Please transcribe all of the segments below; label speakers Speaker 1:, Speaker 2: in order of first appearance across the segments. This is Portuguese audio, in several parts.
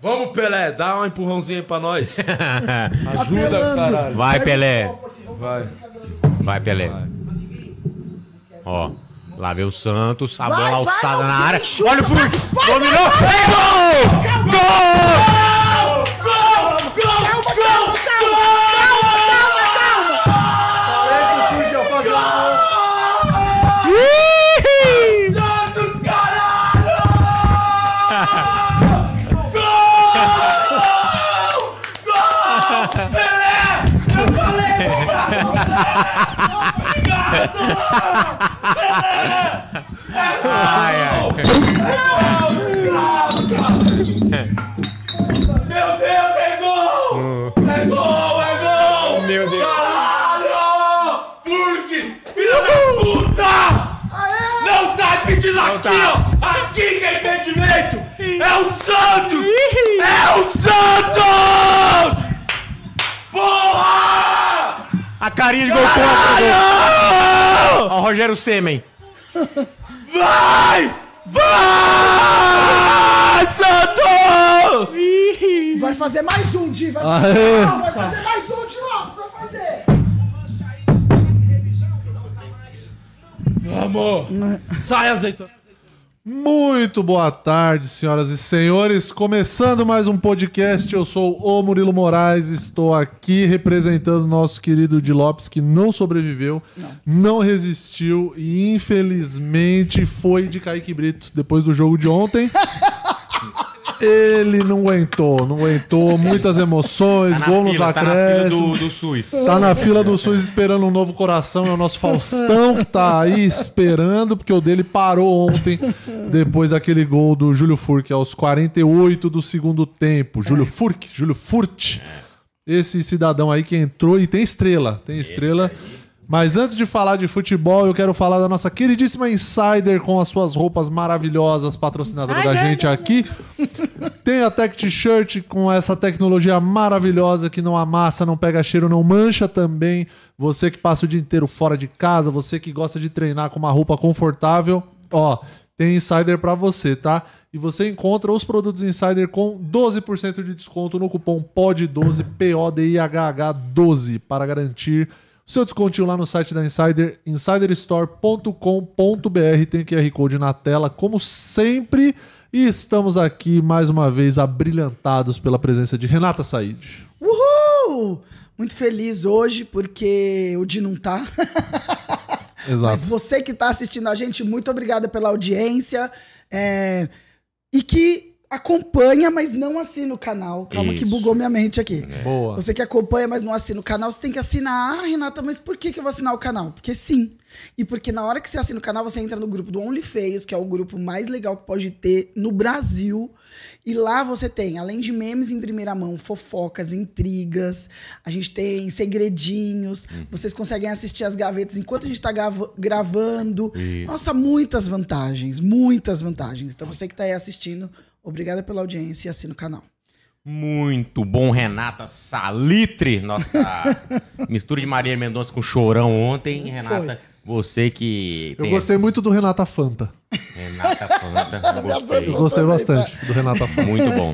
Speaker 1: Vamos, Pelé, dá um empurrãozinho aí pra nós. Ajuda,
Speaker 2: Apelando.
Speaker 1: caralho.
Speaker 3: Vai, Pelé.
Speaker 1: Vai.
Speaker 3: Vai, Pelé. Ó. Lá vem o Santos, a bola alçada na área. Olha o Fluminense. Dominou. É gol! Gol! Gol! Ai, ai.
Speaker 1: Meu Deus, é gol! É gol, é gol!
Speaker 3: Meu Deus.
Speaker 1: Caralho! Furk! Filho da puta! Não tá impedindo aqui, ó! Aqui que é impedimento! É o Santos! É o Santos! Porra!
Speaker 3: A carinha de gol contra. gol. Ó, o Rogério Semen.
Speaker 1: Vai! Vai! Santos!
Speaker 2: Vai fazer mais um, Di. Vai fazer,
Speaker 4: Aê.
Speaker 2: Não, vai fazer mais um de novo. Só fazer.
Speaker 1: Amor! Sai, azeitona!
Speaker 4: Muito boa tarde, senhoras e senhores. Começando mais um podcast, eu sou o Murilo Moraes, estou aqui representando o nosso querido Di Lopes, que não sobreviveu, não, resistiu e infelizmente foi de Kaique Brito depois do jogo de ontem. Ele não aguentou, não aguentou, muitas emoções, gol nos
Speaker 3: tá na fila
Speaker 4: acréscimos.
Speaker 3: do, do SUS.
Speaker 4: Tá na fila do SUS esperando um novo coração. É o nosso Faustão que tá aí esperando, porque o dele parou ontem, depois daquele gol do Júlio Furque aos 48 do segundo tempo. Júlio Furque, Júlio Furt. Esse cidadão aí que entrou e tem estrela, tem estrela. Mas antes de falar de futebol, eu quero falar da nossa queridíssima Insider com as suas roupas maravilhosas, patrocinadora da gente aqui. Tem a Tech T-Shirt com essa tecnologia maravilhosa que não amassa, não pega cheiro, não mancha também. Você que passa o dia inteiro fora de casa, você que gosta de treinar com uma roupa confortável, ó, tem Insider pra você, tá? E você encontra os produtos Insider com 12% de desconto no cupom POD12, P-O-D-I-H-H-12, para garantir o seu descontinho lá no site da Insider, insiderstore.com.br. Tem QR Code na tela, como sempre. E estamos aqui mais uma vez abrilhantados pela presença de Renata Said.
Speaker 2: Uhul! Muito feliz hoje porque o Di não tá. Mas
Speaker 4: Exato.
Speaker 2: você que tá assistindo a gente, muito obrigada pela audiência. é, E que acompanha, mas não assina o canal. Calma que
Speaker 3: Isso.
Speaker 2: bugou minha mente aqui.
Speaker 4: Boa.
Speaker 2: Você que acompanha, mas não assina o canal, você tem que assinar. Ah, Renata, mas por que, que eu vou assinar o canal? Porque sim. E porque na hora que você assina o canal, você entra no grupo do OnlyFeios, que é o grupo mais legal que pode ter no Brasil. E lá você tem, além de memes em primeira mão, fofocas, intrigas, a gente tem segredinhos, vocês conseguem assistir as gavetas enquanto a gente tá grava- gravando. Nossa, muitas vantagens, muitas vantagens. Então você que tá aí assistindo, obrigada pela audiência e assina o canal.
Speaker 3: Muito bom, Renata Salitre. Nossa mistura de Maria Mendonça com chorão ontem. Renata, você que.
Speaker 4: Eu
Speaker 3: tem-
Speaker 4: gostei muito do Renata Fanta.
Speaker 3: Renata Fanta, gostei.
Speaker 4: Eu gostei bastante do Renata Fanta.
Speaker 3: Muito bom.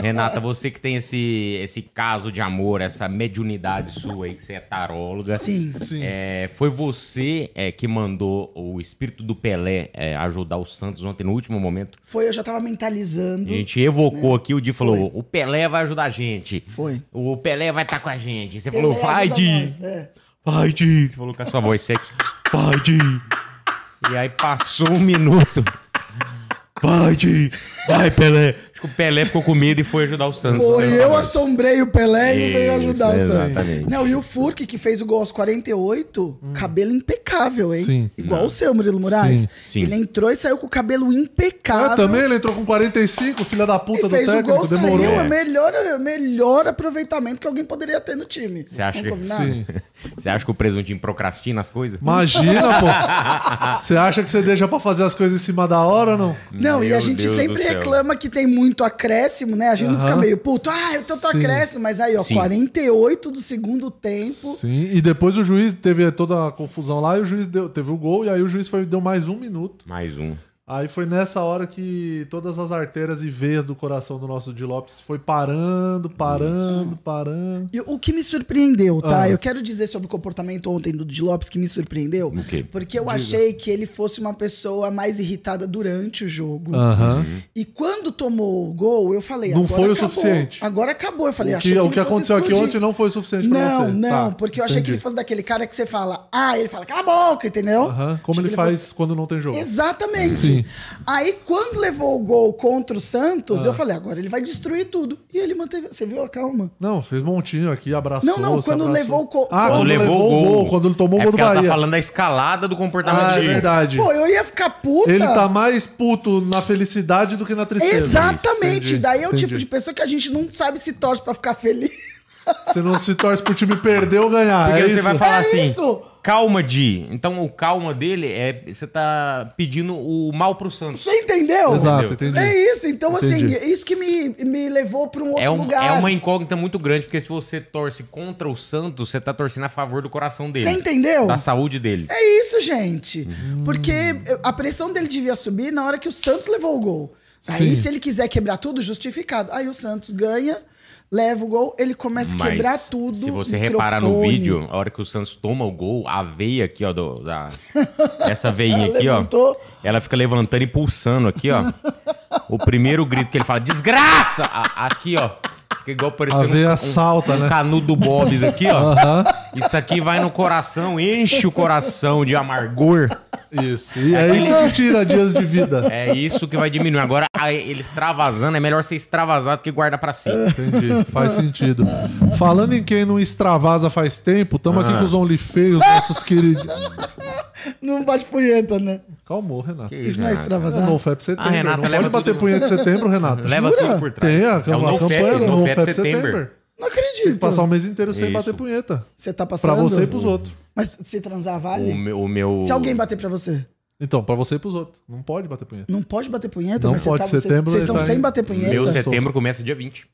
Speaker 3: Renata, você que tem esse, esse caso de amor, essa mediunidade sua aí, que você é taróloga.
Speaker 2: Sim.
Speaker 4: Sim.
Speaker 3: É, foi você é, que mandou o espírito do Pelé é, ajudar o Santos ontem no último momento.
Speaker 2: Foi, eu já tava mentalizando.
Speaker 3: A gente
Speaker 2: Né?
Speaker 3: evocou aqui, o Di falou: o Pelé vai ajudar a gente.
Speaker 2: Foi.
Speaker 3: O Pelé vai estar com a gente. Você
Speaker 2: Pelé
Speaker 3: falou, vai,
Speaker 2: ajuda
Speaker 3: Di.
Speaker 2: nós, é.
Speaker 3: Vai, Di. Você falou com a sua voz sexy. Vai, Di. E aí passou um minuto. Vai, Di. Vai, Pelé. Acho que o Pelé ficou com medo e foi ajudar o Santos.
Speaker 2: Foi,
Speaker 3: Né?
Speaker 2: eu assombrei o Pelé e ele veio
Speaker 3: Isso,
Speaker 2: ajudar o Santos.
Speaker 3: exatamente.
Speaker 2: Não, e o Furk, que fez o gol aos 48, cabelo impecável, hein?
Speaker 4: Sim.
Speaker 2: Igual o seu, Murilo Moraes.
Speaker 4: Sim,
Speaker 3: sim. é
Speaker 2: Ele entrou e saiu com o cabelo impecável.
Speaker 4: Ah, também ele entrou com 45, filha da puta
Speaker 2: E
Speaker 4: do
Speaker 2: fez o
Speaker 4: técnico,
Speaker 2: gol, saiu.
Speaker 4: demorou.
Speaker 2: É o melhor, é o melhor aproveitamento que alguém poderia ter no time.
Speaker 3: Você acha
Speaker 2: Vamos
Speaker 3: que-
Speaker 2: combinar?
Speaker 4: Sim.
Speaker 3: Você acha que o presuntinho procrastina as coisas?
Speaker 4: Imagina, pô. Você acha que você deixa pra fazer as coisas em cima da hora ou não?
Speaker 2: Não, e
Speaker 3: Meu
Speaker 2: a gente
Speaker 3: Deus do
Speaker 2: sempre
Speaker 3: céu.
Speaker 2: reclama que tem muito acréscimo, né? A gente não fica
Speaker 4: Aham.
Speaker 2: meio puto. Ah, eu tanto
Speaker 4: Sim.
Speaker 2: acréscimo. Mas aí, ó,
Speaker 3: Sim.
Speaker 2: 48 do segundo tempo.
Speaker 4: Sim. E depois o juiz teve toda a confusão lá e o juiz deu- teve o gol e aí o juiz foi, deu mais um minuto.
Speaker 3: Mais um.
Speaker 4: Aí foi nessa hora que todas as artérias e veias do coração do nosso Di Lopes foi parando, parando, parando.
Speaker 2: E o que me surpreendeu, tá?
Speaker 4: Ah.
Speaker 2: Eu quero dizer sobre o comportamento ontem do Di Lopes que me surpreendeu.
Speaker 3: O quê?
Speaker 2: Porque eu achei que ele fosse uma pessoa mais irritada durante o jogo.
Speaker 4: Aham.
Speaker 2: E quando tomou o gol, eu falei,
Speaker 4: Não
Speaker 2: agora
Speaker 4: foi o
Speaker 2: acabou.
Speaker 4: suficiente.
Speaker 2: Agora acabou. Eu falei,
Speaker 4: O que, é
Speaker 2: achei que
Speaker 4: o
Speaker 2: ele
Speaker 4: que
Speaker 2: fosse
Speaker 4: aconteceu aqui
Speaker 2: explodir.
Speaker 4: ontem não foi o suficiente pra
Speaker 2: Não,
Speaker 4: você.
Speaker 2: não,
Speaker 4: Tá,
Speaker 2: porque eu achei que ele
Speaker 4: entendi.
Speaker 2: fosse daquele cara que você fala, ah, ele fala, cala a boca, entendeu?
Speaker 4: Aham, Como
Speaker 2: Achei
Speaker 4: ele
Speaker 2: que
Speaker 4: faz
Speaker 2: fosse-
Speaker 4: quando não tem jogo.
Speaker 2: Exatamente.
Speaker 4: Sim.
Speaker 2: Aí, quando levou o gol contra o Santos,
Speaker 4: Ah.
Speaker 2: eu falei, agora ele vai destruir tudo. E ele manteve. Você viu a calma?
Speaker 4: Não, fez montinho aqui, abraçou.
Speaker 2: Não, não,
Speaker 4: se
Speaker 2: quando
Speaker 4: abraçou.
Speaker 2: levou o co-
Speaker 4: Ah,
Speaker 2: quando
Speaker 4: quando levou, o gol, Quando ele tomou
Speaker 3: É
Speaker 4: o gol do
Speaker 3: porque ela
Speaker 4: Bahia.
Speaker 3: tá falando da escalada do comportamento
Speaker 4: ah, é
Speaker 3: de...
Speaker 4: verdade.
Speaker 2: Pô, eu ia ficar puta.
Speaker 4: Ele tá mais puto na felicidade do que na tristeza.
Speaker 2: Exatamente.
Speaker 4: Entendi,
Speaker 2: Daí é o
Speaker 4: entendi.
Speaker 2: tipo de pessoa que a gente não sabe se torce pra ficar feliz.
Speaker 4: Você não se torce pro time perder ou ganhar.
Speaker 3: Porque
Speaker 4: é
Speaker 3: você
Speaker 4: isso?
Speaker 3: vai falar
Speaker 2: É
Speaker 3: assim,
Speaker 2: isso.
Speaker 3: calma, Di. Então o calma dele é. Você tá pedindo o mal pro Santos.
Speaker 2: Você entendeu?
Speaker 4: Exato,
Speaker 3: Entendeu?
Speaker 4: entendi.
Speaker 2: É isso. Então,
Speaker 4: Entendi.
Speaker 2: assim, isso que me, me levou pra um outro
Speaker 3: É, um-
Speaker 2: lugar.
Speaker 3: é uma incógnita muito grande, porque se você torce contra o Santos, você tá torcendo a favor do coração dele.
Speaker 2: Você entendeu?
Speaker 3: Da saúde dele.
Speaker 2: É isso, gente.
Speaker 4: Hum.
Speaker 2: Porque a pressão dele devia subir na hora que o Santos levou o gol. Aí,
Speaker 4: Sim.
Speaker 2: se ele quiser quebrar tudo, justificado. Aí o Santos ganha, leva o gol, ele começa a quebrar tudo.
Speaker 3: se você reparar no
Speaker 2: microfone.
Speaker 3: vídeo, a hora que o Santos toma o gol, a veia aqui, ó, do- da, essa veinha
Speaker 2: Ela
Speaker 3: aqui, ó,
Speaker 2: levantou.
Speaker 3: ela fica levantando e pulsando aqui, ó. O primeiro grito que ele fala, desgraça! A- aqui, ó, fica igual parecendo
Speaker 4: veia salta,
Speaker 3: um
Speaker 4: né?
Speaker 3: canudo do Bob's aqui, ó. Isso aqui vai no coração, enche o coração de amargor.
Speaker 4: Isso. E é isso que tira dias de vida.
Speaker 3: É isso que vai diminuir. Agora, a- ele extravasando, é melhor ser extravasado que guardar pra si.
Speaker 2: É.
Speaker 4: Entendi, faz sentido. Falando em quem não extravasa faz tempo, tamo
Speaker 3: Ah.
Speaker 4: aqui com os Only Feios, nossos queridos.
Speaker 2: Não bate punheta, né? Calmou.
Speaker 4: Calmou, Renato.
Speaker 2: Isso não é
Speaker 4: É
Speaker 2: extravasar.
Speaker 4: no FEP setembro.
Speaker 3: Ah, Renato,
Speaker 4: não
Speaker 3: leva
Speaker 4: pode bater
Speaker 3: tudo-
Speaker 4: punheta de setembro, Renato.
Speaker 3: Leva tudo por trás.
Speaker 4: Tem a,
Speaker 3: é o
Speaker 4: a
Speaker 3: NoFap,
Speaker 4: campanha do
Speaker 3: NoFap
Speaker 4: NoFap
Speaker 3: setembro.
Speaker 4: setembro.
Speaker 2: Não acredito.
Speaker 4: Passar o mês inteiro sem
Speaker 3: Isso.
Speaker 4: bater punheta.
Speaker 2: Você tá passando.
Speaker 4: Pra você e pros outros.
Speaker 2: Mas se transar, vale?
Speaker 3: O meu, o meu-
Speaker 2: Se alguém bater pra você,
Speaker 4: Então, pra você e pros outros. Não pode bater punheta.
Speaker 2: não pode bater punheta?
Speaker 4: Não
Speaker 2: mas você
Speaker 4: pode,
Speaker 2: tá- você-
Speaker 4: setembro
Speaker 2: Vocês estão
Speaker 4: tá em-
Speaker 2: sem bater punheta?
Speaker 3: Meu
Speaker 4: Deus.
Speaker 3: setembro começa dia 20.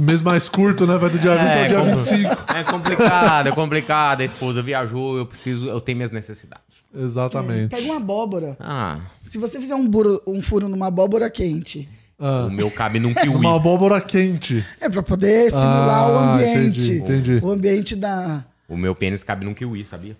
Speaker 4: Mês mais curto, né? Vai do dia 20
Speaker 3: É,
Speaker 4: ao dia
Speaker 3: como-
Speaker 4: 25.
Speaker 3: É complicado, é complicado. A esposa viajou, eu preciso, eu tenho minhas necessidades.
Speaker 4: Exatamente.
Speaker 2: Pega uma abóbora.
Speaker 3: Ah,
Speaker 2: Se você fizer um, buro- um furo numa abóbora quente,
Speaker 4: Ah,
Speaker 3: o meu cabe num kiwi.
Speaker 4: uma abóbora quente.
Speaker 2: é pra poder simular o
Speaker 4: Ah,
Speaker 2: ambiente.
Speaker 4: entendi, entendi.
Speaker 2: O ambiente da.
Speaker 3: O meu pênis cabe num kiwi, sabia?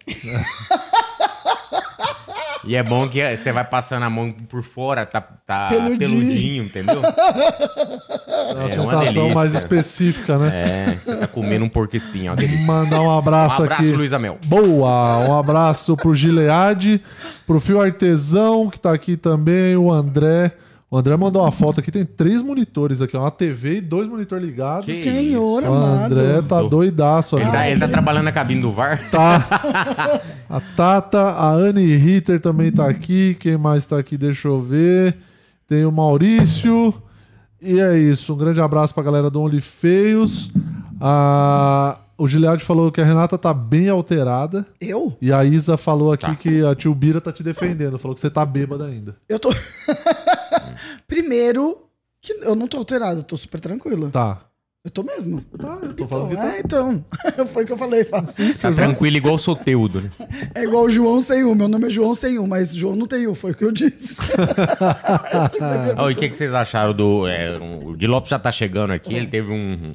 Speaker 3: E é bom que você vai passando a mão por fora, tá, tá
Speaker 2: Peludinho.
Speaker 3: peludinho. entendeu?
Speaker 4: É uma
Speaker 3: É uma
Speaker 4: sensação
Speaker 3: delícia.
Speaker 4: mais específica, né?
Speaker 3: É, você tá comendo um porco espinho, ó, delícia.
Speaker 4: Mandar um abraço,
Speaker 3: Um abraço,
Speaker 4: aqui.
Speaker 3: Luísa Mel.
Speaker 4: Boa! Um abraço pro Gileade, pro Fio Artesão, que tá aqui também, o André. O André mandou uma foto aqui, tem três monitores aqui, ó, uma TV e dois monitores ligados.
Speaker 3: Que
Speaker 2: Senhor
Speaker 4: O
Speaker 2: amado.
Speaker 4: André tá doidaço
Speaker 3: Ele, tá,
Speaker 4: aqui.
Speaker 3: ele tá trabalhando na cabine do VAR.
Speaker 4: Tá. A Tata, a Anne Ritter também tá aqui. Quem mais tá aqui? Deixa eu ver. Tem o Maurício. E é isso. Um grande abraço pra galera do Only Feios. Ah, o Gilead falou que a Renata tá bem alterada.
Speaker 2: Eu?
Speaker 4: E a Isa falou aqui que a tio Bira tá te defendendo. Falou que você tá bêbada ainda.
Speaker 2: Eu tô. Primeiro, que eu não tô alterado, eu tô super tranquila.
Speaker 4: Tá.
Speaker 2: Eu tô mesmo.
Speaker 4: Tá, eu tô
Speaker 2: Então,
Speaker 4: falando que tá.
Speaker 2: é, então. Foi o que eu falei. pá.
Speaker 3: Tá tranquilo igual o Soteudo, né?
Speaker 2: É igual o João sem U. Meu nome é João sem U, mas João não tem U, foi o que eu disse. Esse foi o que eu-
Speaker 3: Ó, e o que, que vocês acharam do. é, um- o Di Lopes já tá chegando aqui, ele teve um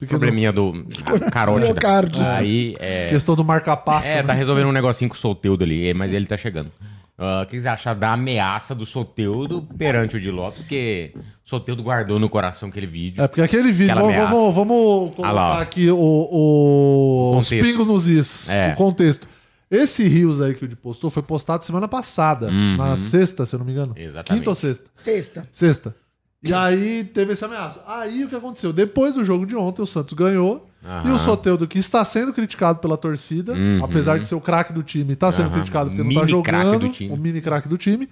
Speaker 4: Pequeno-
Speaker 3: probleminha do. a Carótida.
Speaker 2: Miocárdio.
Speaker 3: Aí, é.
Speaker 4: Questão do marca-passo.
Speaker 3: É, tá
Speaker 4: né?
Speaker 3: resolvendo um negocinho com o Soteudo ali, é, mas ele tá chegando. Ah, O que vocês acharam da ameaça do Soteudo perante o Di Lopes? Porque o Soteudo guardou no coração aquele vídeo.
Speaker 4: É porque aquele vídeo,
Speaker 3: Aquela
Speaker 4: vamos, vamos,
Speaker 3: ameaça.
Speaker 4: vamos colocar
Speaker 3: Ah lá, ó.
Speaker 4: aqui o, o- os
Speaker 3: Contexto.
Speaker 4: pingos nos is,
Speaker 3: É.
Speaker 4: o contexto. Esse Rios aí que o Di postou foi postado semana passada, na sexta, se eu não me engano.
Speaker 3: Uhum. Exatamente.
Speaker 4: Quinta ou sexta?
Speaker 2: Sexta.
Speaker 4: Sexta. E aí teve essa ameaça. Aí o que aconteceu? Depois do jogo de ontem, o Santos ganhou. E o
Speaker 3: Aham. Uhum.
Speaker 4: Soteudo, que está sendo criticado pela torcida, apesar de ser o craque do time, está sendo
Speaker 3: Aham.
Speaker 4: criticado porque não
Speaker 3: Mini
Speaker 4: tá
Speaker 3: craque
Speaker 4: jogando.
Speaker 3: do time.
Speaker 4: O mini craque do time,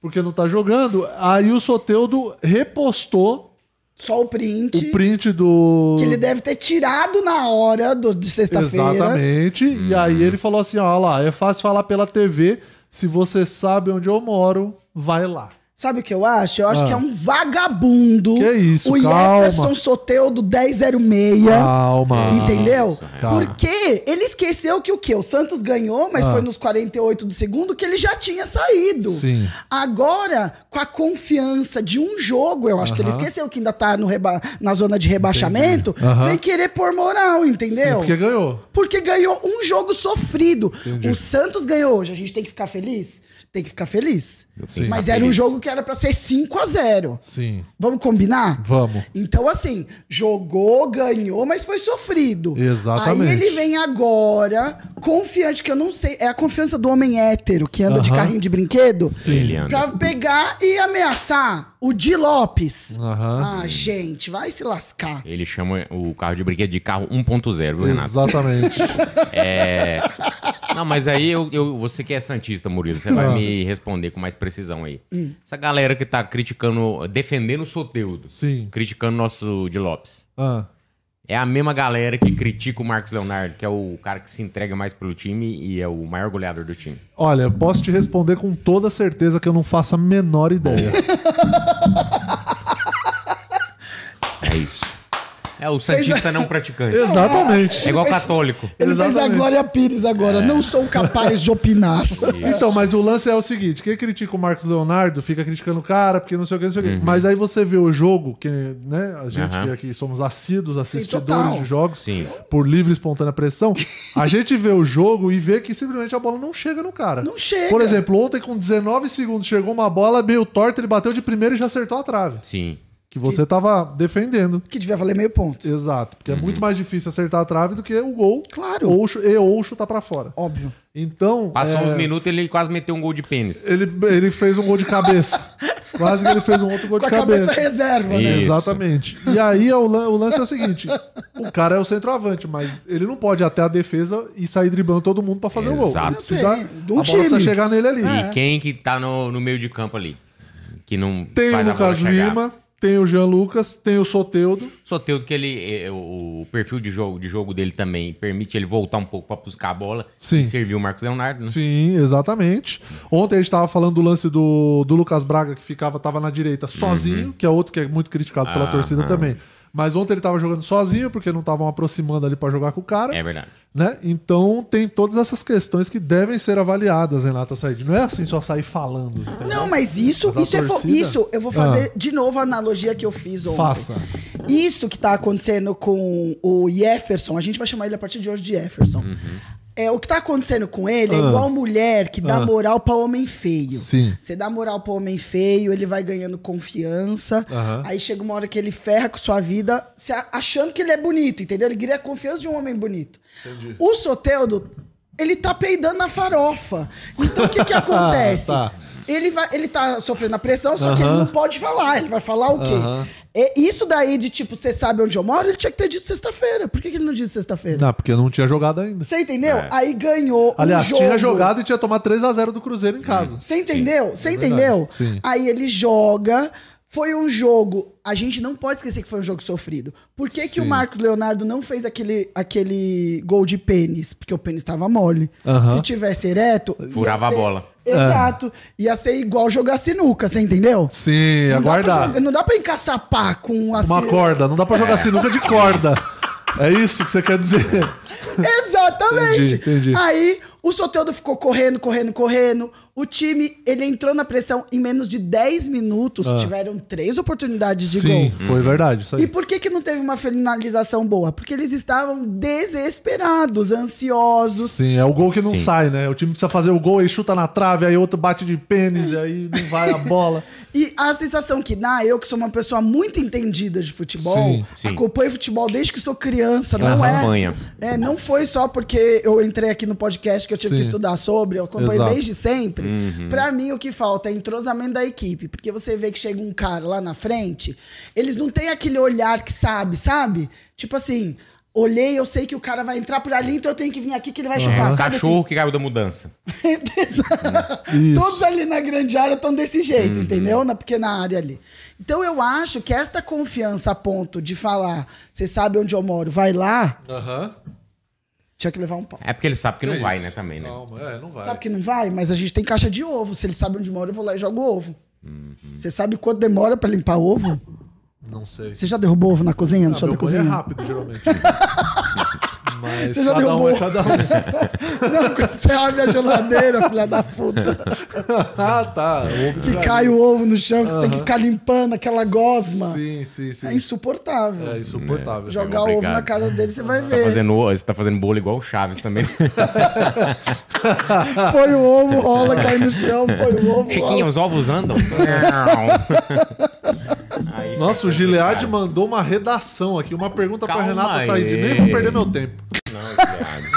Speaker 4: porque não tá jogando. Aí o Soteudo repostou
Speaker 2: Só o print.
Speaker 4: o print do.
Speaker 2: Que ele tá deve ter tirado na hora do, de sexta-feira.
Speaker 4: Exatamente. E
Speaker 3: Uhum.
Speaker 4: aí ele falou "Ah, assim: ó, lá, é fácil falar pela TV. Se você sabe onde eu moro, vai lá.
Speaker 2: Sabe o que eu acho? Eu acho que é um vagabundo.
Speaker 4: Ah. Que isso,
Speaker 2: o
Speaker 4: calma.
Speaker 2: Jefferson Soteudo 1006.
Speaker 4: Calma.
Speaker 2: Entendeu?
Speaker 3: é.
Speaker 4: Tá.
Speaker 2: Porque ele esqueceu que o quê? O Santos ganhou,
Speaker 4: Ah.
Speaker 2: mas foi nos 48 do segundo que ele já tinha saído.
Speaker 4: Sim.
Speaker 2: Agora, com a confiança de um jogo, eu acho que ele esqueceu que ainda tá no reba- na zona de rebaixamento,
Speaker 4: Aham.
Speaker 2: vem querer pôr moral, entendeu?
Speaker 4: Sim, porque ganhou.
Speaker 2: Porque ganhou um jogo sofrido. O Santos ganhou hoje. A gente tem que ficar feliz? Tem que ficar feliz.
Speaker 4: Sim.
Speaker 2: Mas
Speaker 3: ficar
Speaker 2: era um
Speaker 3: feliz.
Speaker 2: jogo que era pra ser 5 a 0
Speaker 4: Sim.
Speaker 2: Vamos combinar?
Speaker 4: Vamos.
Speaker 2: Então, assim, jogou, ganhou, mas foi sofrido.
Speaker 4: Exatamente.
Speaker 2: Aí ele vem agora, confiante, que eu não sei, é a confiança do homem hétero que anda de
Speaker 4: Aham.
Speaker 2: carrinho de brinquedo,
Speaker 3: Ele é anda.
Speaker 2: pra pegar e ameaçar o Di Lopes.
Speaker 4: Aham.
Speaker 2: Ah, gente, vai se lascar.
Speaker 3: Ele chama o carro de brinquedo de carro 1.0, viu, Renato?
Speaker 4: Exatamente.
Speaker 3: É... Não, mas aí eu, eu- você que é Santista, Murilo, você vai
Speaker 4: Ah.
Speaker 3: me responder com mais precisão aí. Essa galera que tá criticando, defendendo o Soteudo,
Speaker 4: Sim.
Speaker 3: criticando o nosso de Lopes.
Speaker 4: Ah,
Speaker 3: É a mesma galera que critica o Marcos Leonardo, que é o cara que se entrega mais pelo time e é o maior goleador do time.
Speaker 4: Olha, eu posso te responder com toda certeza que eu não faço a menor ideia.
Speaker 3: É isso. É o Santista não praticante.
Speaker 4: Exatamente.
Speaker 3: É igual católico.
Speaker 2: Ele fez a
Speaker 4: Exatamente. É.
Speaker 2: Glória Pires agora. Não sou capaz de opinar.
Speaker 4: Então, mas o lance é o seguinte: quem critica o Marcos Leonardo fica criticando o cara, porque não sei o que, não sei o que. Mas aí você vê o jogo, que né, a gente
Speaker 3: Aham.
Speaker 4: que aqui somos assíduos assistidores
Speaker 2: total.
Speaker 4: de jogos,
Speaker 3: Sim.
Speaker 4: por livre e espontânea pressão, a gente vê o jogo e vê que simplesmente a bola não chega no cara.
Speaker 2: Não chega.
Speaker 4: Por exemplo, ontem com 19 segundos chegou uma bola meio torta, ele bateu de primeiro e já acertou a trave,
Speaker 3: Sim.
Speaker 4: que você tava defendendo.
Speaker 2: que devia valer meio ponto.
Speaker 4: Exato, porque é muito mais difícil acertar a trave do que o gol.
Speaker 2: Claro.
Speaker 4: Ou, chu- e ou chutar pra fora.
Speaker 2: Óbvio.
Speaker 4: Então.
Speaker 3: Passou
Speaker 4: é,
Speaker 3: uns minutos ele quase meteu um gol de pênis.
Speaker 4: ele, ele fez um gol de cabeça. Quase que ele fez um outro gol
Speaker 2: Com a
Speaker 4: de cabeça.
Speaker 2: cabeça reserva, né?
Speaker 3: Isso.
Speaker 4: Exatamente. E aí é o, lan- o lance é o seguinte: o cara é o centroavante, mas ele não pode ir até a defesa e sair driblando todo mundo pra fazer o gol.
Speaker 3: Exato.
Speaker 4: Ele precisa,
Speaker 2: Eu sei,
Speaker 4: a
Speaker 2: de um
Speaker 4: bola
Speaker 2: time. É.
Speaker 4: precisa chegar nele ali.
Speaker 3: E quem que tá no, no meio de campo ali? Que não
Speaker 4: Tem o
Speaker 3: faz a bola
Speaker 4: Lucas
Speaker 3: chegar?
Speaker 4: Lima, tem o Jean Lucas, tem o Soteudo.
Speaker 3: Soteudo que ele eh, o o perfil de jogo, de jogo dele também permite ele voltar um pouco pra buscar a bola
Speaker 4: Sim.
Speaker 3: e servir o Marcos Leonardo, né?
Speaker 4: Sim, exatamente. Ontem a gente tava falando do lance do, do Lucas Braga, que ficava, tava na direita sozinho, que é outro que é muito criticado pela
Speaker 3: Uhum. Aham.
Speaker 4: torcida também. Mas ontem ele tava jogando sozinho, porque não estavam aproximando ali pra jogar com o cara.
Speaker 3: É verdade.
Speaker 4: né? Então tem todas essas questões que devem ser avaliadas, Renata Said. Não é assim só sair falando. entendeu?
Speaker 2: Não, mas isso,
Speaker 4: Mas a
Speaker 2: isso, é fo-
Speaker 4: torcida- Ah.
Speaker 2: isso eu vou fazer de novo a analogia que eu fiz ontem.
Speaker 4: Faça.
Speaker 2: Isso que tá acontecendo com o Jefferson, a gente vai chamar ele a partir de hoje de Jefferson.
Speaker 4: Uhum.
Speaker 2: É, o que tá acontecendo com ele é igual mulher que dá moral pra homem feio.
Speaker 4: Ah. Sim.
Speaker 2: Você dá moral pra homem feio, ele vai ganhando confiança.
Speaker 4: Aham.
Speaker 2: Aí chega uma hora que ele ferra com sua vida, se a- achando que ele é bonito, entendeu? Ele queria a confiança de um homem bonito. O Soteudo, ele tá peidando na farofa. Então o que que acontece?
Speaker 4: Tá.
Speaker 2: Ele, vai, ele tá sofrendo a pressão, só que ele não pode falar. Ele vai falar o quê? É, isso daí de tipo, você sabe onde eu moro, ele tinha que ter dito sexta-feira. Por que, que ele não disse sexta-feira?
Speaker 4: Não, porque não tinha jogado ainda.
Speaker 2: Você entendeu? Aí ganhou.
Speaker 4: Aliás,
Speaker 2: um jogo.
Speaker 4: tinha jogado e tinha tomado 3 a 0 do Cruzeiro em casa.
Speaker 2: Você entendeu? Você entendeu?
Speaker 4: Sim.
Speaker 2: Aí ele joga. Foi um jogo. A gente não pode esquecer que foi um jogo sofrido. Por que, que o
Speaker 4: Sim.
Speaker 2: Marcos Leonardo não fez aquele, aquele gol de pênis? Porque o pênis estava mole.
Speaker 4: Aham.
Speaker 2: Se tivesse ereto. ia
Speaker 3: Furava a bola.
Speaker 2: Exato.
Speaker 4: É.
Speaker 2: Ia ser igual jogar sinuca, você entendeu?
Speaker 4: Sim,
Speaker 2: Não dá pra
Speaker 4: aguardar.
Speaker 2: jogar- Não dá pra encaçar pá com assim.
Speaker 4: Uma corda. Não dá pra jogar sinuca de corda. É isso que você quer dizer.
Speaker 2: Exatamente.
Speaker 4: Entendi, entendi.
Speaker 2: Aí o Soteldo ficou correndo, correndo, correndo. O time, ele entrou na pressão em menos de 10 minutos. Tiveram três oportunidades de
Speaker 4: Ah. Sim,
Speaker 2: gol.
Speaker 4: foi verdade. Isso aí.
Speaker 2: E por que, que não teve uma finalização boa? Porque eles estavam desesperados, ansiosos.
Speaker 4: Sim, é o gol que não
Speaker 3: Sim.
Speaker 4: sai, né? O time precisa fazer o gol, ele chuta na trave, aí outro bate de pênis, e aí não vai a bola.
Speaker 2: E a sensação que dá, eu que sou uma pessoa muito entendida de futebol,
Speaker 4: Sim,
Speaker 3: sim.
Speaker 2: acompanho futebol desde que sou criança, não
Speaker 3: acompanha.
Speaker 2: é, é. Não foi só porque eu entrei aqui no podcast que eu tive
Speaker 4: Sim.
Speaker 2: que estudar sobre, eu acompanho
Speaker 4: Exato.
Speaker 2: desde sempre. Pra mim, o que falta é entrosamento da equipe, porque você vê que chega um cara lá na frente, eles não têm aquele olhar que sabe, sabe? Tipo assim. Olhei, eu sei que o cara vai entrar por ali, então eu tenho que vir aqui que ele vai
Speaker 4: Ah,
Speaker 2: chutar. Sabe assim?
Speaker 3: Cachorro que caiu da mudança.
Speaker 4: Isso. Uhum.
Speaker 2: Todos ali na grande área estão desse jeito, entendeu? Na pequena área ali. Então eu acho que esta confiança a ponto de falar, você sabe onde eu moro, vai lá,
Speaker 4: Aham.
Speaker 2: tinha que levar um pau.
Speaker 3: É porque ele sabe que não vai, né, também, né?
Speaker 4: Calma, é, não vai.
Speaker 2: Sabe que não vai? Mas a gente tem caixa de ovo. Se ele sabe onde mora, eu vou lá e jogo ovo.
Speaker 4: Uhum.
Speaker 2: Você sabe quanto demora pra limpar ovo?
Speaker 4: Não sei.
Speaker 2: Você já derrubou ovo na cozinha, no
Speaker 4: Ah,
Speaker 2: chão da
Speaker 4: meu banho é
Speaker 2: cozinha?
Speaker 4: rápido, geralmente. Mas
Speaker 2: Você já
Speaker 4: cada
Speaker 2: deu
Speaker 4: um
Speaker 2: boa.
Speaker 4: é cada um.
Speaker 2: Não, quando você abre a geladeira, filha da puta.
Speaker 4: ah, tá. Ovo
Speaker 2: Que
Speaker 4: já-
Speaker 2: cai o ovo no chão, que você tem que ficar limpando aquela gosma.
Speaker 4: Sim, sim, sim.
Speaker 2: É
Speaker 4: É,
Speaker 2: insuportável.
Speaker 4: insuportável.
Speaker 2: Jogar ovo
Speaker 3: complicado.
Speaker 2: na cara dele, você vai
Speaker 3: Tá
Speaker 4: É.
Speaker 2: ver.
Speaker 3: fazendo, você tá fazendo bolo igual o Chaves também. né?
Speaker 2: Põe o ovo, rola, cai no chão, põe o ovo.
Speaker 3: Chiquinho,
Speaker 2: rola.
Speaker 3: os ovos andam. Aí
Speaker 4: Nossa,
Speaker 3: fica
Speaker 4: o Gilead
Speaker 3: complicado.
Speaker 4: mandou uma redação aqui, uma pergunta pra
Speaker 3: É Calma
Speaker 4: Renata Said.
Speaker 3: aí.
Speaker 4: Nem vou perder meu tempo.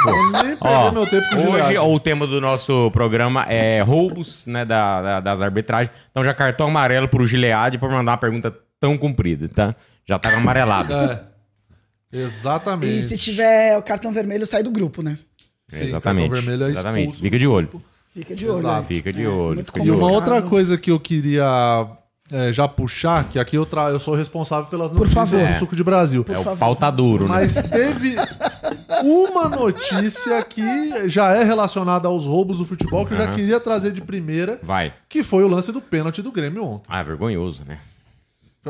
Speaker 4: Vou nem perder
Speaker 3: Ó,
Speaker 4: meu tempo com o
Speaker 3: hoje
Speaker 4: Gilead.
Speaker 3: o tema do nosso programa é roubos né, da, da- das arbitragens. Então já cartão amarelo pro Gilead por mandar uma pergunta tão comprida, tá? Já tá amarelado.
Speaker 4: É. Exatamente.
Speaker 2: E se tiver o cartão vermelho, sai do grupo, né?
Speaker 4: Sim,
Speaker 3: exatamente.
Speaker 4: cartão vermelho é
Speaker 3: exatamente.
Speaker 4: expulso
Speaker 3: Fica de olho.
Speaker 2: Fica de olho.
Speaker 4: Exato.
Speaker 2: né?
Speaker 3: Fica de olho.
Speaker 2: muito
Speaker 3: Fica de
Speaker 4: E uma
Speaker 3: olho.
Speaker 2: complicado.
Speaker 4: outra coisa que eu queria é, já puxar, que aqui eu, tra... eu sou responsável pelas
Speaker 2: Por
Speaker 4: notícias
Speaker 2: favor.
Speaker 4: do Suco de Brasil.
Speaker 3: É o
Speaker 2: favor.
Speaker 3: pau tá duro, né?
Speaker 4: Mas teve uma notícia que já é relacionada aos roubos do futebol, que eu já
Speaker 3: Aham.
Speaker 4: queria trazer de primeira,
Speaker 3: Vai.
Speaker 4: que foi o lance do pênalti do Grêmio ontem.
Speaker 3: Ah, é vergonhoso, né?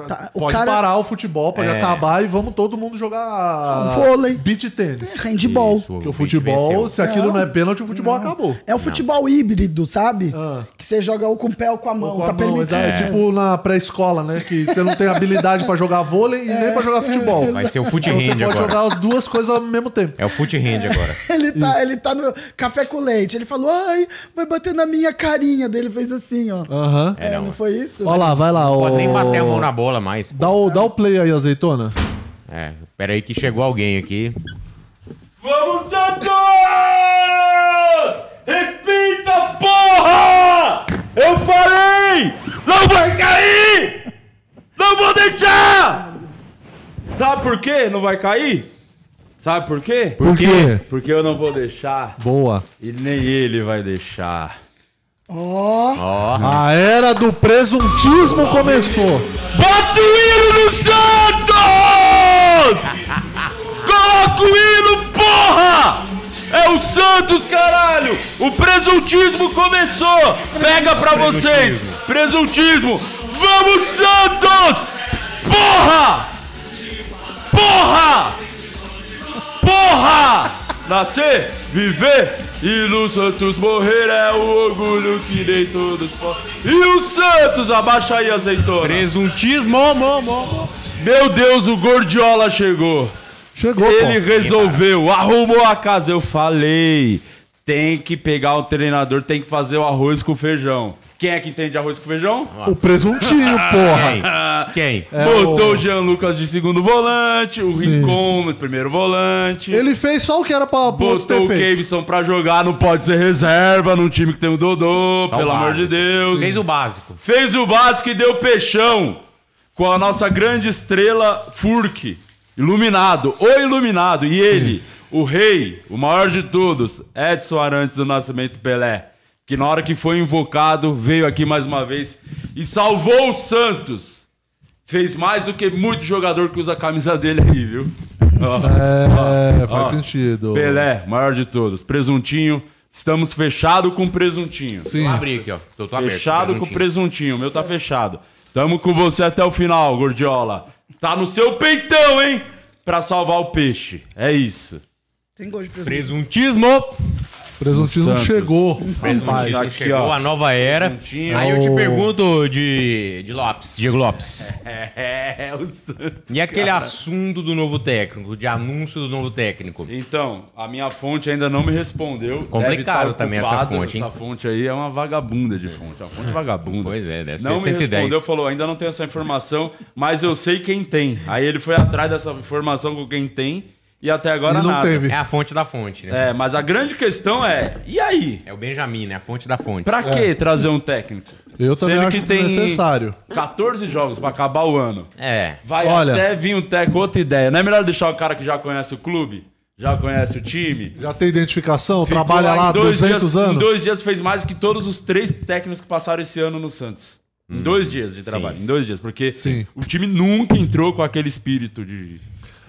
Speaker 2: Tá, o
Speaker 4: Pode
Speaker 2: cara-
Speaker 4: parar o futebol, pode
Speaker 3: É.
Speaker 4: acabar e vamos todo mundo jogar
Speaker 2: Vôlei.
Speaker 4: beach tênis.
Speaker 2: é Handball.
Speaker 3: Isso,
Speaker 4: Porque o
Speaker 3: Vinte
Speaker 4: futebol,
Speaker 3: venceu.
Speaker 4: se aquilo não, é pênalti, o futebol acabou.
Speaker 2: É o futebol híbrido, sabe?
Speaker 4: Ah.
Speaker 2: Que você joga ou com o pé ou com a mão,
Speaker 4: Com a
Speaker 2: tá
Speaker 4: mão,
Speaker 2: permitido.
Speaker 4: é tipo na pré-escola, né? Que você não tem habilidade pra jogar vôlei
Speaker 2: É,
Speaker 4: e nem pra jogar futebol.
Speaker 3: Vai ser o foot
Speaker 4: Então você
Speaker 3: hand
Speaker 4: pode
Speaker 3: agora.
Speaker 4: jogar as duas coisas ao mesmo tempo.
Speaker 3: É o foot hand agora.
Speaker 2: Ele tá, ele tá no café com leite. Ele falou, ai, vai bater na minha carinha dele. Fez assim, ó.
Speaker 4: Aham.
Speaker 2: É, não foi isso?
Speaker 4: Ó lá, vai lá.
Speaker 3: Pode
Speaker 4: ó.
Speaker 3: nem bater a mão na bola mais. pô.
Speaker 4: Dá o, dá o play aí, azeitona.
Speaker 3: É, pera aí que chegou alguém aqui.
Speaker 5: Vamos, Santos! Respeita, porra! Eu falei! Não vai cair! Não vou deixar! Sabe por quê não vai cair? Sabe por quê?
Speaker 4: Por quê?
Speaker 5: Porque eu não vou deixar
Speaker 4: Boa.
Speaker 5: e nem ele vai deixar.
Speaker 4: A era do presuntismo começou.
Speaker 5: Bota o hino no Santos! Coloca o hino, porra! É o Santos, caralho! O presuntismo começou! Pega pra vocês! Presuntismo! Vamos, Santos! Porra! Porra! Porra! Nascer, viver e no Santos morrer é o orgulho que nem todos podem. E o Santos, abaixa aí, azeitona.
Speaker 3: Presuntismo, mo, mo, mo.
Speaker 5: Meu Deus, o Gordiola chegou.
Speaker 4: Chegou,
Speaker 5: Ele
Speaker 4: pô.
Speaker 5: resolveu, arrumou a casa. Eu falei, tem que pegar o treinador, tem que fazer o arroz com feijão. Quem é que entende arroz com feijão?
Speaker 4: O presuntinho, porra.
Speaker 3: Quem? Quem?
Speaker 4: É.
Speaker 5: Botou
Speaker 4: o-
Speaker 5: o Jean Lucas de segundo volante, o
Speaker 4: Sim.
Speaker 5: Rincon no primeiro volante.
Speaker 4: Ele fez só o que era pra pra
Speaker 5: Botou o Cavison pra jogar, não pode ser reserva num time que tem o Dodô,
Speaker 3: Só Tá o
Speaker 5: pelo amor
Speaker 3: básico.
Speaker 5: de Deus.
Speaker 3: Fez o básico.
Speaker 5: Fez o básico e deu peixão. Com a nossa grande estrela Furk. Iluminado, o iluminado. E ele, o rei, o maior de todos, Edson Arantes do Nascimento Pelé. Que na hora que foi invocado, veio aqui mais uma vez e salvou o Santos. Fez mais do que muito jogador que usa a camisa dele aí, viu? Ó.
Speaker 4: É, faz
Speaker 5: Ó,
Speaker 4: sentido.
Speaker 5: Pelé, maior de todos. Presuntinho. Estamos fechado com presuntinho.
Speaker 4: Sim.
Speaker 3: Vou abrir aqui, ó. Tô, tô aberto,
Speaker 5: Fechado com
Speaker 3: presuntinho.
Speaker 5: presuntinho. O meu tá fechado. Tamo com você até o final, Gordiola. Tá no seu peitão, hein? Pra salvar o peixe. É isso.
Speaker 2: Tem gol de presunto.
Speaker 3: Presuntismo.
Speaker 4: Presuntismo
Speaker 5: Santos.
Speaker 4: chegou.
Speaker 3: Presuntismo.
Speaker 5: aqui,
Speaker 3: Chegou
Speaker 5: ó.
Speaker 3: a nova era.
Speaker 5: Presuntinho.
Speaker 3: Aí eu te
Speaker 4: Ô.
Speaker 3: pergunto de, de Lopes, Diego Lopes.
Speaker 5: É, o Santos.
Speaker 3: E aquele assunto do novo técnico, de anúncio do novo técnico.
Speaker 5: Então, a minha fonte ainda não me respondeu. Deve
Speaker 3: Complicado
Speaker 5: tá
Speaker 3: também essa
Speaker 5: ocupada.
Speaker 3: fonte, hein?
Speaker 5: Essa fonte aí é uma vagabunda de fonte. É uma fonte vagabunda.
Speaker 3: Pois é, deve
Speaker 5: Não
Speaker 3: ser
Speaker 5: me
Speaker 3: 110.
Speaker 5: respondeu, falou, ainda não tenho essa informação, mas eu sei quem tem. Aí ele foi atrás dessa informação com quem tem e até agora
Speaker 4: E não
Speaker 5: nada.
Speaker 4: teve.
Speaker 3: É a fonte da fonte, né?
Speaker 5: É, mas a grande questão é, e aí?
Speaker 3: É o Benjamin, né? A fonte da fonte.
Speaker 5: Pra que trazer um técnico?
Speaker 4: É. Eu também
Speaker 5: Sendo
Speaker 4: acho é
Speaker 5: que tem-
Speaker 4: desnecessário.
Speaker 5: 14 jogos pra acabar o ano.
Speaker 3: É.
Speaker 5: Vai
Speaker 4: Olha.
Speaker 5: até vir um técnico, outra ideia. Não é melhor deixar o cara que já conhece o clube? Já conhece o time?
Speaker 4: Já tem identificação?
Speaker 5: Ficou
Speaker 4: trabalha
Speaker 5: em
Speaker 4: lá há 200
Speaker 5: dias, Em
Speaker 4: anos?
Speaker 5: dois dias fez mais que todos os três técnicos que passaram esse ano no Santos. Em dois dias de trabalho, em dois dias, porque
Speaker 4: Sim.
Speaker 5: o time nunca entrou com aquele espírito de.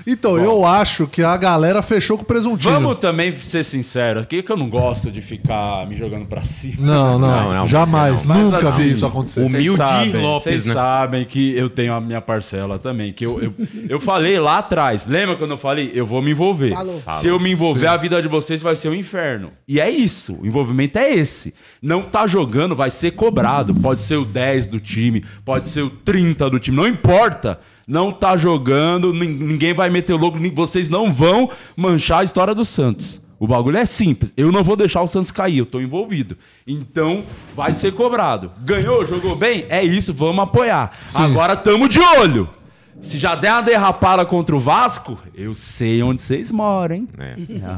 Speaker 4: Então, eu acho que a galera fechou com o presuntinho.
Speaker 5: Vamos também ser sinceros aqui, que eu não gosto de ficar me jogando pra cima.
Speaker 4: Não, não,
Speaker 3: Não, não,
Speaker 4: jamais.
Speaker 5: Mas,
Speaker 4: Nunca
Speaker 5: assim,
Speaker 4: vi isso acontecer.
Speaker 3: o- Humilde
Speaker 5: sabem,
Speaker 3: Lopes,
Speaker 5: Vocês
Speaker 3: né?
Speaker 5: sabem que eu tenho a minha parcela também. Que eu, eu, eu falei lá atrás. Lembra quando eu falei? Eu vou me envolver.
Speaker 2: Falou.
Speaker 5: Se eu me envolver, a vida de vocês vai ser um inferno. E é isso. O envolvimento é esse. Não tá jogando, vai ser cobrado. Pode ser o 10 do time, pode ser o 30 do time, não importa. Não tá jogando, nin- ninguém vai meter o louco, nin- vocês não vão manchar a história do Santos. O bagulho é simples. Eu não vou deixar o Santos cair, eu tô envolvido. Então, vai ser cobrado. Ganhou, jogou bem? É isso, vamos apoiar. Agora tamo de olho. Se já der uma derrapada contra o Vasco, eu sei onde vocês moram, hein?
Speaker 3: É.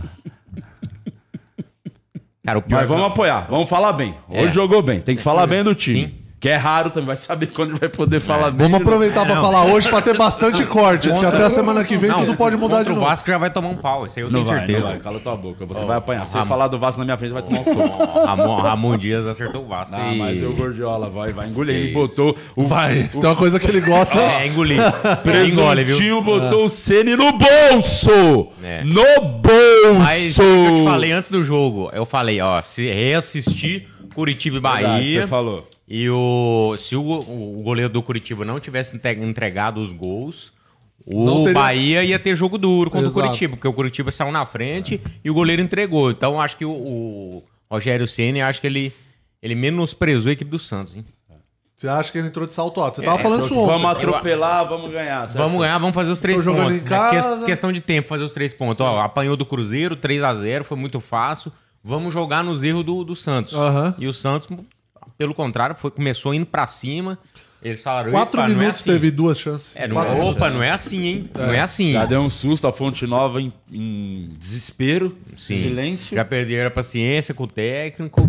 Speaker 3: Cara, o pior
Speaker 5: Mas vamos apoiar, vamos falar bem. Hoje
Speaker 3: É.
Speaker 5: jogou bem, tem que falar bem do time.
Speaker 3: Sim.
Speaker 5: Que é raro também, vai saber quando ele vai poder falar bem.
Speaker 4: Vamos
Speaker 5: né?
Speaker 3: é
Speaker 4: aproveitar pra falar hoje pra ter bastante corte, porque até a semana que vem tudo pode mudar de
Speaker 3: contra
Speaker 4: novo.
Speaker 3: o Vasco já vai tomar um pau, isso aí eu
Speaker 5: Não
Speaker 3: tenho
Speaker 5: vai,
Speaker 3: certeza.
Speaker 5: não vai, cala tua boca, você vai apanhar. Se
Speaker 3: ah,
Speaker 5: eu falar do Vasco na minha frente, vai tomar um soco.
Speaker 3: Ramon, Ramon Dias acertou o Vasco.
Speaker 5: Ah,
Speaker 3: e-
Speaker 5: mas o Gordiola vai, vai engolir. Ele
Speaker 3: Isso.
Speaker 5: botou o
Speaker 4: Vai, se tem uma coisa que ele gosta.
Speaker 3: É, engoli.
Speaker 5: presuntinho,
Speaker 3: Engole, viu?
Speaker 5: botou o Ceni no bolso!
Speaker 3: É.
Speaker 5: No bolso!
Speaker 3: Mas o que eu te falei antes do jogo, eu falei, ó, se reassistir Curitiba e
Speaker 5: Verdade,
Speaker 3: Bahia.
Speaker 5: Você falou.
Speaker 3: E o, se o, o goleiro do Curitiba não tivesse inte- entregado os gols,
Speaker 4: Não
Speaker 3: o
Speaker 4: teria-
Speaker 3: Bahia ia ter jogo duro contra
Speaker 4: Exato.
Speaker 3: o Curitiba, porque o Curitiba saiu na frente e o goleiro entregou. Então acho que o, o Rogério Ceni acho que ele ele menosprezou a equipe do Santos, hein?
Speaker 4: Você acha que ele entrou de salto alto? Você tava falando isso ontem.
Speaker 5: É, Vamos atropelar, um vamos ganhar. certo?
Speaker 3: Vamos ganhar, vamos fazer os três
Speaker 4: Tá Tô jogando
Speaker 3: pontos.
Speaker 4: em casa.
Speaker 3: É que- questão de tempo fazer os três pontos. Ó, apanhou do Cruzeiro, 3 a 0 foi muito fácil. Vamos jogar nos erros do, do Santos.
Speaker 4: Aham.
Speaker 3: E o Santos, pelo contrário, foi, começou indo pra cima. Eles falaram,
Speaker 4: Quatro
Speaker 3: "Epa, não é
Speaker 4: minutos
Speaker 3: assim."
Speaker 4: teve duas chances.
Speaker 3: É, não
Speaker 4: Quatro Tá.
Speaker 3: é-
Speaker 4: chances.
Speaker 3: opa, não é assim, hein? Não é assim.
Speaker 5: Já deu um susto, a Fonte Nova em, em desespero,
Speaker 3: Sim.
Speaker 5: silêncio.
Speaker 3: Já perderam a paciência com o técnico.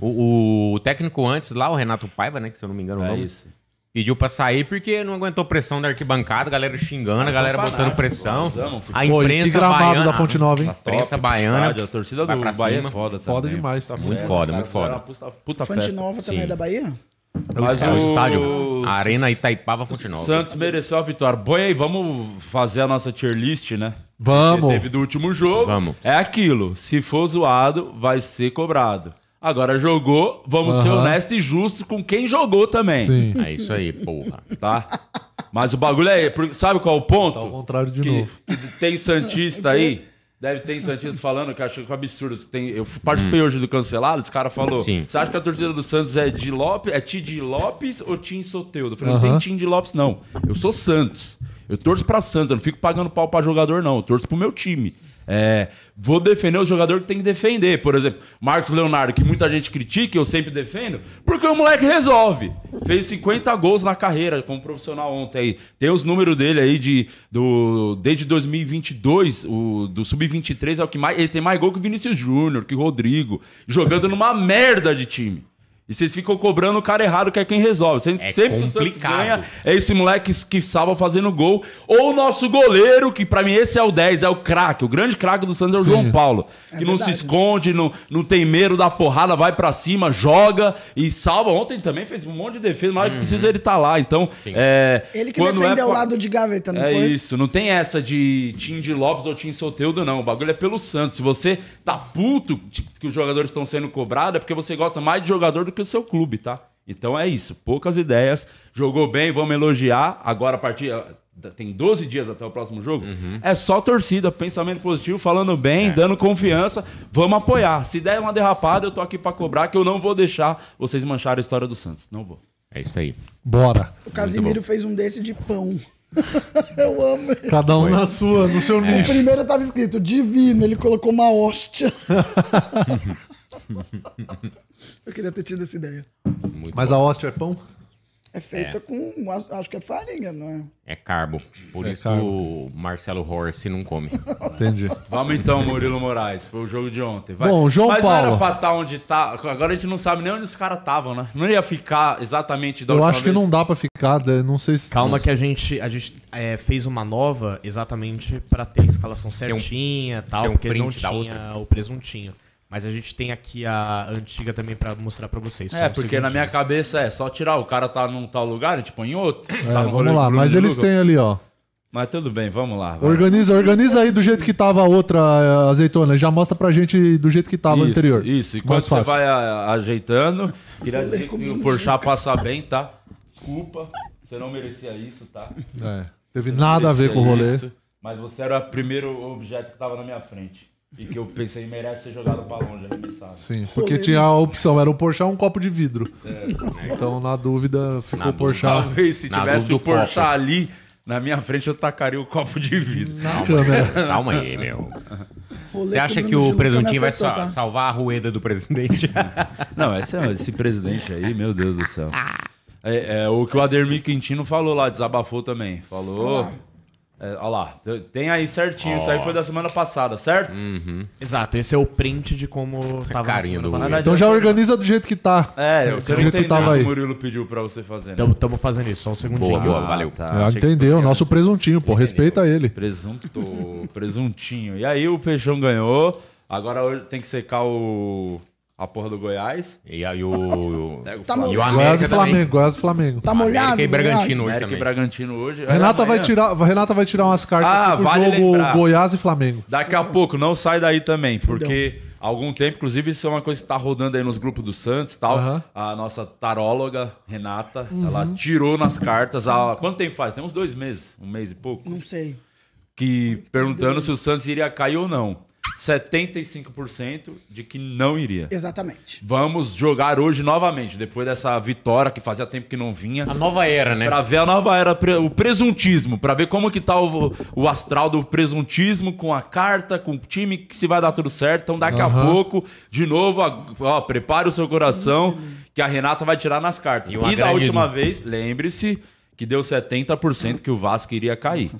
Speaker 3: O, o técnico antes lá, o Renato Paiva, né? Que se eu não me
Speaker 4: Tá
Speaker 3: engano o
Speaker 5: É
Speaker 3: nome.
Speaker 5: isso.
Speaker 3: Pediu pra sair porque não aguentou pressão da arquibancada, a galera xingando, a
Speaker 5: Mas
Speaker 3: galera
Speaker 5: são
Speaker 3: botando
Speaker 5: fanáticos,
Speaker 3: pressão.
Speaker 5: eles amam futebol.
Speaker 3: A
Speaker 4: Pô, e que
Speaker 3: imprensa
Speaker 4: gramado
Speaker 3: baiana.
Speaker 4: da Fonte Nova, hein?
Speaker 3: A imprensa
Speaker 5: Top,
Speaker 3: baiana.
Speaker 5: estádio, É, a torcida
Speaker 3: vai
Speaker 5: do
Speaker 3: pra
Speaker 5: Bahia
Speaker 3: cima.
Speaker 5: é foda também. Tá
Speaker 4: Foda demais.
Speaker 3: Muito foda, muito
Speaker 5: Era uma
Speaker 3: foda.
Speaker 5: puta, puta
Speaker 2: Fonte
Speaker 5: festa.
Speaker 2: Nova também
Speaker 3: sim.
Speaker 2: é da Bahia?
Speaker 5: Mas
Speaker 3: É, o
Speaker 5: o-
Speaker 3: estádio, a Arena Itaipava Fonte Nova.
Speaker 5: Santos mereceu a vitória. Bom, e aí, vamos fazer a nossa tier list, né?
Speaker 4: Vamos.
Speaker 5: Que teve do último jogo.
Speaker 3: Vamos.
Speaker 5: É aquilo. Se for zoado, vai ser cobrado. Agora jogou, vamos ser honestos e justos com quem jogou também.
Speaker 4: Sim.
Speaker 3: É isso aí, porra.
Speaker 5: Tá? Mas o bagulho é. porque Sabe qual é o ponto?
Speaker 2: Tá
Speaker 4: Ao contrário de
Speaker 5: que,
Speaker 4: novo.
Speaker 5: que tem Santista aí. Deve ter Santista falando que eu acho que é um absurdo. Tem, eu participei
Speaker 4: Hum.
Speaker 5: hoje do cancelado, os cara falou:
Speaker 3: Sim.
Speaker 5: Você acha que a torcida do Santos é de Lopes, é Tid Lopes ou Tim Soteudo? Eu falei, não
Speaker 4: Aham.
Speaker 5: tem Tim de Lopes, não. Eu sou Santos. Eu torço pra Santos, eu não fico pagando pau pra jogador, não. Eu torço pro meu time. É, vou defender o jogador que tem que defender. Por exemplo, Marcos Leonardo, que muita gente critica, eu sempre defendo, porque é um o moleque resolve. Fez 50 gols na carreira como profissional ontem aí. Tem os números dele aí de do desde 2022, o do sub-23 é o que mais, ele tem mais gol que o Vinícius Júnior, que o Rodrigo, jogando numa merda de time. E vocês ficam cobrando o cara errado, que é quem resolve. Vocês-
Speaker 3: É
Speaker 5: sempre que o Santos
Speaker 3: complicado.
Speaker 5: ganha, é esse moleque que salva fazendo gol. Ou o nosso goleiro, que pra mim esse é o 10, é o craque. O grande craque do Santos é o João Paulo. Que não se
Speaker 2: verdade.
Speaker 5: esconde, não, não tem medo da porrada, vai pra cima, joga e salva. Ontem também fez um monte de defesa, na hora que precisa ele tá lá. Então, é,
Speaker 2: Ele que
Speaker 5: quando é
Speaker 2: defendeu o
Speaker 5: pra-
Speaker 2: lado de gaveta, não
Speaker 5: é
Speaker 2: foi?
Speaker 5: isso, não tem essa de Tim de Lopes ou Tim Soteudo, não. O bagulho é pelo Santos. Se você tá puto de- que os jogadores estão sendo cobrados, é porque você gosta mais de jogador do que o seu clube, tá? Então é isso, poucas ideias. Jogou bem, vamos elogiar. Agora a partir. Tem 12 dias até o próximo jogo. É só torcida, pensamento positivo, falando bem, dando confiança. Vamos apoiar. Se der uma derrapada, eu tô aqui pra cobrar, que eu não vou deixar vocês mancharem a história do Santos. Não vou.
Speaker 3: É isso aí.
Speaker 4: Bora.
Speaker 2: O Casimiro fez um desse de pão. Eu amo.
Speaker 4: Cada um na sua, no
Speaker 5: É.
Speaker 4: seu
Speaker 2: O
Speaker 4: nicho.
Speaker 2: primeiro tava escrito divino, ele colocou uma hóstia. Eu queria ter tido essa ideia.
Speaker 4: Mas a hóstia é pão?
Speaker 2: É feita com. acho- Acho que é farinha, não é?
Speaker 3: É carbo. Por
Speaker 4: É
Speaker 3: isso
Speaker 4: carbo.
Speaker 3: que o Marcelo Horse não come.
Speaker 4: Entendi.
Speaker 5: Vamos então, Murilo Moraes. Foi o jogo de ontem. Vai.
Speaker 4: Bom, João
Speaker 5: Mas não
Speaker 4: Paulo.
Speaker 5: era pra estar onde tá. Agora a gente não sabe nem onde os caras estavam, né? Não ia ficar exatamente da
Speaker 4: Eu
Speaker 5: última
Speaker 4: acho que
Speaker 5: vez.
Speaker 4: não dá pra ficar, né? não sei se...
Speaker 6: Calma que a gente, a gente é, fez uma nova exatamente pra ter a escalação
Speaker 3: um-
Speaker 6: certinha e tal,
Speaker 3: tem um
Speaker 6: porque não
Speaker 3: print da
Speaker 6: tinha
Speaker 3: outra.
Speaker 6: o presuntinho. Mas a gente tem aqui a antiga também pra mostrar pra vocês. só
Speaker 5: É,
Speaker 6: um
Speaker 5: porque na
Speaker 6: segundinho.
Speaker 5: minha cabeça é só tirar. O cara tá num tal lugar, a gente põe em outro.
Speaker 4: É, vamos lá, mas eles têm ali, ó.
Speaker 5: Mas tudo bem, vamos lá. vai.
Speaker 4: Organiza, organiza aí do jeito que tava a outra eh, azeitona. Já mostra pra gente do jeito que tava a
Speaker 5: isso,
Speaker 4: anterior.
Speaker 5: Isso, e quando
Speaker 4: Mais
Speaker 5: você
Speaker 4: fácil.
Speaker 5: vai a- ajeitando, queria dizer que o Porchat passa bem, tá? Desculpa, você não merecia isso, tá?
Speaker 4: É, teve nada a ver com o rolê.
Speaker 5: Isso, mas você era o primeiro objeto que tava na minha frente. E que eu pensei merece ser jogado pra longe, arremessado.
Speaker 4: Sim, porque tinha a opção, era o Porchat ou um copo de vidro. Então, na dúvida, ficou o Porchat.
Speaker 5: Talvez se
Speaker 3: Na
Speaker 5: tivesse
Speaker 3: dúvida,
Speaker 5: o
Speaker 3: o copo.
Speaker 5: Porchat ali, na minha frente eu tacaria o copo de vidro.
Speaker 3: é
Speaker 4: Câmera.
Speaker 3: Calma aí, meu.
Speaker 2: Rolê
Speaker 3: Você acha
Speaker 2: o
Speaker 3: que o
Speaker 2: Bruno Gil nunca me
Speaker 3: presuntinho vai
Speaker 2: acertou,
Speaker 3: sa-
Speaker 2: tá?
Speaker 3: salvar a rueda do presidente?
Speaker 5: Não, esse, é esse presidente aí, meu Deus do céu. É, é, o que o Ademir Quintino falou lá, desabafou também. Falou. É, Olha lá, te- tem aí certinho, isso aí foi da semana passada, certo?
Speaker 4: Hum.
Speaker 6: Exato, esse é o print de como tava na
Speaker 3: carinha Tá
Speaker 6: semana
Speaker 3: do
Speaker 6: passada.
Speaker 5: Mas não
Speaker 4: Então já
Speaker 5: adianta-
Speaker 4: organiza do jeito que tá.
Speaker 5: É, você
Speaker 4: do
Speaker 5: não
Speaker 4: jeito que
Speaker 5: entendeu
Speaker 4: tava
Speaker 5: o que
Speaker 4: aí.
Speaker 5: o Murilo pediu pra você fazer, né?
Speaker 6: Tamo, tamo fazendo isso, só um segundinho.
Speaker 3: Boa, boa.
Speaker 5: Ah,
Speaker 3: valeu.
Speaker 5: Tá.
Speaker 4: Ah, entendeu, nosso presuntinho, pô, respeita ele.
Speaker 5: Presunto, presuntinho. E aí o Peixão ganhou, agora hoje tem que secar o... a porra do Goiás.
Speaker 3: E aí o.
Speaker 2: Tá
Speaker 3: e o
Speaker 2: molhado.
Speaker 4: Goiás e
Speaker 3: América também.
Speaker 4: Flamengo, Goiás e Flamengo.
Speaker 2: Tá
Speaker 3: América
Speaker 2: molhado?
Speaker 3: e
Speaker 2: molhado?
Speaker 3: Bragantino hoje
Speaker 5: América e
Speaker 3: também.
Speaker 5: Bragantino hoje.
Speaker 4: Renata
Speaker 5: Olha,
Speaker 4: vai,
Speaker 5: amanhã.
Speaker 4: tirar, Renata vai tirar umas cartas
Speaker 5: Ah,
Speaker 4: pro
Speaker 5: vale
Speaker 4: jogo
Speaker 5: lembrar.
Speaker 4: Goiás e Flamengo.
Speaker 5: Daqui a pouco, não sai daí também, porque há algum tempo, inclusive isso é uma coisa que tá rodando aí nos grupos do Santos e tal.
Speaker 4: Aham. Uhum.
Speaker 5: A nossa taróloga, Renata, ela tirou nas cartas há. Quanto tempo faz? Tem uns dois meses, um mês e pouco.
Speaker 2: Não sei.
Speaker 5: Que perguntando se o Santos iria cair ou não. 75% de que não iria.
Speaker 2: Exatamente.
Speaker 5: Vamos jogar hoje novamente, depois dessa vitória que fazia tempo que não vinha.
Speaker 3: A nova era, né?
Speaker 5: Pra ver a nova era, pre- o presuntismo, pra ver como que tá o, o astral do presuntismo com a carta, com o time, que se vai dar tudo certo. Então daqui a
Speaker 4: Aham.
Speaker 5: pouco, de novo, a- ó, prepare o seu coração, que a Renata vai tirar nas cartas.
Speaker 3: E
Speaker 5: E,
Speaker 3: uma
Speaker 5: da
Speaker 3: grande-
Speaker 5: última vez, lembre-se que deu 70% que o Vasco iria cair.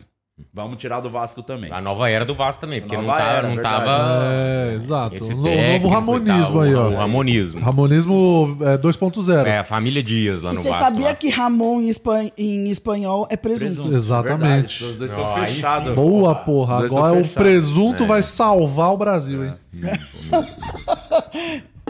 Speaker 5: Vamos tirar do Vasco também.
Speaker 3: A nova era do Vasco também, porque não,
Speaker 5: Nova
Speaker 3: tá-
Speaker 5: era,
Speaker 3: não
Speaker 5: verdade.
Speaker 3: tava.
Speaker 4: É, exato.
Speaker 3: Esse
Speaker 4: O no-
Speaker 3: técnico
Speaker 4: novo
Speaker 3: e tal,
Speaker 4: ramonismo aí,
Speaker 3: O
Speaker 4: ó.
Speaker 3: Ramonismo.
Speaker 4: Ramonismo é, 2.0.
Speaker 3: É, a família Dias lá
Speaker 2: E
Speaker 3: no
Speaker 2: você
Speaker 3: Vasco.
Speaker 2: sabia
Speaker 3: lá.
Speaker 2: que Ramon em, espan- em espanhol é presunto?
Speaker 5: Presunto,
Speaker 4: Exatamente.
Speaker 5: verdade. Os dois estão
Speaker 3: Ó, aí sim.
Speaker 5: fechados.
Speaker 4: Boa,
Speaker 5: Os
Speaker 4: porra.
Speaker 5: dois tão
Speaker 4: Agora é o
Speaker 5: fechados.
Speaker 4: presunto vai salvar o Brasil, hein?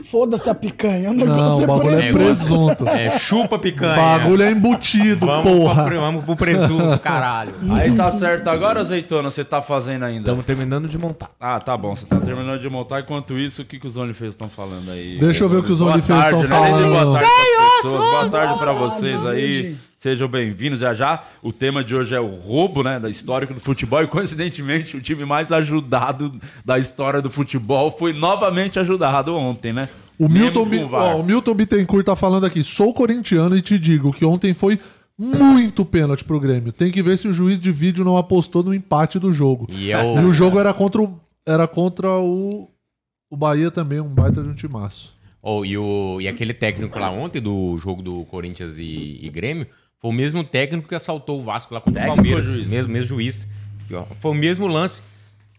Speaker 2: Foda-se a picanha, o
Speaker 4: Não,
Speaker 2: negócio
Speaker 4: o bagulho é
Speaker 2: é presunto.
Speaker 4: presunto.
Speaker 3: É, chupa
Speaker 4: O
Speaker 3: picanha.
Speaker 4: bagulho é embutido,
Speaker 3: vamos,
Speaker 4: porra.
Speaker 3: Pro, vamos pro presunto, caralho.
Speaker 5: Aí tá certo agora, azeitona, você tá fazendo ainda?
Speaker 3: Então-
Speaker 6: Estamos terminando de montar.
Speaker 5: Ah, tá bom. Você tá terminando de montar. Enquanto isso, o que, que os OnlyFans estão falando aí?
Speaker 4: Deixa eu ver o que os
Speaker 5: Boa
Speaker 4: OnlyFans
Speaker 5: tarde,
Speaker 4: estão
Speaker 5: né? Além de Boa
Speaker 4: falando.
Speaker 5: tarde pras pessoas. Boa tarde pra vocês
Speaker 2: Ah,
Speaker 5: aí.
Speaker 2: gente.
Speaker 5: Sejam bem-vindos. Já já, o tema de hoje é o roubo, né? Da histórico do futebol. E, coincidentemente, o time mais ajudado da história do futebol foi novamente ajudado ontem, né?
Speaker 4: O
Speaker 5: Mesmo
Speaker 4: Milton,
Speaker 5: com
Speaker 4: Bi-
Speaker 5: o VAR.
Speaker 4: ó, o Milton Bittencourt tá falando aqui. Sou corintiano e te digo que ontem foi muito pênalti pro Grêmio. Tem que ver se o juiz de vídeo não apostou no empate do jogo.
Speaker 3: E é o-
Speaker 4: jogo era contra o, era contra o, o Bahia também, um baita de um timaço.
Speaker 3: Oh, e, o, e aquele técnico lá ontem do jogo do Corinthians e, e Grêmio foi o mesmo técnico que assaltou o Vasco lá contra o
Speaker 5: Técnico
Speaker 3: Palmeiras.
Speaker 5: ou juiz?
Speaker 3: Mesmo, mesmo juiz. E, ó, Foi o mesmo lance.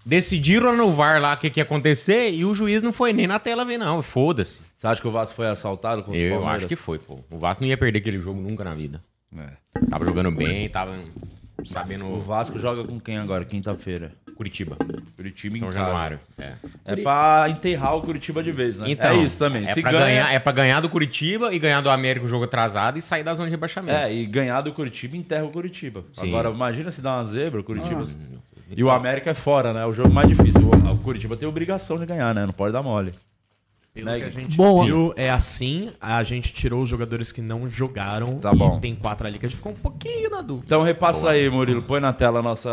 Speaker 3: Decidiram no VAR lá o que, que ia acontecer e o juiz não foi nem na tela ver, não. Foda-se.
Speaker 5: Você acha que o Vasco foi assaltado contra o
Speaker 3: Eu
Speaker 5: Palmeiras?
Speaker 3: acho que foi, pô. O Vasco não ia perder aquele jogo nunca na vida.
Speaker 5: É.
Speaker 3: Tava jogando bem, tava
Speaker 5: O
Speaker 3: sabendo
Speaker 5: Vasco joga com quem agora? Quinta-feira.
Speaker 3: Curitiba.
Speaker 5: Curitiba em
Speaker 3: São
Speaker 5: casa.
Speaker 3: Januário. É.
Speaker 5: É pra enterrar o Curitiba de vez, né?
Speaker 3: Então,
Speaker 5: é isso também.
Speaker 3: É
Speaker 5: Se
Speaker 3: pra,
Speaker 5: ganha-
Speaker 3: ganhar, é pra ganhar do Curitiba e ganhar do América o jogo atrasado e sair da zona de rebaixamento.
Speaker 5: É, e ganhar do Curitiba enterra o Curitiba.
Speaker 3: Sim. Ah.
Speaker 5: Agora, imagina se dá uma zebra, o Curitiba. E o América é fora, né? É o jogo mais difícil. O, o Curitiba tem obrigação de ganhar, né? Não pode dar mole.
Speaker 6: Pelo
Speaker 5: Né,
Speaker 6: que a
Speaker 5: Gui?
Speaker 6: gente
Speaker 4: Bom,
Speaker 6: viu, é assim. A gente tirou os jogadores que não jogaram.
Speaker 5: Tá
Speaker 6: e
Speaker 5: bom.
Speaker 6: tem quatro ali que a gente ficou um pouquinho na dúvida.
Speaker 5: Então repassa aí, Murilo. Põe na tela a nossa,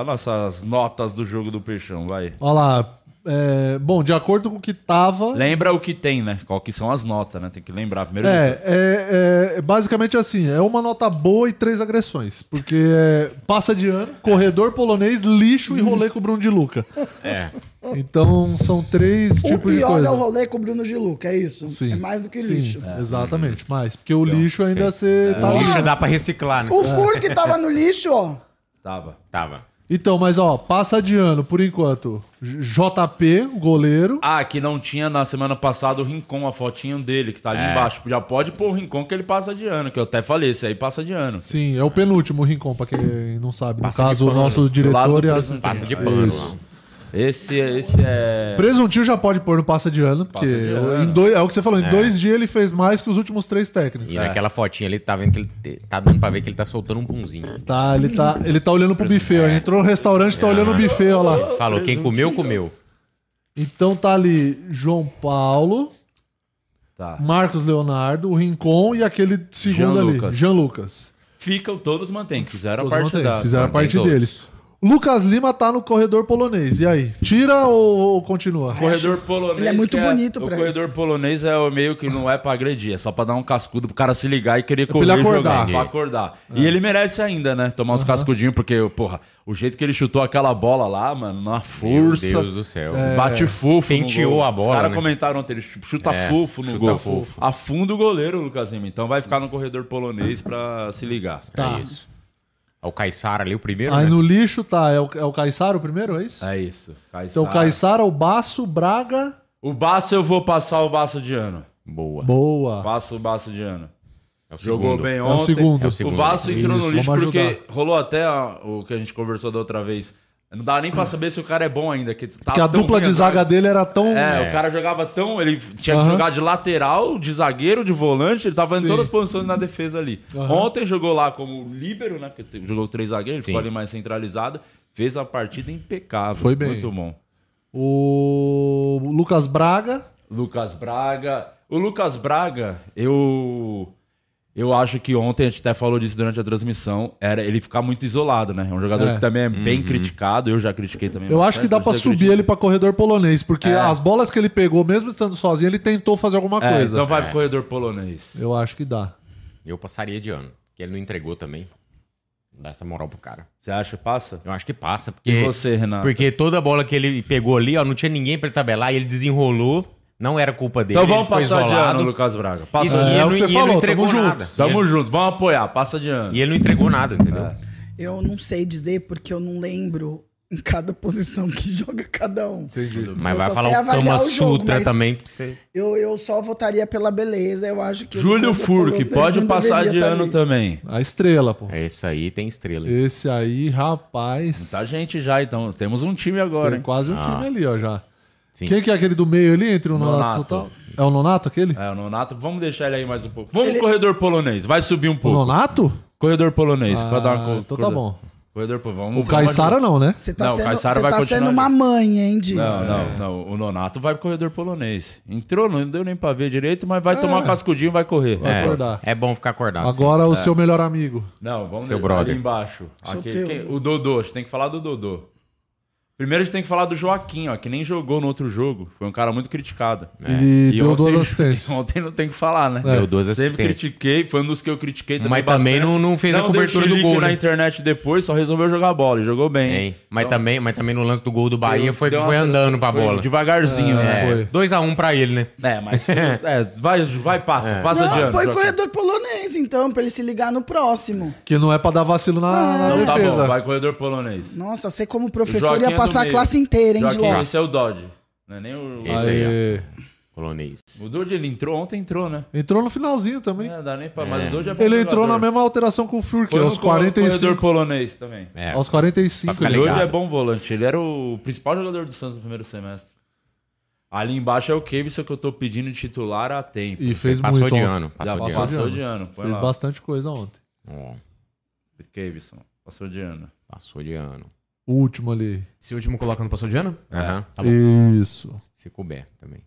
Speaker 5: as nossas notas do jogo do Peixão, vai.
Speaker 4: Olha lá. é, bom, de acordo com o que tava.
Speaker 5: Lembra o que tem, né? Qual que são as notas, né? Tem que lembrar primeiro. de tudo.
Speaker 4: É, é, é basicamente assim, é uma nota boa e três agressões. Porque é, passa de ano, corredor polonês, lixo e rolê com o Bruno de Luca.
Speaker 3: É.
Speaker 4: Então são três
Speaker 2: O
Speaker 4: tipos tipo de
Speaker 2: pior
Speaker 4: coisa.
Speaker 2: é o rolê com o Bruno Giluca, é isso? É mais do que
Speaker 4: sim, é,
Speaker 2: lixo.
Speaker 4: Exatamente, mais. Porque o lixo ainda você tá
Speaker 3: É, O
Speaker 4: lá.
Speaker 3: lixo dá pra reciclar, né?
Speaker 5: Ah.
Speaker 2: O furo que tava no lixo, ó.
Speaker 5: Tava.
Speaker 3: Tava.
Speaker 4: Então, mas ó, passa de ano por enquanto. J- JP, o goleiro.
Speaker 5: Ah, que não tinha na semana passada o Rincon, a fotinho dele, que tá
Speaker 3: É.
Speaker 5: ali embaixo. Já pode pôr o Rincon que ele passa de ano, que eu até falei, esse aí passa de ano.
Speaker 4: Sim, é o penúltimo Rincon, pra quem não sabe. No
Speaker 3: Passa de
Speaker 4: caso, o
Speaker 3: pano.
Speaker 4: nosso
Speaker 5: lado
Speaker 4: diretor
Speaker 5: do
Speaker 4: e
Speaker 5: presidente.
Speaker 4: assistente.
Speaker 3: Passa de pano
Speaker 4: Isso.
Speaker 3: lá.
Speaker 5: Esse, esse é.
Speaker 4: Presuntinho já pode pôr no passa de ano, porque
Speaker 5: de ano.
Speaker 4: Em dois, é o que você falou, em dois dias ele fez mais que os últimos três técnicos.
Speaker 3: E naquela fotinha ali, tá vendo que ele te- tá dando pra ver que ele tá soltando um punzinho.
Speaker 4: Tá, ele tá, ele tá olhando pro buffet, ó.
Speaker 5: É.
Speaker 4: Ele entrou no restaurante, tá olhando o buffet, ó lá.
Speaker 3: Falou, quem comeu, comeu.
Speaker 4: Então tá ali João Paulo,
Speaker 5: Tá.
Speaker 4: Marcos Leonardo, o Rincon e aquele segundo
Speaker 5: Jean
Speaker 4: ali,
Speaker 5: Lucas.
Speaker 4: Jean Lucas.
Speaker 5: Ficam, todos mantêm, que fizeram
Speaker 4: Todos
Speaker 5: a parte
Speaker 4: mantêm,
Speaker 5: da.
Speaker 4: fizeram a parte
Speaker 5: todos.
Speaker 4: deles. Lucas Lima tá no corredor polonês. E aí? Tira ou, ou continua?
Speaker 5: Corredor polonês.
Speaker 2: Ele é muito
Speaker 5: que
Speaker 2: bonito
Speaker 5: O
Speaker 2: pra
Speaker 5: corredor polonês é o meio que não é pra agredir, é só pra dar um cascudo pro cara se ligar e querer correr.
Speaker 4: É ele
Speaker 5: e jogar,
Speaker 4: acordar. É.
Speaker 5: Pra acordar. E ele merece ainda, né? Tomar uns cascudinhos, porque, porra, o jeito que ele chutou aquela bola lá, mano, na
Speaker 3: Meu
Speaker 5: força.
Speaker 3: Deus do céu.
Speaker 4: É.
Speaker 5: Bate fofo.
Speaker 3: Penteou
Speaker 5: no gol.
Speaker 3: a bola,
Speaker 5: Os caras
Speaker 3: né?
Speaker 5: comentaram ontem, ele chu- chuta
Speaker 3: É,
Speaker 5: fofo no
Speaker 3: chuta
Speaker 5: gol.
Speaker 3: fofo.
Speaker 5: Afunda o goleiro, Lucas Lima. Então vai ficar no corredor polonês pra se ligar.
Speaker 3: É isso. É o Caissara ali, o primeiro,
Speaker 4: tá. Aí
Speaker 3: né?
Speaker 4: no lixo tá, é o, é o Caissara o primeiro, é isso?
Speaker 5: É isso. Caissara.
Speaker 4: Então o Caissara, o Baço, Braga.
Speaker 5: O Baço eu vou passar o Baço de ano.
Speaker 3: Boa.
Speaker 4: Boa.
Speaker 5: Passa o Baço de ano.
Speaker 3: É o
Speaker 5: Jogou
Speaker 3: segundo.
Speaker 5: bem
Speaker 4: o
Speaker 5: ontem.
Speaker 4: segundo. É
Speaker 3: o segundo.
Speaker 5: O Baço entrou
Speaker 4: Isso,
Speaker 5: no lixo
Speaker 4: vamos ajudar.
Speaker 5: porque rolou até a- o que a gente conversou da outra vez. Não dá nem pra saber se o cara é bom ainda. Que, tá
Speaker 4: Porque a
Speaker 5: tão
Speaker 4: dupla
Speaker 5: ruim
Speaker 4: de
Speaker 5: agora.
Speaker 4: zaga dele era tão.
Speaker 5: É, o cara jogava tão. Ele tinha que
Speaker 4: Aham.
Speaker 5: jogar de lateral, de zagueiro, de volante, ele tava
Speaker 4: Sim.
Speaker 5: em todas as posições na defesa ali.
Speaker 4: Aham.
Speaker 5: Ontem jogou lá como líbero, né? Porque te- jogou três zagueiros, ele ficou
Speaker 3: Sim.
Speaker 5: ali mais centralizado. Fez a partida impecável.
Speaker 4: Foi bem.
Speaker 5: Muito bom.
Speaker 4: O Lucas Braga.
Speaker 5: Lucas Braga. O Lucas Braga, eu. Eu acho que ontem, a gente até falou disso durante a transmissão, era ele ficar muito isolado, né? É um jogador
Speaker 4: É.
Speaker 5: que também é bem criticado, eu já critiquei também.
Speaker 4: Eu acho que dá pra subir ele pra corredor polonês, porque as bolas que ele pegou, mesmo estando sozinho, ele tentou fazer alguma
Speaker 5: É,
Speaker 4: coisa.
Speaker 5: então vai pro corredor polonês.
Speaker 4: Eu acho que dá.
Speaker 3: Eu passaria de ano. Porque ele não entregou também. Dá essa moral pro cara.
Speaker 5: Você acha que passa?
Speaker 3: Eu acho que passa, porque...
Speaker 4: É.
Speaker 5: E você, Renato?
Speaker 3: Porque toda bola que ele pegou ali, ó, não tinha ninguém pra ele tabelar e ele desenrolou. Não era culpa dele.
Speaker 5: Então vamos
Speaker 3: ele
Speaker 5: passar de ano, Lucas Braga.
Speaker 3: E,
Speaker 5: Passa
Speaker 3: e
Speaker 5: de
Speaker 4: é
Speaker 3: ele,
Speaker 4: o
Speaker 3: não-
Speaker 4: que
Speaker 3: e
Speaker 4: você
Speaker 3: ele
Speaker 4: falou,
Speaker 3: não entregou
Speaker 4: tamo junto.
Speaker 3: nada.
Speaker 5: Tamo junto, É. vamos apoiar, passa de ano.
Speaker 3: E ele não entregou nada, entendeu?
Speaker 2: Eu não sei dizer porque eu não lembro em cada posição que joga cada um.
Speaker 4: Entendi.
Speaker 3: Mas
Speaker 2: Eu
Speaker 3: vai
Speaker 2: só
Speaker 3: falar
Speaker 2: sei
Speaker 3: o Kama
Speaker 2: avaliar o jogo,
Speaker 3: Sutra
Speaker 2: mas-
Speaker 3: também. porque você-
Speaker 2: Eu, eu só votaria pela beleza, eu acho que... o
Speaker 5: Júlio
Speaker 2: Lucas
Speaker 5: Furque,
Speaker 2: Paulo
Speaker 5: pode
Speaker 2: não
Speaker 5: passar
Speaker 2: deveria
Speaker 5: de
Speaker 2: tá
Speaker 5: ano
Speaker 2: ali.
Speaker 5: também.
Speaker 4: A estrela, pô.
Speaker 3: Esse É, aí tem estrela. hein?
Speaker 4: Esse aí, rapaz.
Speaker 5: Tá gente já, então. Temos um time agora,
Speaker 4: Tem
Speaker 5: hein?
Speaker 4: quase um time ali, ó, já.
Speaker 3: Sim.
Speaker 4: Quem que é aquele do meio ali, entre o Nonato,
Speaker 5: Nonato.
Speaker 4: e o tal? É o Nonato aquele?
Speaker 5: É, o Nonato, vamos deixar ele aí mais um pouco. Vamos pro corredor polonês, vai subir um
Speaker 4: O
Speaker 5: pouco.
Speaker 4: Nonato?
Speaker 5: Corredor polonês, pra dar uma
Speaker 4: Ah,
Speaker 5: cor-
Speaker 4: então tá
Speaker 5: corredor-
Speaker 4: bom.
Speaker 5: Corredor polonês.
Speaker 4: O
Speaker 5: Vamos
Speaker 4: Caissara não, né?
Speaker 2: Você tá
Speaker 5: Não, o
Speaker 2: sendo,
Speaker 5: Caissara
Speaker 2: você
Speaker 5: vai
Speaker 2: tá
Speaker 5: continuar
Speaker 2: sendo uma
Speaker 5: ali.
Speaker 2: mãe, hein, Di?
Speaker 5: Não,
Speaker 4: É.
Speaker 5: não, não. O Nonato vai pro corredor polonês. Entrou, não deu nem pra ver direito, mas
Speaker 2: Ah.
Speaker 5: vai tomar um cascudinho e vai correr.
Speaker 4: Vai acordar.
Speaker 3: É, é bom ficar acordado.
Speaker 4: Agora
Speaker 5: é.
Speaker 4: o seu melhor amigo.
Speaker 5: Não, vamos
Speaker 3: Seu
Speaker 5: ali
Speaker 3: brother.
Speaker 5: embaixo. Aqui,
Speaker 2: teu-
Speaker 5: quem- o Dodô, a gente tem que falar do Dodô. Primeiro a gente tem que falar do Joaquim, ó, que nem jogou no outro jogo. Foi um cara muito criticado.
Speaker 3: É.
Speaker 4: Ele deu
Speaker 5: ontem-
Speaker 4: duas assistências.
Speaker 5: Ontem não tem o que falar, né?
Speaker 3: Deu duas
Speaker 5: Sempre
Speaker 3: assistências.
Speaker 5: critiquei, foi um dos que eu critiquei também.
Speaker 3: Mas também
Speaker 5: bastante.
Speaker 3: não- não fez a
Speaker 5: dei
Speaker 3: cobertura do
Speaker 5: chilique
Speaker 3: gol,
Speaker 5: na
Speaker 3: né?
Speaker 5: internet depois, só resolveu jogar bola e jogou bem.
Speaker 3: Hein? Mas, também, mas também no lance do gol do Bahia
Speaker 5: Deu- um-
Speaker 3: foi,
Speaker 5: deu uma-
Speaker 3: foi andando pra
Speaker 5: foi
Speaker 3: bola.
Speaker 5: Devagarzinho, né?
Speaker 4: foi.
Speaker 3: É, 2x1 pra ele, né?
Speaker 5: É, mas é, vai, vai, passa,
Speaker 3: É.
Speaker 5: passa
Speaker 2: Não,
Speaker 5: de ano.
Speaker 2: põe
Speaker 5: Joaquim.
Speaker 2: corredor polonês, então, pra ele se ligar no próximo.
Speaker 4: Que não é pra dar vacilo na, na
Speaker 5: Então tá
Speaker 4: defesa.
Speaker 5: bom, vai corredor polonês.
Speaker 2: Nossa, você como
Speaker 5: O
Speaker 2: professor
Speaker 5: Joaquim é
Speaker 2: ia
Speaker 5: do
Speaker 2: passar a
Speaker 5: meio.
Speaker 2: classe inteira, hein, de
Speaker 5: Joaquim,
Speaker 2: Lopes?
Speaker 5: esse é o Dodge. Não é nem o.
Speaker 3: Esse aí,
Speaker 4: Aê.
Speaker 3: Polonês.
Speaker 5: O Dodge, ele entrou ontem, entrou, né?
Speaker 4: Entrou no finalzinho também.
Speaker 5: É, não dá nem pra. Mas o Dodge é bom
Speaker 4: Ele entrou na
Speaker 5: jogador.
Speaker 4: mesma alteração com o Furk,
Speaker 5: Foi
Speaker 4: aos
Speaker 5: no corredor- corredor
Speaker 4: 45.
Speaker 5: polonês também.
Speaker 3: É,
Speaker 4: Aos
Speaker 3: Pra
Speaker 4: 45.
Speaker 5: O
Speaker 3: ficar
Speaker 4: ele-
Speaker 3: ligado.
Speaker 5: Dodge é bom volante. Ele era o principal jogador do Santos no primeiro semestre. Ali embaixo é o Kevson que eu tô pedindo de titular há tempo.
Speaker 4: E fez
Speaker 3: passou
Speaker 4: muito
Speaker 3: de
Speaker 4: ontem.
Speaker 3: ano. Passou
Speaker 5: Já
Speaker 3: de
Speaker 5: passou
Speaker 3: ano.
Speaker 5: de ano. Põe
Speaker 4: Fez
Speaker 5: lá.
Speaker 4: bastante coisa ontem.
Speaker 3: Ó,
Speaker 5: Kevson, passou de ano.
Speaker 3: passou de ano.
Speaker 5: É.
Speaker 4: O último ali.
Speaker 6: Esse último colocando passou de ano?
Speaker 3: Aham.
Speaker 6: Tá bom.
Speaker 4: Isso.
Speaker 3: Se couber também.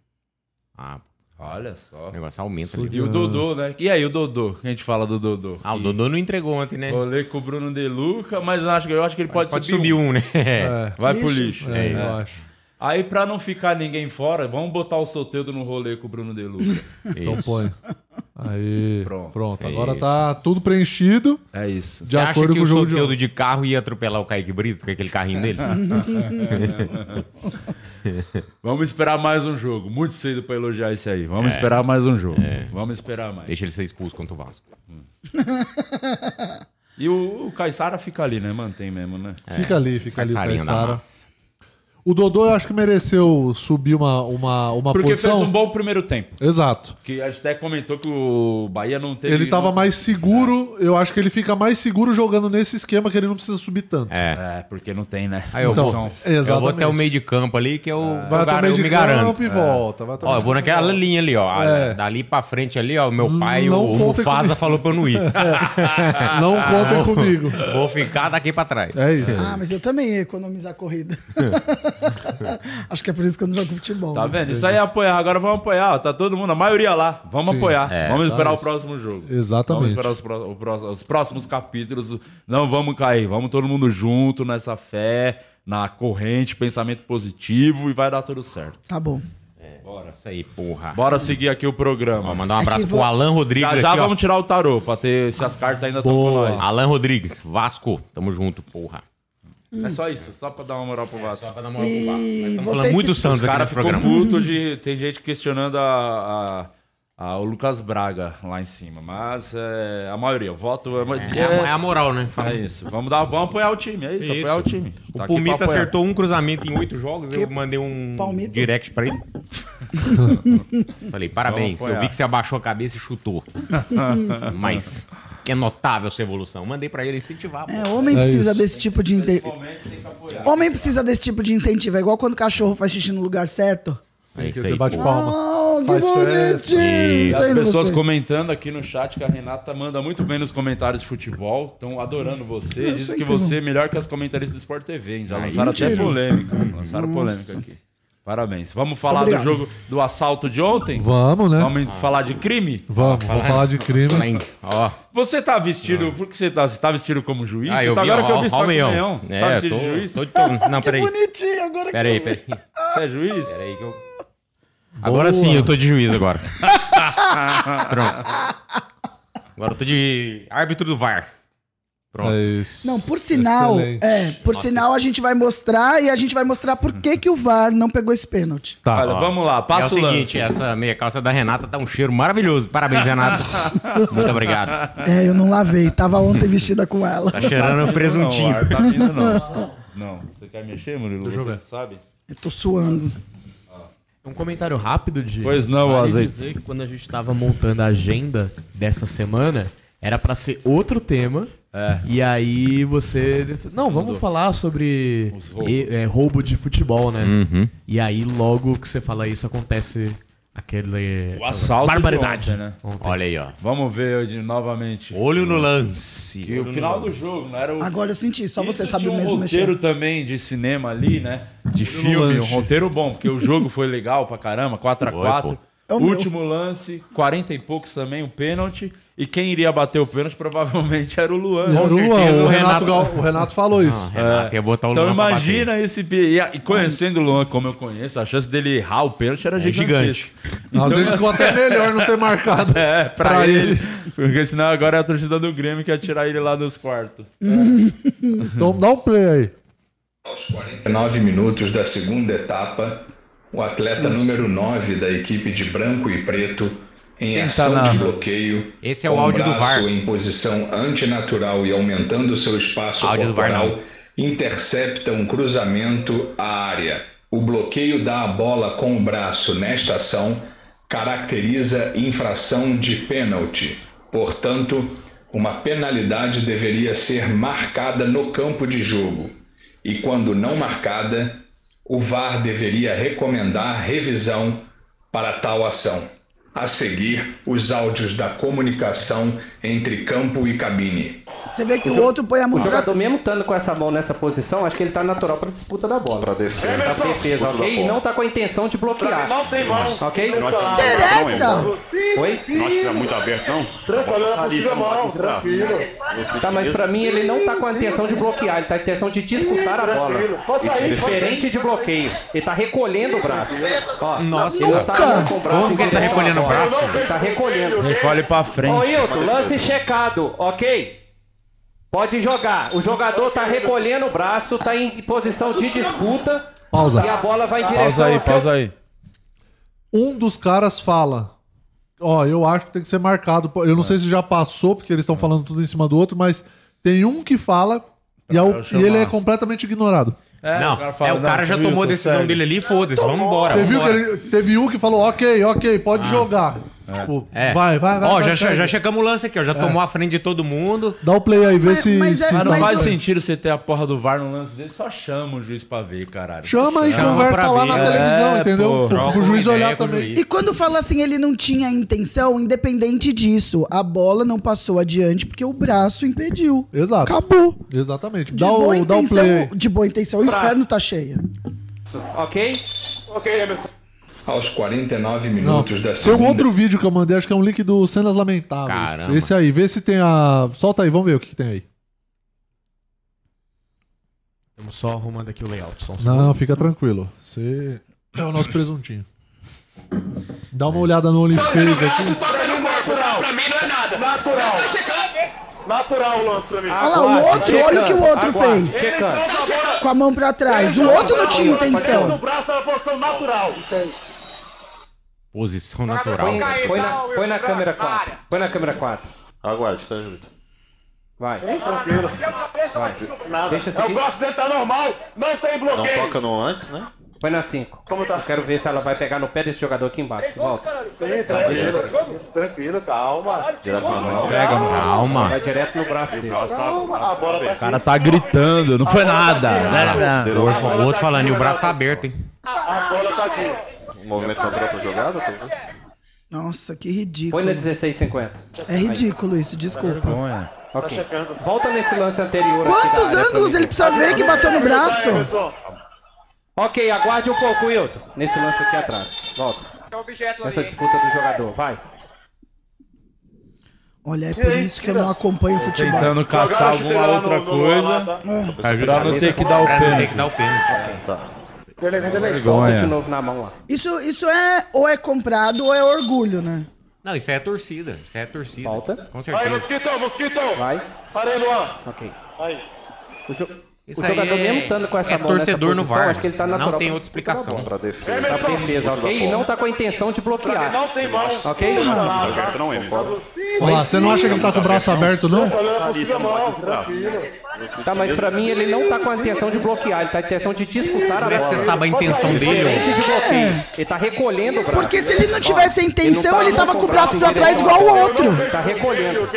Speaker 3: Ah,
Speaker 5: Olha só.
Speaker 3: o negócio aumenta ali.
Speaker 5: E o Dodô, né? E aí, o Dodô? Que a gente fala do Dodô?
Speaker 3: Ah, o
Speaker 5: Que
Speaker 3: Dodô não entregou ontem, né?
Speaker 5: Rolê com o Bruno De Luca, mas acho, que- eu acho que ele pode,
Speaker 3: Pode
Speaker 5: subir.
Speaker 3: subir
Speaker 5: um.
Speaker 3: um, né?
Speaker 4: É.
Speaker 5: Vai pro
Speaker 2: Lixo.
Speaker 5: lixo.
Speaker 4: É,
Speaker 5: É.
Speaker 4: eu acho.
Speaker 5: Aí, pra não ficar ninguém fora, vamos botar o Soteldo no rolê com o Bruno De Luca.
Speaker 4: Então
Speaker 3: Isso.
Speaker 4: põe. Aí. Pronto.
Speaker 5: Pronto.
Speaker 4: Agora
Speaker 3: isso.
Speaker 4: tá tudo preenchido.
Speaker 5: É isso.
Speaker 4: De
Speaker 3: Você acha
Speaker 4: acordo
Speaker 3: que
Speaker 4: com
Speaker 3: o
Speaker 4: o jogo de
Speaker 3: Soteldo
Speaker 4: ontem.
Speaker 3: de carro ia atropelar o Kaique Brito com aquele carrinho dele?
Speaker 5: Vamos esperar mais um jogo. Muito cedo pra elogiar esse aí. Vamos esperar mais um jogo. Vamos esperar mais.
Speaker 3: Deixa ele ser expulso contra o Vasco.
Speaker 5: E o, o Caissara fica ali, né? Mantém mesmo, né? É.
Speaker 4: Fica ali, fica ali.
Speaker 3: Passarinho da
Speaker 4: Caissara.
Speaker 3: massa.
Speaker 4: O Dodô eu acho que mereceu subir uma, uma, uma
Speaker 5: Porque
Speaker 4: posição.
Speaker 5: fez um bom primeiro tempo.
Speaker 4: Exato.
Speaker 5: Que a gente até comentou que o Bahia não teve.
Speaker 4: Ele tava
Speaker 5: não-
Speaker 4: mais seguro, eu acho que ele fica mais seguro jogando nesse esquema que ele não precisa subir tanto.
Speaker 3: É.
Speaker 5: É, porque não tem, né?
Speaker 3: Aí eu
Speaker 4: Então,
Speaker 3: vou.
Speaker 4: exatamente.
Speaker 3: Eu vou até o meio de campo ali, que eu,
Speaker 4: É. Vai
Speaker 3: eu,
Speaker 4: até o
Speaker 3: gar-
Speaker 4: meio
Speaker 3: eu
Speaker 4: de
Speaker 3: me
Speaker 4: campo
Speaker 3: garanto. É.
Speaker 4: e volta. Vai até o
Speaker 3: Ó,
Speaker 4: meio
Speaker 3: eu vou
Speaker 4: de
Speaker 3: naquela
Speaker 4: campo.
Speaker 3: linha ali, ó. A-
Speaker 4: É.
Speaker 3: Dali pra frente ali, ó. Meu pai,
Speaker 4: Não
Speaker 3: o, o
Speaker 4: contem
Speaker 3: Mufasa, falou pra eu não ir.
Speaker 4: Não contem comigo.
Speaker 3: Vou ficar daqui pra trás.
Speaker 4: É isso.
Speaker 2: Ah, mas eu também ia economizar a corrida. Acho que é por isso que eu não jogo futebol.
Speaker 5: Tá
Speaker 2: né?
Speaker 5: vendo? Isso aí é apoiar. Agora vamos apoiar. ó. Tá todo mundo, a maioria lá. Vamos apoiar.
Speaker 3: É,
Speaker 5: vamos esperar
Speaker 4: tá
Speaker 5: o próximo jogo. Vamos
Speaker 4: Exatamente.
Speaker 5: esperar os, pró- o pró- os próximos capítulos. Não vamos cair. Vamos todo mundo junto nessa fé, na corrente, pensamento positivo e vai dar tudo certo.
Speaker 2: Tá bom.
Speaker 3: Bora, isso aí, porra.
Speaker 5: Bora seguir aqui o
Speaker 3: Ó,
Speaker 5: programa.
Speaker 3: mandar um
Speaker 2: É
Speaker 3: abraço
Speaker 2: que
Speaker 3: pro
Speaker 2: vou-
Speaker 3: Alan Rodrigues.
Speaker 5: Já, já
Speaker 3: aqui, ó.
Speaker 5: vamos tirar o tarô pra ter se as cartas ainda estão com nós.
Speaker 3: Alan Rodrigues, Vasco. Tamo junto, porra.
Speaker 5: É só isso, só pra dar uma moral pro Vasco.
Speaker 3: Pra dar uma
Speaker 5: tá
Speaker 2: E
Speaker 3: Falando
Speaker 2: vocês
Speaker 3: muito do
Speaker 2: que...
Speaker 3: Santos
Speaker 5: Os
Speaker 3: É aqui
Speaker 5: caras
Speaker 3: nesse
Speaker 5: ficam
Speaker 3: programa.
Speaker 5: puto de. Tem gente questionando a, a- a- o Lucas Braga lá em cima. Mas é, a maioria, o voto é.
Speaker 3: É, a- é a moral, né?
Speaker 5: é isso. Vamos, dar, vamos apoiar o time, é isso,
Speaker 3: Isso.
Speaker 5: apoiar o time. Tá
Speaker 3: O
Speaker 5: aqui pra
Speaker 3: Pumita
Speaker 5: apoiar.
Speaker 3: acertou um cruzamento em oito jogos, eu mandei um
Speaker 2: Palmito?
Speaker 3: direct pra ele. Falei, parabéns,
Speaker 5: Vamos apoiar.
Speaker 3: eu vi que você abaixou a cabeça e chutou. Mas é notável sua evolução. Mandei pra ele incentivar. pô.
Speaker 2: É, homem
Speaker 4: É
Speaker 2: precisa
Speaker 4: isso.
Speaker 2: desse tipo de... inte-
Speaker 5: Principalmente tem que apoiar.
Speaker 2: Homem precisa desse tipo de incentivo. É igual quando o cachorro faz xixi no lugar certo.
Speaker 3: É isso
Speaker 4: Você
Speaker 3: aí,
Speaker 4: bate
Speaker 3: pô.
Speaker 4: palma.
Speaker 2: Oh, que
Speaker 4: Faz festa.
Speaker 2: bonitinho! Tá
Speaker 5: E
Speaker 2: Isso aí
Speaker 5: as
Speaker 2: não
Speaker 5: pessoas
Speaker 2: gostei.
Speaker 5: comentando aqui no chat que a Renata manda muito bem nos comentários de futebol. Estão adorando você.
Speaker 2: Hum. Eu
Speaker 5: Dizem
Speaker 2: sei
Speaker 5: que
Speaker 2: que não.
Speaker 5: você é melhor que as comentaristas do Sport TV, hein? Já lançaram até
Speaker 2: mentira.
Speaker 5: polêmica. Lançaram
Speaker 2: Nossa.
Speaker 5: polêmica aqui. Parabéns. Vamos falar
Speaker 2: Obrigado.
Speaker 5: do jogo do assalto de ontem?
Speaker 4: Vamos, né? Vamos,
Speaker 5: Vamos falar de crime?
Speaker 4: vamos falar de crime.
Speaker 3: Lá em- Ó,
Speaker 5: Você tá vestido. Por que você tá? Você tá vestido como juiz?
Speaker 3: ah,
Speaker 5: Você
Speaker 3: eu
Speaker 5: tá
Speaker 3: vi,
Speaker 5: agora
Speaker 3: ó,
Speaker 5: que eu
Speaker 3: ó,
Speaker 5: vi
Speaker 3: ó
Speaker 5: tá
Speaker 3: o meião.
Speaker 5: meião. Tá
Speaker 3: É,
Speaker 5: vestido
Speaker 3: tô,
Speaker 5: de juiz?
Speaker 3: tô de todo- Não,
Speaker 2: Que
Speaker 3: peraí.
Speaker 2: É bonitinho, agora que
Speaker 3: Peraí,
Speaker 2: eu vi.
Speaker 3: peraí.
Speaker 5: Você é juiz?
Speaker 3: Peraí que eu... Agora sim, eu tô de juiz agora. Pronto. Agora eu tô de árbitro do VAR. Pronto.
Speaker 4: É isso.
Speaker 2: Não, por sinal,
Speaker 4: Excelente.
Speaker 2: é, por sinal a gente vai mostrar e a gente vai mostrar por que, que o VAR não pegou esse pênalti.
Speaker 4: Tá.
Speaker 5: Olha, vamos lá.
Speaker 3: é o
Speaker 5: Passa o,
Speaker 3: seguinte, essa meia calça da Renata tá um cheiro maravilhoso. Parabéns, Renata. Muito obrigado.
Speaker 2: É, eu não lavei, tava ontem vestida com ela.
Speaker 3: Tá cheirando
Speaker 5: Não,
Speaker 3: presuntinho.
Speaker 5: Ar, tá vindo não. Não. Você quer mexer, Murilo?
Speaker 4: Deixa eu
Speaker 5: você
Speaker 4: ver.
Speaker 5: sabe?
Speaker 2: Eu tô suando.
Speaker 6: Um comentário rápido de.
Speaker 5: Pois não,
Speaker 6: vale
Speaker 5: Azeite.
Speaker 6: dizer que quando a gente tava montando a agenda dessa semana, era pra ser outro tema.
Speaker 5: É.
Speaker 6: E aí você. Não, vamos falar sobre
Speaker 5: Os roubos. Uhum.
Speaker 6: e- é, roubo de futebol, né? E aí, logo que você fala isso, acontece aquele.
Speaker 5: O assalto. de
Speaker 6: Barbaridade.
Speaker 5: ontem, né?
Speaker 3: Olha aí, ó.
Speaker 5: Vamos ver de, novamente.
Speaker 3: Olho no lance.
Speaker 5: E o final do jogo, não era o.
Speaker 2: Agora eu senti, só você
Speaker 5: Isso
Speaker 2: sabe
Speaker 5: tinha um
Speaker 2: mesmo mexer.
Speaker 5: roteiro também de cinema ali, né? De
Speaker 4: no
Speaker 5: filme, um
Speaker 4: lanche.
Speaker 5: roteiro bom, porque o jogo foi legal pra caramba, 4 x
Speaker 3: Foi,
Speaker 5: 4
Speaker 3: pô.
Speaker 2: É o meu.
Speaker 5: Último lance, 40 e poucos também, um pênalti. E quem iria bater o pênalti provavelmente era o Luan.
Speaker 4: Era o
Speaker 5: Com
Speaker 4: Luan,
Speaker 5: certeza.
Speaker 4: o,
Speaker 3: o
Speaker 4: Renato
Speaker 3: Renato-
Speaker 4: Gal- o Renato falou isso.
Speaker 3: Renata ia botar o
Speaker 5: Então
Speaker 3: Luan pra bater.
Speaker 5: imagina esse. pe- E, a- e conhecendo o Luan como eu conheço, a chance dele errar o pênalti era gigantesca.
Speaker 3: É gigante.
Speaker 4: Às
Speaker 5: Então,
Speaker 4: vezes ficou até melhor não ter marcado.
Speaker 5: É, pra,
Speaker 4: é. Pra
Speaker 5: ele.
Speaker 4: ele.
Speaker 5: Porque senão agora é a torcida do Grêmio que ia tirar ele lá dos quartos.
Speaker 4: Então dá um play aí.
Speaker 7: Aos 49 minutos da segunda etapa, o atleta número 9 da equipe de branco e preto, em
Speaker 5: tá
Speaker 7: ação de
Speaker 5: narrando?
Speaker 7: bloqueio,
Speaker 3: Esse é o
Speaker 7: com
Speaker 3: áudio do
Speaker 7: braço
Speaker 3: VAR.
Speaker 7: em posição antinatural e aumentando seu espaço
Speaker 3: Áudio do VAR,
Speaker 7: corporal,
Speaker 3: não.
Speaker 7: intercepta um cruzamento à área. O bloqueio da bola com o braço nesta ação caracteriza infração de pênalti. Portanto, uma penalidade deveria ser marcada no campo de jogo. E quando não marcada, o VAR deveria recomendar revisão para tal ação. A seguir, os áudios da comunicação entre campo e cabine.
Speaker 2: Você vê que o outro põe a mão
Speaker 8: O
Speaker 2: pra
Speaker 8: jogador, mesmo estando com essa mão nessa posição, acho que ele tá natural pra disputa da bola. Pra defesa. Pra defesa, ok? E não tá com a intenção de bloquear. Não tem mão. Ok?
Speaker 5: é
Speaker 2: Interessa!
Speaker 8: Oi?
Speaker 9: Não acho que tá muito aberto, não? Tranquilo, não é possível, não. Tranquilo.
Speaker 8: Tá, mas pra mim ele não tá com a intenção de bloquear, ele tá com a intenção de disputar a bola. Diferente de bloqueio. Ele tá recolhendo o braço. Ó,
Speaker 2: Nossa.
Speaker 8: ele tá
Speaker 2: Nunca.
Speaker 8: indo com o braço
Speaker 3: Como que ele tá
Speaker 8: direto na
Speaker 3: recolhendo o
Speaker 8: bola.
Speaker 3: braço?
Speaker 8: Ele tá recolhendo.
Speaker 5: Recolhe pra
Speaker 8: Ô,
Speaker 5: frente.
Speaker 8: Hilton, lance checado, ok? Pode jogar. O jogador tá recolhendo o braço, tá em posição de disputa.
Speaker 4: Pausa.
Speaker 8: E a bola vai em direção
Speaker 5: Pausa aí,
Speaker 8: ao seu-
Speaker 5: pausa aí.
Speaker 4: Um dos caras fala. Ó, eu acho que tem que ser marcado. Eu não sei se já passou, porque eles estão falando tudo em cima do outro, mas tem um que fala e, é o-
Speaker 5: eu chamar.
Speaker 4: e ele é completamente ignorado.
Speaker 3: não,
Speaker 5: né? o cara
Speaker 3: é,
Speaker 5: fala,
Speaker 3: o cara
Speaker 5: não,
Speaker 3: já
Speaker 5: Wilton,
Speaker 3: tomou a decisão
Speaker 5: segue.
Speaker 3: dele ali, foda-se, vamos embora.
Speaker 4: Você
Speaker 3: vamos
Speaker 4: viu que
Speaker 3: embora.
Speaker 4: ele, teve um que falou, ok, ok, pode jogar. Tipo,
Speaker 3: Ah. É.
Speaker 4: vai, vai, vai.
Speaker 3: Ó,
Speaker 4: vai,
Speaker 3: já,
Speaker 4: segue.
Speaker 3: já chegamos o lance aqui, ó. Já tomou a frente de todo mundo.
Speaker 4: Dá o play aí, vê
Speaker 2: Mas-
Speaker 4: se.
Speaker 2: mas é-
Speaker 4: se
Speaker 5: Mas não
Speaker 2: Mas
Speaker 5: faz
Speaker 2: eu-
Speaker 5: sentido você ter a porra do VAR no lance dele, só chama o juiz pra ver, caralho.
Speaker 4: Chama e
Speaker 3: Chama
Speaker 4: conversa
Speaker 3: pra
Speaker 4: lá
Speaker 3: ver.
Speaker 4: na televisão,
Speaker 5: É,
Speaker 4: entendeu?
Speaker 5: pô,
Speaker 4: Pro-
Speaker 3: troca
Speaker 4: pro
Speaker 3: uma
Speaker 4: juiz
Speaker 3: ideia
Speaker 4: olhar
Speaker 3: com o
Speaker 4: também.
Speaker 3: juiz.
Speaker 2: E quando fala assim, ele não tinha intenção, independente disso, a bola não passou adiante porque o braço impediu.
Speaker 4: Exato.
Speaker 2: Acabou.
Speaker 4: Exatamente.
Speaker 2: De
Speaker 4: Dá
Speaker 2: boa
Speaker 4: o, dá o
Speaker 2: intenção,
Speaker 4: play.
Speaker 2: de boa intenção, o inferno tá cheio.
Speaker 8: Ok?
Speaker 9: Ok, Emerson.
Speaker 7: Aos 49
Speaker 4: Não.
Speaker 7: minutos da
Speaker 4: Tem um
Speaker 7: segunda
Speaker 4: outro vídeo que eu mandei, acho que é um link do Cenas Lamentáveis.
Speaker 3: Caramba.
Speaker 4: Esse aí, vê se tem a. Solta aí, vamos ver o que, que tem aí.
Speaker 6: Estamos só arrumando aqui o layout. Só um segundo.
Speaker 4: Não, fica tranquilo. Você é o nosso presuntinho. Dá uma olhada no OnlyFans aqui.
Speaker 9: Toca no corpo, não. Pra mim não é nada. Natural. Natural o lance pra mim.
Speaker 2: Olha lá, o outro, olha o que o outro fez.
Speaker 9: Ele
Speaker 8: Secando.
Speaker 9: joga a bola-
Speaker 2: Com a mão pra trás. O
Speaker 9: ele joga
Speaker 2: outro
Speaker 9: a
Speaker 2: não
Speaker 9: bola
Speaker 2: tinha
Speaker 9: No
Speaker 2: intenção.
Speaker 9: braço na posição natural. Isso aí.
Speaker 3: Posição natural.
Speaker 8: Põe, põe na, põe na câmera 4. Põe na câmera 4.
Speaker 9: Aguarde, tá, Julito?
Speaker 8: Vai.
Speaker 9: Tranquilo. Nada.
Speaker 8: Deixa
Speaker 9: é, o
Speaker 8: seguir.
Speaker 9: braço dele tá normal. Não tem bloqueio.
Speaker 10: Toca no antes, né?
Speaker 8: Põe na 5.
Speaker 9: Como tá?
Speaker 8: Eu quero ver se ela vai pegar no pé desse jogador aqui embaixo. Volta.
Speaker 9: Sim, tranquilo. Tranquilo, calma.
Speaker 10: Direto no antes.
Speaker 3: Pega, calma.
Speaker 8: Vai direto no braço
Speaker 9: tá
Speaker 8: dele.
Speaker 9: Calma, a bola tá
Speaker 5: O cara tá gritando, não
Speaker 6: é
Speaker 5: foi nada.
Speaker 3: O outro, o outro falando, e
Speaker 8: né?
Speaker 3: o braço tá aberto, hein?
Speaker 9: A bola tá aqui.
Speaker 10: O movimento não entrou pra jogada, tá vendo?
Speaker 2: Nossa, que
Speaker 8: Põe na
Speaker 2: ridículo.
Speaker 8: 16,50.
Speaker 2: É ridículo isso, desculpa.
Speaker 8: Ok. Volta nesse lance anterior. aqui da
Speaker 2: Quantos
Speaker 8: área pra
Speaker 2: ângulos
Speaker 8: mim
Speaker 2: ele
Speaker 8: ver.
Speaker 2: precisa ver que bateu no braço?
Speaker 8: Ok, aguarde um pouco, Wilton. Nesse lance aqui atrás. Volta.
Speaker 9: um
Speaker 8: Essa disputa do jogador. Vai.
Speaker 2: Olha, é por isso que eu não acompanho
Speaker 8: Então.
Speaker 2: futebol.
Speaker 5: Tentando caçar alguma outra coisa pra não ter que
Speaker 8: Tá
Speaker 5: dar o
Speaker 3: Não tem
Speaker 5: pênalti.
Speaker 3: que dar o pênalti.
Speaker 9: um
Speaker 8: Volta de
Speaker 5: Vergonha.
Speaker 8: novo na mão lá.
Speaker 2: Isso, isso é ou é comprado ou é orgulho, né?
Speaker 3: Não, isso aí é torcida. Isso aí é torcida.
Speaker 8: Falta.
Speaker 3: Com
Speaker 9: Aí,
Speaker 3: certeza.
Speaker 9: mosquito, mosquito.
Speaker 8: Vai.
Speaker 9: Para aí, Luan.
Speaker 8: Ok.
Speaker 9: Aí.
Speaker 8: O, jo-
Speaker 3: Isso
Speaker 8: o jogador
Speaker 3: aí é-
Speaker 8: mesmo estando com essa
Speaker 3: é
Speaker 8: mão
Speaker 3: torcedor
Speaker 8: nessa
Speaker 3: no
Speaker 8: posição,
Speaker 3: VAR.
Speaker 8: Acho que ele tá
Speaker 3: Não
Speaker 8: natural
Speaker 3: tem
Speaker 8: pra
Speaker 3: outra
Speaker 8: disputar a
Speaker 3: explicação.
Speaker 8: bola.
Speaker 10: Pra defesa.
Speaker 8: Tá defesa, ok? E não tá com a intenção de bloquear.
Speaker 9: Não tem mão.
Speaker 10: tá-
Speaker 9: Tá,
Speaker 8: Ok?
Speaker 10: Aberta não, tá Emerson.
Speaker 4: Olha lá, você não acha que ele tá com o braço aberto, não?
Speaker 9: Olha a
Speaker 10: Ali, tá
Speaker 9: possível
Speaker 10: no lado
Speaker 9: mão.
Speaker 10: do braço.
Speaker 8: Tá, mas pra mim ele não tá com a intenção de bloquear, ele tá com a intenção de disputar a
Speaker 3: Como é que você
Speaker 8: bola. tá
Speaker 3: sabe a intenção dele?
Speaker 8: Diferente
Speaker 3: ó?
Speaker 8: de bloqueio. Ele tá recolhendo o braço.
Speaker 2: Porque se ele né? não tivesse a intenção,
Speaker 8: tá
Speaker 2: ele tava
Speaker 8: com
Speaker 2: com o
Speaker 8: o
Speaker 2: braço pra
Speaker 8: braço
Speaker 2: trás
Speaker 8: direito,
Speaker 2: igual o
Speaker 8: não.
Speaker 2: outro.
Speaker 8: Ele tá recolhendo.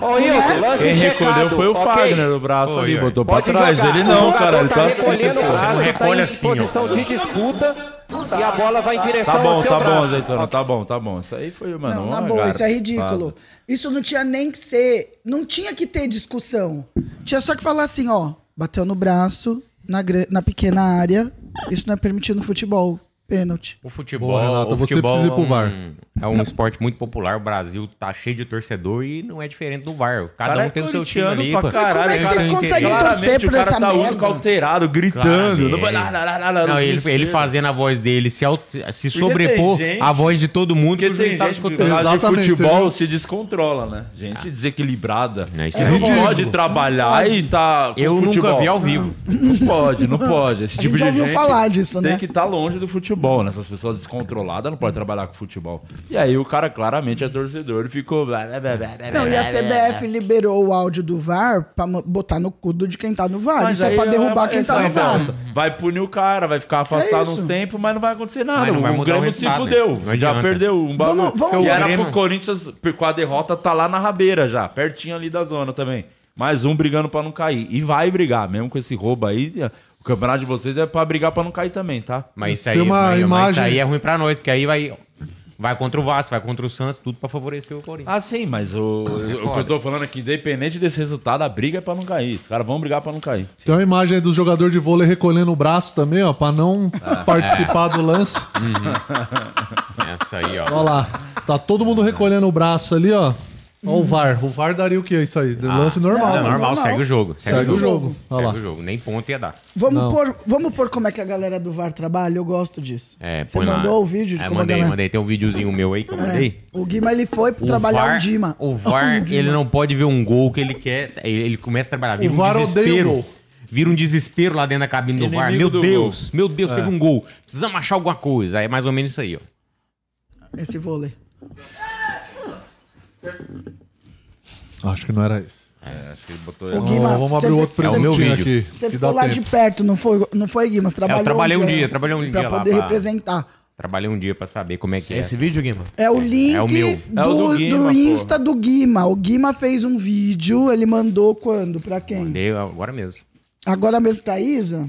Speaker 8: Ô,
Speaker 2: é?
Speaker 8: Hilton, lance
Speaker 5: Quem
Speaker 8: checado,
Speaker 5: recolheu foi o
Speaker 8: ok?
Speaker 5: Fagner, o braço
Speaker 3: Foi,
Speaker 5: ali,
Speaker 3: ó.
Speaker 5: botou pra
Speaker 8: Pode
Speaker 5: trás.
Speaker 8: jogar.
Speaker 5: Ele
Speaker 8: O
Speaker 5: não,
Speaker 8: jogador
Speaker 5: cara, ele tá
Speaker 8: recolhendo o
Speaker 3: Você
Speaker 8: braço,
Speaker 3: não recolhe
Speaker 8: tá em
Speaker 3: assim, ó.
Speaker 8: posição de disputa e a bola vai em direção
Speaker 5: Tá bom,
Speaker 8: ao seu
Speaker 5: tá
Speaker 8: braço.
Speaker 5: bom, Azeitona, tá bom, tá bom. Isso aí foi, mano.
Speaker 2: Não,
Speaker 5: uma
Speaker 2: na boa,
Speaker 5: cara.
Speaker 2: isso é ridículo. Isso não tinha nem que ser. Não tinha que ter discussão. Tinha só que falar assim, ó. Bateu no braço, na, gra- na pequena área. Isso não é permitido no futebol. Pênalti.
Speaker 3: O futebol,
Speaker 4: Boa, Renato,
Speaker 3: o
Speaker 4: você
Speaker 3: futebol
Speaker 4: precisa ir pro VAR.
Speaker 3: É um, é um esporte muito popular. O Brasil tá cheio de torcedor e não é diferente do VAR. Cada
Speaker 5: Cara,
Speaker 3: um
Speaker 5: é
Speaker 3: tem o seu time
Speaker 5: corintiano
Speaker 3: ali.
Speaker 5: pra
Speaker 3: pô.
Speaker 5: caralho,
Speaker 2: Como é que
Speaker 3: cara,
Speaker 2: vocês
Speaker 3: não tem-
Speaker 2: conseguem torcer
Speaker 5: Claramente,
Speaker 2: por
Speaker 5: o cara
Speaker 2: essa
Speaker 5: tá único,
Speaker 2: merda?
Speaker 5: alterado, gritando. Não vai lá, lá, lá, lá, lá,
Speaker 3: Não,
Speaker 5: no
Speaker 3: ele,
Speaker 5: desespero.
Speaker 3: ele fazendo a voz dele se, alt-
Speaker 5: tem
Speaker 3: se sobrepor
Speaker 5: gente-
Speaker 3: à voz de todo mundo que
Speaker 5: Porque
Speaker 3: o juiz
Speaker 5: tem
Speaker 3: tava
Speaker 5: gente que
Speaker 3: escutando.
Speaker 5: por causa de
Speaker 4: Exatamente,
Speaker 5: futebol
Speaker 4: viu?
Speaker 5: se descontrola, né? Gente desequilibrada.
Speaker 3: Não, isso
Speaker 5: Você
Speaker 3: é
Speaker 5: não
Speaker 4: ridículo.
Speaker 5: pode trabalhar e tá com
Speaker 3: Eu
Speaker 5: futebol.
Speaker 3: nunca vi ao vivo.
Speaker 5: Não pode, não pode. Esse
Speaker 2: A
Speaker 5: tipo
Speaker 2: gente já
Speaker 5: de
Speaker 2: ouviu
Speaker 5: gente
Speaker 2: falar disso,
Speaker 5: tem
Speaker 2: né?
Speaker 5: que estar longe do futebol, né? Essas pessoas descontroladas não podem trabalhar com futebol. E aí o cara claramente é torcedor, ele ficou... blá, blá, blá, blá,
Speaker 3: É,
Speaker 5: blá,
Speaker 2: Não, e a CBF liberou o áudio do VAR pra mo- botar no cu do de quem tá no VAR. Isso é pra derrubar quem tá no VAR.
Speaker 5: exato. Vai punir o cara, vai ficar afastado uns
Speaker 2: isso.
Speaker 5: tempos, mas não vai acontecer nada.
Speaker 3: Mas não vai
Speaker 5: o
Speaker 3: mudar o
Speaker 5: Grêmio se
Speaker 3: resultado,
Speaker 5: fudeu.
Speaker 3: né? Não
Speaker 5: já
Speaker 3: adianta.
Speaker 5: perdeu um bagulho.
Speaker 2: Vamos- vamos-
Speaker 5: e
Speaker 2: O
Speaker 5: era
Speaker 3: Grêmio-
Speaker 5: pro Corinthians, com a derrota, tá lá na rabeira já, pertinho ali da zona também. Mais um brigando pra não cair. E vai brigar, mesmo com esse roubo aí. O campeonato de vocês é pra brigar pra não cair também, tá?
Speaker 3: Mas isso
Speaker 4: Tem
Speaker 3: aí,
Speaker 4: uma
Speaker 3: mas- mas isso
Speaker 4: imagem-
Speaker 3: aí é ruim pra nós, porque aí vai, vai contra o Vasco, vai contra o Santos, tudo pra favorecer o Corinthians.
Speaker 5: Ah, sim, mas o, o que eu tô falando é que, independente desse resultado, a briga é pra não cair. Os caras vão brigar pra não cair.
Speaker 4: Tem uma imagem aí do jogador de vôlei recolhendo o braço também, ó, pra não
Speaker 3: Ah.
Speaker 4: participar do lance.
Speaker 3: Essa aí, ó.
Speaker 4: Olha lá, tá todo mundo recolhendo o braço ali, ó. Ó o VAR. O VAR daria o que isso aí? Lance
Speaker 3: Ah.
Speaker 4: normal.
Speaker 3: Não,
Speaker 4: né?
Speaker 3: É normal,
Speaker 2: normal.
Speaker 3: segue o jogo.
Speaker 4: Segue o jogo. Olha
Speaker 3: Segue
Speaker 4: lá.
Speaker 3: o jogo. Nem ponto ia dar.
Speaker 2: Vamos pôr, vamos pôr como é que a galera do VAR trabalha? Eu gosto disso.
Speaker 3: É,
Speaker 2: Você
Speaker 3: põe lá.
Speaker 2: mandou o vídeo de
Speaker 3: é,
Speaker 2: como a
Speaker 3: mandei,
Speaker 2: galera...
Speaker 3: mandei. Tem um videozinho meu aí que eu
Speaker 2: É.
Speaker 3: mandei.
Speaker 2: O Guima, ele foi trabalhar
Speaker 3: VAR-
Speaker 2: o Dima.
Speaker 3: O VAR, ele não pode ver um gol que ele quer. Ele, ele começa a trabalhar. Vira
Speaker 4: O
Speaker 3: um
Speaker 4: VAR odeia o
Speaker 3: desespero.
Speaker 4: gol.
Speaker 3: Vira um desespero lá dentro da cabine do
Speaker 5: Inimigo
Speaker 3: VAR. Meu
Speaker 5: do
Speaker 3: Deus, meu Deus, teve um gol. Precisamos achar alguma coisa. É mais ou menos isso aí, ó.
Speaker 2: Esse vôlei.
Speaker 4: Acho que não era isso.
Speaker 5: É, acho que ele botou
Speaker 2: O
Speaker 5: errado.
Speaker 2: Guima,
Speaker 4: Ó, vamos
Speaker 2: você
Speaker 4: abrir
Speaker 2: vê-
Speaker 4: outro
Speaker 3: É o meu
Speaker 4: presentinho
Speaker 3: vídeo.
Speaker 4: aqui.
Speaker 2: Você
Speaker 4: que
Speaker 2: ficou
Speaker 4: dá
Speaker 2: lá
Speaker 4: tempo.
Speaker 2: de perto, não foi, não foi Guimas? Trabalhou
Speaker 3: trabalhei um dia, trabalhei um
Speaker 2: pra
Speaker 3: dia lá,
Speaker 2: poder
Speaker 3: pá.
Speaker 2: representar.
Speaker 3: Trabalhei um dia pra saber como é que
Speaker 6: É
Speaker 3: é.
Speaker 6: esse vídeo, Guima?
Speaker 2: É o link
Speaker 3: é o meu.
Speaker 2: do,
Speaker 5: É o do
Speaker 2: do
Speaker 5: Guima, porra.
Speaker 2: Insta do Guima. O Guima fez um vídeo, ele mandou quando? Pra quem?
Speaker 3: Deu agora mesmo.
Speaker 2: Agora mesmo pra Isa?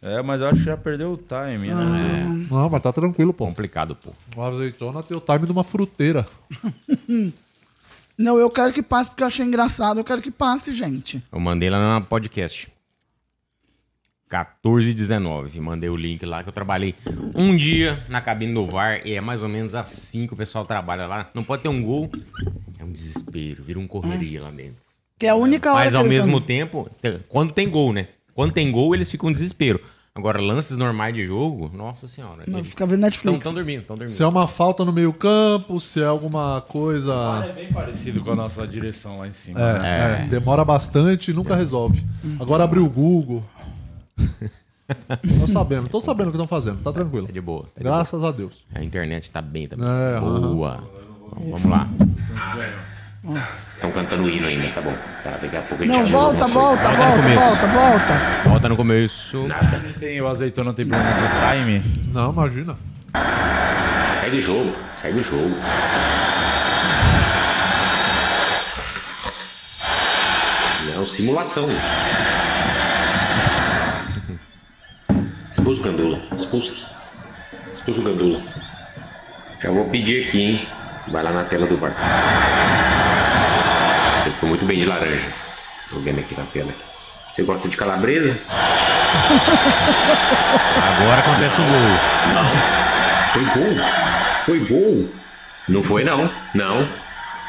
Speaker 5: É, mas eu acho que já perdeu o time, né?
Speaker 4: Não, mas tá tranquilo, pô.
Speaker 3: Complicado, pô.
Speaker 4: Uma azeitona tem o time de uma fruteira.
Speaker 2: Não, eu quero que passe porque eu achei engraçado. Eu quero que passe, gente.
Speaker 3: Eu mandei lá na podcast. 1419. Mandei o link lá que eu trabalhei um dia na cabine do VAR e é mais ou menos assim que o pessoal trabalha lá. Não pode ter um gol. É um desespero, vira um correria lá dentro.
Speaker 2: Que é a única hora
Speaker 3: Mas
Speaker 2: que
Speaker 3: ao
Speaker 2: eles
Speaker 3: mesmo
Speaker 2: vão-
Speaker 3: tempo, te- quando tem gol, né? Quando tem gol, eles ficam em desespero. Agora, lances normais de jogo, nossa senhora.
Speaker 2: Não,
Speaker 3: eles
Speaker 2: fica vendo Netflix.
Speaker 3: Estão tão dormindo, estão dormindo.
Speaker 4: Se é uma falta no meio-campo, se é alguma
Speaker 2: Ah.
Speaker 4: coisa.
Speaker 5: É bem parecido com a nossa direção lá em cima.
Speaker 4: É, é, demora bastante e nunca resolve. Agora abriu o Google. tô sabendo, tô sabendo o que estão fazendo, tá tranquilo.
Speaker 3: É de boa. tá de boa.
Speaker 4: Graças a Deus.
Speaker 3: A internet tá bem também.
Speaker 4: É,
Speaker 3: boa. Então, vamos lá.
Speaker 9: Estão cantando hino ainda, tá bom. Tá, daqui a
Speaker 3: então,
Speaker 9: pouco a gente
Speaker 2: Não,
Speaker 9: arruma
Speaker 2: volta,
Speaker 9: alguma coisa.
Speaker 3: Volta
Speaker 2: volta,
Speaker 3: no
Speaker 2: volta,
Speaker 3: começo.
Speaker 2: volta, volta.
Speaker 3: Volta no começo.
Speaker 5: Tem, o azeitona tem problema de time.
Speaker 4: Não, imagina.
Speaker 9: Segue o jogo, segue o jogo. Não, É simulação. Expulsa o Gandula, expulsa. Expulsa o Gandula. um. Já vou pedir aqui, hein? Vai lá na tela do VAR. Você ficou muito bem de laranja. Tô vendo aqui na tela. Você gosta de calabresa?
Speaker 3: Agora acontece o gol.
Speaker 9: Foi gol. Foi gol. Não foi não. Não.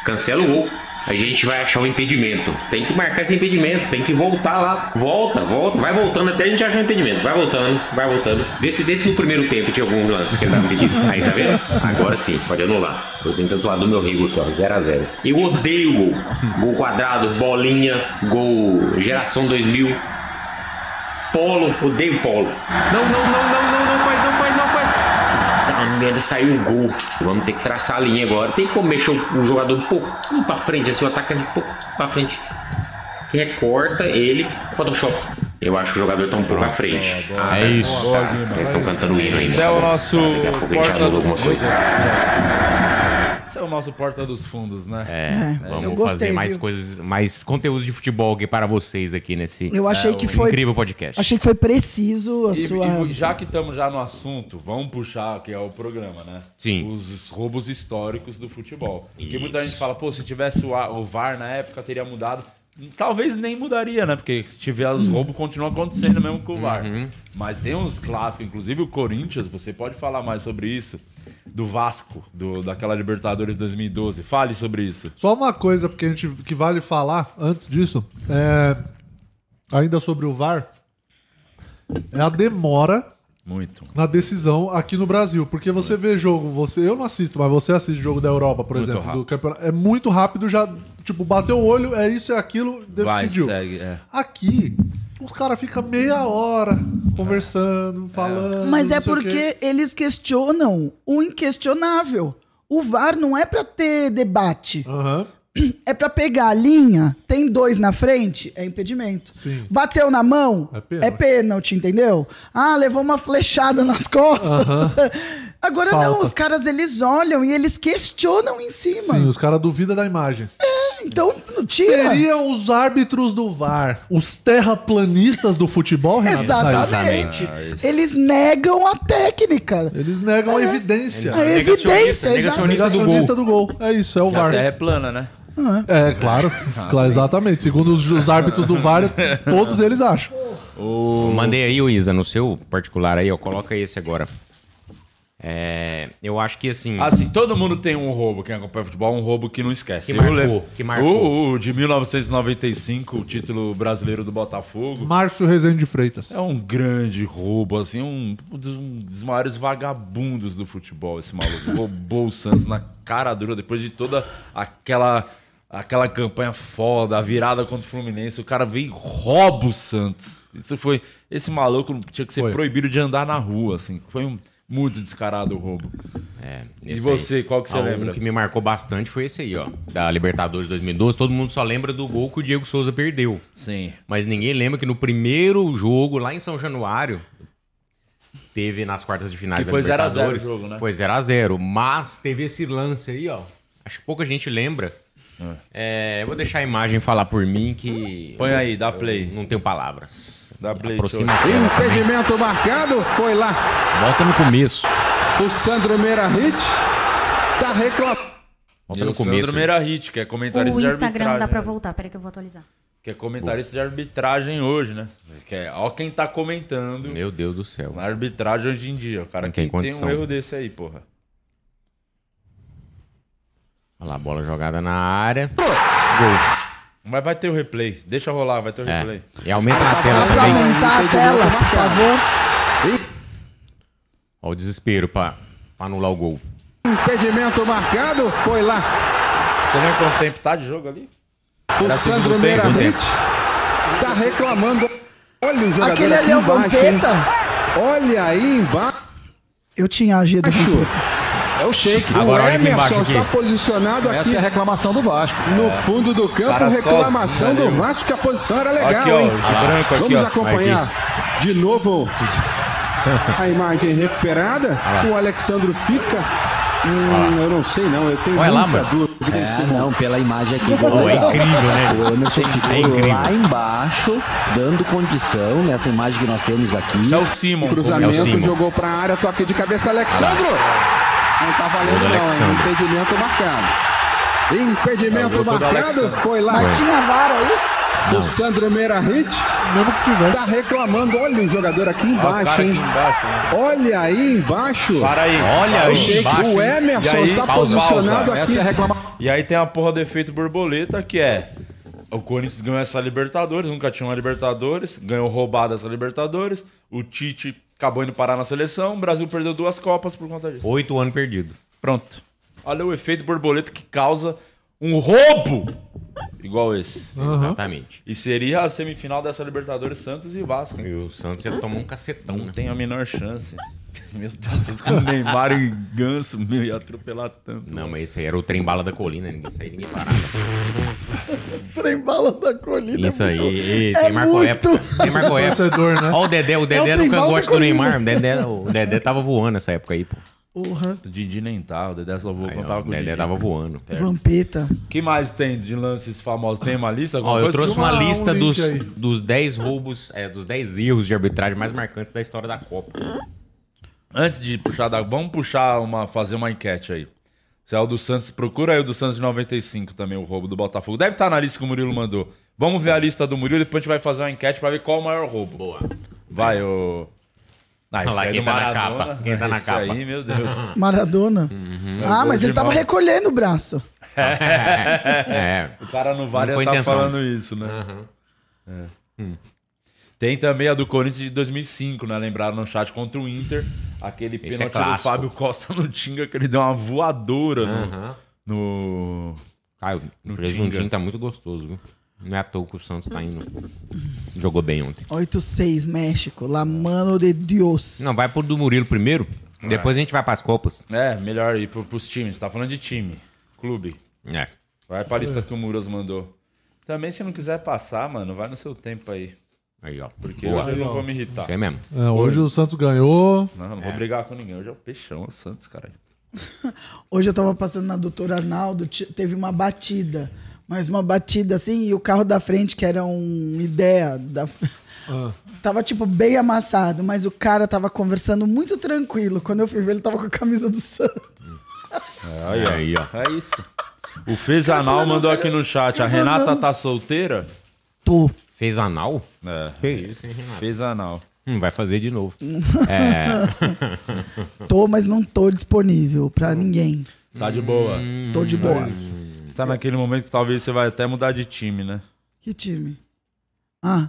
Speaker 9: Cancela o gol. A gente vai achar um impedimento. Tem que marcar esse impedimento. Tem que voltar lá. Volta, volta. Vai voltando até a gente achar o impedimento. Vai voltando, vai voltando. Vê se, vê se no primeiro tempo tinha algum lance que ele tava impedido. Aí, tá vendo? Agora sim, pode anular. Eu tenho tatuado do meu rigo aqui, ó. 0x0. Eu odeio gol. Gol quadrado, bolinha, gol geração 2000. Polo, odeio polo. Não, não, não, não, não, não faz, não faz, não faz. Ah, merda, saiu o gol. Vamos ter que traçar a linha agora. Tem como mexer o, o jogador um pouquinho pra frente, assim, o atacante um pouquinho pra frente. Recorta ele, Photoshop. Eu acho que o jogador tá um pouco à frente. Ah,
Speaker 3: É isso.
Speaker 9: tá. Eles estão cantando o hino ainda.
Speaker 5: Esse é o nosso
Speaker 9: Daqui a pouco a gente
Speaker 5: porta
Speaker 9: anula
Speaker 5: dos
Speaker 9: alguma coisa.
Speaker 5: Esse é o nosso porta dos fundos, né?
Speaker 3: É, vamos
Speaker 2: eu gostei,
Speaker 3: fazer mais
Speaker 2: viu?
Speaker 3: coisas, mais conteúdos de futebol aqui para vocês aqui nesse é,
Speaker 2: Eu achei que foi.
Speaker 3: incrível podcast.
Speaker 2: Achei que foi preciso a
Speaker 5: E,
Speaker 2: sua.
Speaker 5: e já que estamos já no assunto, vamos puxar que é o programa, né?
Speaker 3: Sim.
Speaker 5: Os roubos históricos do futebol. Porque muita gente fala, pô, se tivesse o, A- o VAR na época teria mudado. Talvez nem mudaria, né? Porque se tiver os roubos, continua acontecendo mesmo com o VAR. Mas tem uns clássicos, inclusive o Corinthians, você pode falar mais sobre isso. Do Vasco, do, daquela Libertadores 2012. Fale sobre isso.
Speaker 4: Só uma coisa porque a gente, que vale falar antes disso, é, ainda sobre o VAR, é a demora
Speaker 5: Muito.
Speaker 4: na decisão aqui no Brasil. Porque você vê jogo, você eu não assisto, mas você assiste jogo da Europa, por
Speaker 5: Muito
Speaker 4: exemplo, do
Speaker 5: rápido.
Speaker 4: campeonato. É muito rápido, já, tipo, bateu o olho, é isso, é aquilo,
Speaker 5: Vai,
Speaker 4: decidiu.
Speaker 5: segue. É.
Speaker 4: Aqui, os caras ficam meia hora conversando, falando.
Speaker 2: Mas é
Speaker 4: não sei o quê.
Speaker 2: porque eles questionam o inquestionável. O VAR não é pra ter debate.
Speaker 4: Aham.
Speaker 2: É pra pegar a linha, tem dois na frente, é impedimento.
Speaker 4: Sim.
Speaker 2: Bateu na mão,
Speaker 4: É
Speaker 2: é
Speaker 4: pênalti.
Speaker 2: pênalti, entendeu? Ah, levou uma flechada nas costas. Agora não,
Speaker 4: Falta.
Speaker 2: os caras eles olham e eles questionam em cima.
Speaker 4: Sim, os caras duvidam da imagem.
Speaker 2: Então, tira.
Speaker 4: Seriam os árbitros do VAR, os terraplanistas do futebol, Renato?
Speaker 2: Exatamente.
Speaker 3: é.
Speaker 2: Eles negam a técnica.
Speaker 4: Saiu. Eles negam a
Speaker 2: É.
Speaker 4: evidência.
Speaker 2: A evidência,
Speaker 3: É. Negacionista,
Speaker 2: exato.
Speaker 3: negacionista do gol.
Speaker 4: Negacionista do gol. É isso, é o
Speaker 5: A
Speaker 4: VAR.
Speaker 5: terra é plana, né?
Speaker 4: É, claro.
Speaker 5: Ah,
Speaker 4: claro exatamente. Segundo os, os árbitros do VAR, todos eles acham.
Speaker 3: Mandei aí, ô Isa, no seu particular aí, ó. Coloca esse agora. É, eu acho que assim.
Speaker 5: Assim, todo mundo tem um roubo, quem acompanha futebol, um roubo que não esquece.
Speaker 3: Que marcou,
Speaker 5: Eu lembro-
Speaker 3: que marcou.
Speaker 5: O, o de 1995, o título brasileiro do Botafogo.
Speaker 4: Márcio Rezende de Freitas.
Speaker 5: É um grande roubo, assim, um, um dos maiores vagabundos do futebol, esse maluco. Roubou o Santos na cara dura, depois de toda aquela, aquela campanha foda, a virada contra o Fluminense, o cara vem e rouba o Santos. Isso foi. Esse maluco tinha que ser
Speaker 4: Foi.
Speaker 5: proibido de andar na rua, assim. Foi um- muito descarado o roubo.
Speaker 3: É,
Speaker 5: E você, qual que você lembra?
Speaker 3: Um que me marcou bastante foi esse aí, ó. Da Libertadores 2012. Todo mundo só lembra do gol que o Diego Souza perdeu.
Speaker 5: Sim.
Speaker 3: Mas ninguém lembra que no primeiro jogo, lá em São Januário, teve nas quartas de finais
Speaker 5: Que foi 0 a 0
Speaker 3: Libertadores,
Speaker 5: o jogo, né?
Speaker 3: Foi 0x0. Mas teve esse lance aí, ó. Acho que pouca gente lembra. É, eu vou deixar a imagem falar por mim que.
Speaker 5: Põe aí, dá play.
Speaker 3: Não tenho palavras.
Speaker 5: Dá play,
Speaker 3: Aproxima
Speaker 5: show.
Speaker 3: a tela.
Speaker 11: Impedimento marcado, foi lá.
Speaker 3: Volta no começo.
Speaker 11: O Sandro Meira Hit tá reclamando.
Speaker 3: Volta
Speaker 5: E o
Speaker 3: no
Speaker 5: Sandro
Speaker 3: começo.
Speaker 5: Meira Hit, que é comentarista
Speaker 12: O
Speaker 5: de
Speaker 12: Instagram
Speaker 5: arbitragem.
Speaker 12: dá pra
Speaker 5: né?
Speaker 12: voltar, peraí que eu vou atualizar.
Speaker 5: Que é comentarista de arbitragem hoje, né? Que é, ó quem tá comentando
Speaker 3: Meu Deus do céu.
Speaker 5: na arbitragem hoje em dia. O cara
Speaker 3: Não
Speaker 5: que
Speaker 3: tem
Speaker 5: tem um
Speaker 3: condição.
Speaker 5: erro desse aí, porra.
Speaker 3: Olha lá, bola jogada na área.
Speaker 5: Mas vai ter o replay. Deixa rolar, vai ter o
Speaker 3: É.
Speaker 5: replay.
Speaker 3: E aumenta na
Speaker 2: Dá
Speaker 3: tela
Speaker 2: pra
Speaker 3: também.
Speaker 2: aumentar a tela, por favor?
Speaker 3: Ó, o desespero pra, pra anular o gol.
Speaker 11: Impedimento marcado, foi lá.
Speaker 5: Você lembra quanto tempo tá de jogo ali?
Speaker 11: O Sandro Meira
Speaker 3: segundo
Speaker 11: Hit tá reclamando. Olha o jogador
Speaker 2: Aquele ali
Speaker 11: aqui
Speaker 2: é o
Speaker 11: embaixo, hein?
Speaker 2: Vampeta?
Speaker 11: Olha aí embaixo.
Speaker 2: Eu tinha a G do
Speaker 11: Acho.
Speaker 2: Vampeta.
Speaker 11: É o shake.
Speaker 3: Agora
Speaker 11: o
Speaker 3: olha aqui
Speaker 11: Emerson
Speaker 3: embaixo
Speaker 11: está
Speaker 3: aqui.
Speaker 11: posicionado aqui
Speaker 6: reclamação do Vasco.
Speaker 11: no fundo do campo.
Speaker 5: Cara,
Speaker 11: reclamação do
Speaker 5: sozinho ali.
Speaker 11: Vasco, que a posição era legal,
Speaker 5: aqui, ó,
Speaker 11: hein?
Speaker 5: de branco aqui,
Speaker 11: Vamos
Speaker 5: ó. é
Speaker 11: acompanhar de novo a imagem recuperada. O Alexandro fica. Hum, eu não sei não, eu tenho
Speaker 3: Olha lá,
Speaker 11: muita
Speaker 3: mano.
Speaker 11: dúvida. desse
Speaker 13: não, pela imagem aqui.
Speaker 3: Pô, é incrível, né?
Speaker 13: O Emerson ficou
Speaker 3: É incrível.
Speaker 13: lá embaixo, dando condição nessa imagem que nós temos aqui.
Speaker 5: Isso é o Simon.
Speaker 3: É o
Speaker 11: Cruzamento,
Speaker 3: Simon.
Speaker 11: jogou pra área, toque de cabeça, Alexandro! Não tá
Speaker 3: Gol
Speaker 11: valendo
Speaker 3: do
Speaker 11: não, hein?
Speaker 3: Alexandro.
Speaker 11: impedimento marcado.
Speaker 5: É, o
Speaker 11: Impedimento
Speaker 5: gol foi do
Speaker 11: marcado,
Speaker 5: Alexandro.
Speaker 11: foi lá.
Speaker 2: Mas tinha a vara aí?
Speaker 11: O Sandro Meira Hit
Speaker 6: Mesmo que tivesse.
Speaker 11: tá reclamando. Olha o jogador aqui
Speaker 5: Ó, é o
Speaker 11: embaixo,
Speaker 5: cara aqui
Speaker 11: hein?
Speaker 5: embaixo, né?
Speaker 11: Olha aí embaixo.
Speaker 5: Para aí.
Speaker 3: Olha
Speaker 5: Para
Speaker 3: aí,
Speaker 11: Shake.
Speaker 3: embaixo,
Speaker 11: o
Speaker 3: hein?
Speaker 11: Emerson
Speaker 5: E aí, né?
Speaker 11: está
Speaker 5: pausa,
Speaker 11: posicionado
Speaker 5: pausa.
Speaker 11: aqui.
Speaker 5: é E aí tem a porra do efeito borboleta, que é... O Corinthians ganhou essa Libertadores, nunca tinha uma Libertadores, ganhou roubada essa Libertadores, o Tite acabou indo parar na seleção, o Brasil perdeu duas Copas por conta disso.
Speaker 3: Oito anos perdido.
Speaker 5: Pronto. Olha o efeito borboleta que causa um roubo igual esse.
Speaker 3: Exatamente.
Speaker 5: E seria a semifinal dessa Libertadores Santos e Vasco. hein?
Speaker 3: E o Santos ia tomar um cacetão, né?
Speaker 5: Não tem a menor chance. Meu Deus, vocês com Neymar e Ganso, meu, ia atropelar tanto.
Speaker 3: Não, mas esse aí era o trem bala da colina, ninguém saía, ninguém parava.
Speaker 2: Trem bala da colina.
Speaker 3: Isso
Speaker 2: é
Speaker 3: aí,
Speaker 2: muito-
Speaker 3: isso
Speaker 2: é
Speaker 3: aí marcou
Speaker 2: muito.
Speaker 3: época. Isso aí marcou época.
Speaker 4: Torcedor, né?
Speaker 3: Ó o Dedé, tá- o Dedé
Speaker 2: É
Speaker 3: no
Speaker 2: o trem bala da
Speaker 3: cangote do
Speaker 2: colina.
Speaker 3: Neymar. O Dedé, o Dedé tava voando nessa época aí, pô.
Speaker 2: Porra,
Speaker 5: O Didi nem tá, o Dedé só vou
Speaker 3: Aí,
Speaker 5: contar
Speaker 3: ó,
Speaker 5: com o
Speaker 3: o Dedé
Speaker 5: Didi.
Speaker 3: tava voando.
Speaker 2: Vampeta.
Speaker 5: O que mais tem de lances famosos? Tem uma lista? alguma
Speaker 3: Ó, eu
Speaker 5: coisa?
Speaker 3: trouxe uma
Speaker 4: uma- um
Speaker 3: lista
Speaker 4: link
Speaker 3: dos,
Speaker 4: aí.
Speaker 3: dos 10 roubos, é, dos 10 erros de arbitragem mais marcantes da história da Copa.
Speaker 5: Antes de puxar da... Vamos puxar uma... Fazer uma enquete aí. Se é o do Santos, procura aí o do Santos de 95 também, o roubo do Botafogo. Deve estar na lista que o Murilo mandou. Vamos ver a lista do Murilo e depois a gente vai fazer uma enquete pra ver qual o maior roubo. Boa. Vai, ô... Ah,
Speaker 3: Olha lá,
Speaker 5: aí
Speaker 3: quem
Speaker 5: do
Speaker 3: tá na
Speaker 5: Maradona,
Speaker 3: capa? Quem tá na
Speaker 5: isso
Speaker 3: capa?
Speaker 5: aí, meu Deus. é
Speaker 2: Maradona.
Speaker 3: Uhum.
Speaker 2: ah, mas ele tava
Speaker 5: demais.
Speaker 2: recolhendo o braço.
Speaker 3: É.
Speaker 5: O cara no VAR
Speaker 3: Não foi
Speaker 5: ia tá
Speaker 3: intenção. Hum.
Speaker 5: falando isso, né? É. Tem também a do Corinthians de 2005, né? Lembraram no chat contra o Inter. Aquele
Speaker 3: é
Speaker 5: pênalti do
Speaker 3: clássico.
Speaker 5: Fábio Costa no Tinga, que ele deu uma voadora
Speaker 3: né?
Speaker 5: no- no...
Speaker 3: Caio, o presuntinho tá muito gostoso, viu? Não é à toa que o Santos tá indo. Jogou bem ontem.
Speaker 2: 8-6, México. La mano de Deus.
Speaker 3: Não, vai pro do Murilo primeiro, depois a gente vai pras Copas.
Speaker 5: É, melhor ir pro, pros times. Tá falando de time, clube.
Speaker 3: É.
Speaker 5: Vai pra lista que o Muras mandou. Também, se não quiser passar, mano, vai no seu tempo aí.
Speaker 3: Aí, ó.
Speaker 5: Porque
Speaker 3: Boa.
Speaker 5: hoje eu não vou me irritar.
Speaker 3: Isso aí mesmo.
Speaker 4: É, hoje o Santos ganhou.
Speaker 5: Não, não vou brigar com ninguém. Hoje é o Peixão, é o Santos, caralho.
Speaker 2: Hoje eu tava passando na Doutora Arnaldo, ti- teve uma batida. Mas uma batida assim, e o carro da frente, que era um ideia da. Tava, tipo, bem amassado, mas o cara tava conversando muito tranquilo. Quando eu fui ver, ele tava com a camisa do Santos.
Speaker 3: Aí, ó.
Speaker 5: É isso. O Fezanal mandou aqui no chat. A Renata tá solteira?
Speaker 2: Tô.
Speaker 3: Fez anal?
Speaker 5: É.
Speaker 3: Que isso, hein, Renato?
Speaker 5: Fezanal.
Speaker 3: Hum, vai fazer de novo.
Speaker 2: Tô, mas não tô disponível pra ninguém.
Speaker 5: Tá de boa.
Speaker 3: Hum.
Speaker 2: Tô de boa.
Speaker 5: Tá naquele momento que talvez você vai até mudar de time, né?
Speaker 2: Que time? Ah,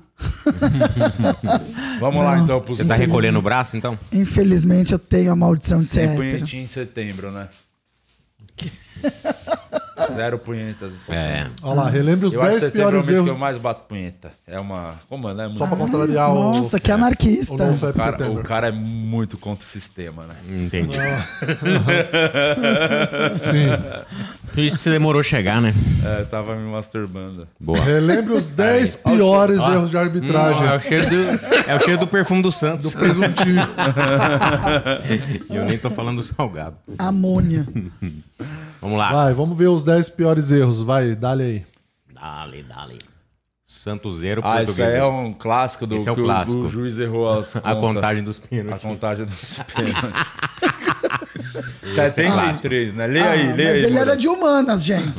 Speaker 5: Vamos lá, então, pros
Speaker 3: Você tá recolhendo o braço, então?
Speaker 2: infelizmente eu tenho a maldição de ser
Speaker 5: Sempre
Speaker 2: hétero.
Speaker 5: punhetinho em setembro, né? Zero punhetas.
Speaker 3: É.
Speaker 4: Olha lá, relembre os
Speaker 5: eu acho
Speaker 4: 10
Speaker 5: que setembro
Speaker 4: piores
Speaker 5: é o mês
Speaker 4: erros.
Speaker 5: que eu mais bato punheta. É uma... Como é, né?
Speaker 4: Só pra
Speaker 5: Muito-
Speaker 4: contrariar o- Nossa, que anarquista. o novo
Speaker 5: O
Speaker 4: Feb
Speaker 5: cara,
Speaker 4: Setembro.
Speaker 5: o cara é muito contra o sistema, né?
Speaker 3: Entendi.
Speaker 5: Sim.
Speaker 3: Por isso que você demorou a chegar, né?
Speaker 5: É, eu tava me masturbando.
Speaker 3: Boa.
Speaker 4: Relembre os 10 piores
Speaker 3: Ó.
Speaker 4: erros de arbitragem.
Speaker 3: Hum, é, o cheiro do, é o cheiro do perfume do Santos.
Speaker 4: Do presuntinho.
Speaker 3: E eu nem tô falando do salgado.
Speaker 2: Amônia.
Speaker 3: Vamos lá.
Speaker 4: Vai, vamos ver os 10 piores erros. Vai, dá-lhe aí.
Speaker 3: Dale, dale. Santos zero,
Speaker 5: Ah,
Speaker 3: português. né?
Speaker 5: isso aí é um clássico do
Speaker 3: Esse é o
Speaker 5: que o-
Speaker 3: clássico.
Speaker 5: o juiz errou as
Speaker 3: A
Speaker 5: contas.
Speaker 3: contagem dos pênaltis.
Speaker 5: A contagem dos pênaltis.
Speaker 3: Esse é
Speaker 5: 73, né? Leia aí, leia
Speaker 2: Ah, mas
Speaker 5: aí.
Speaker 2: ele era
Speaker 5: Moreira.
Speaker 2: de humanas, gente.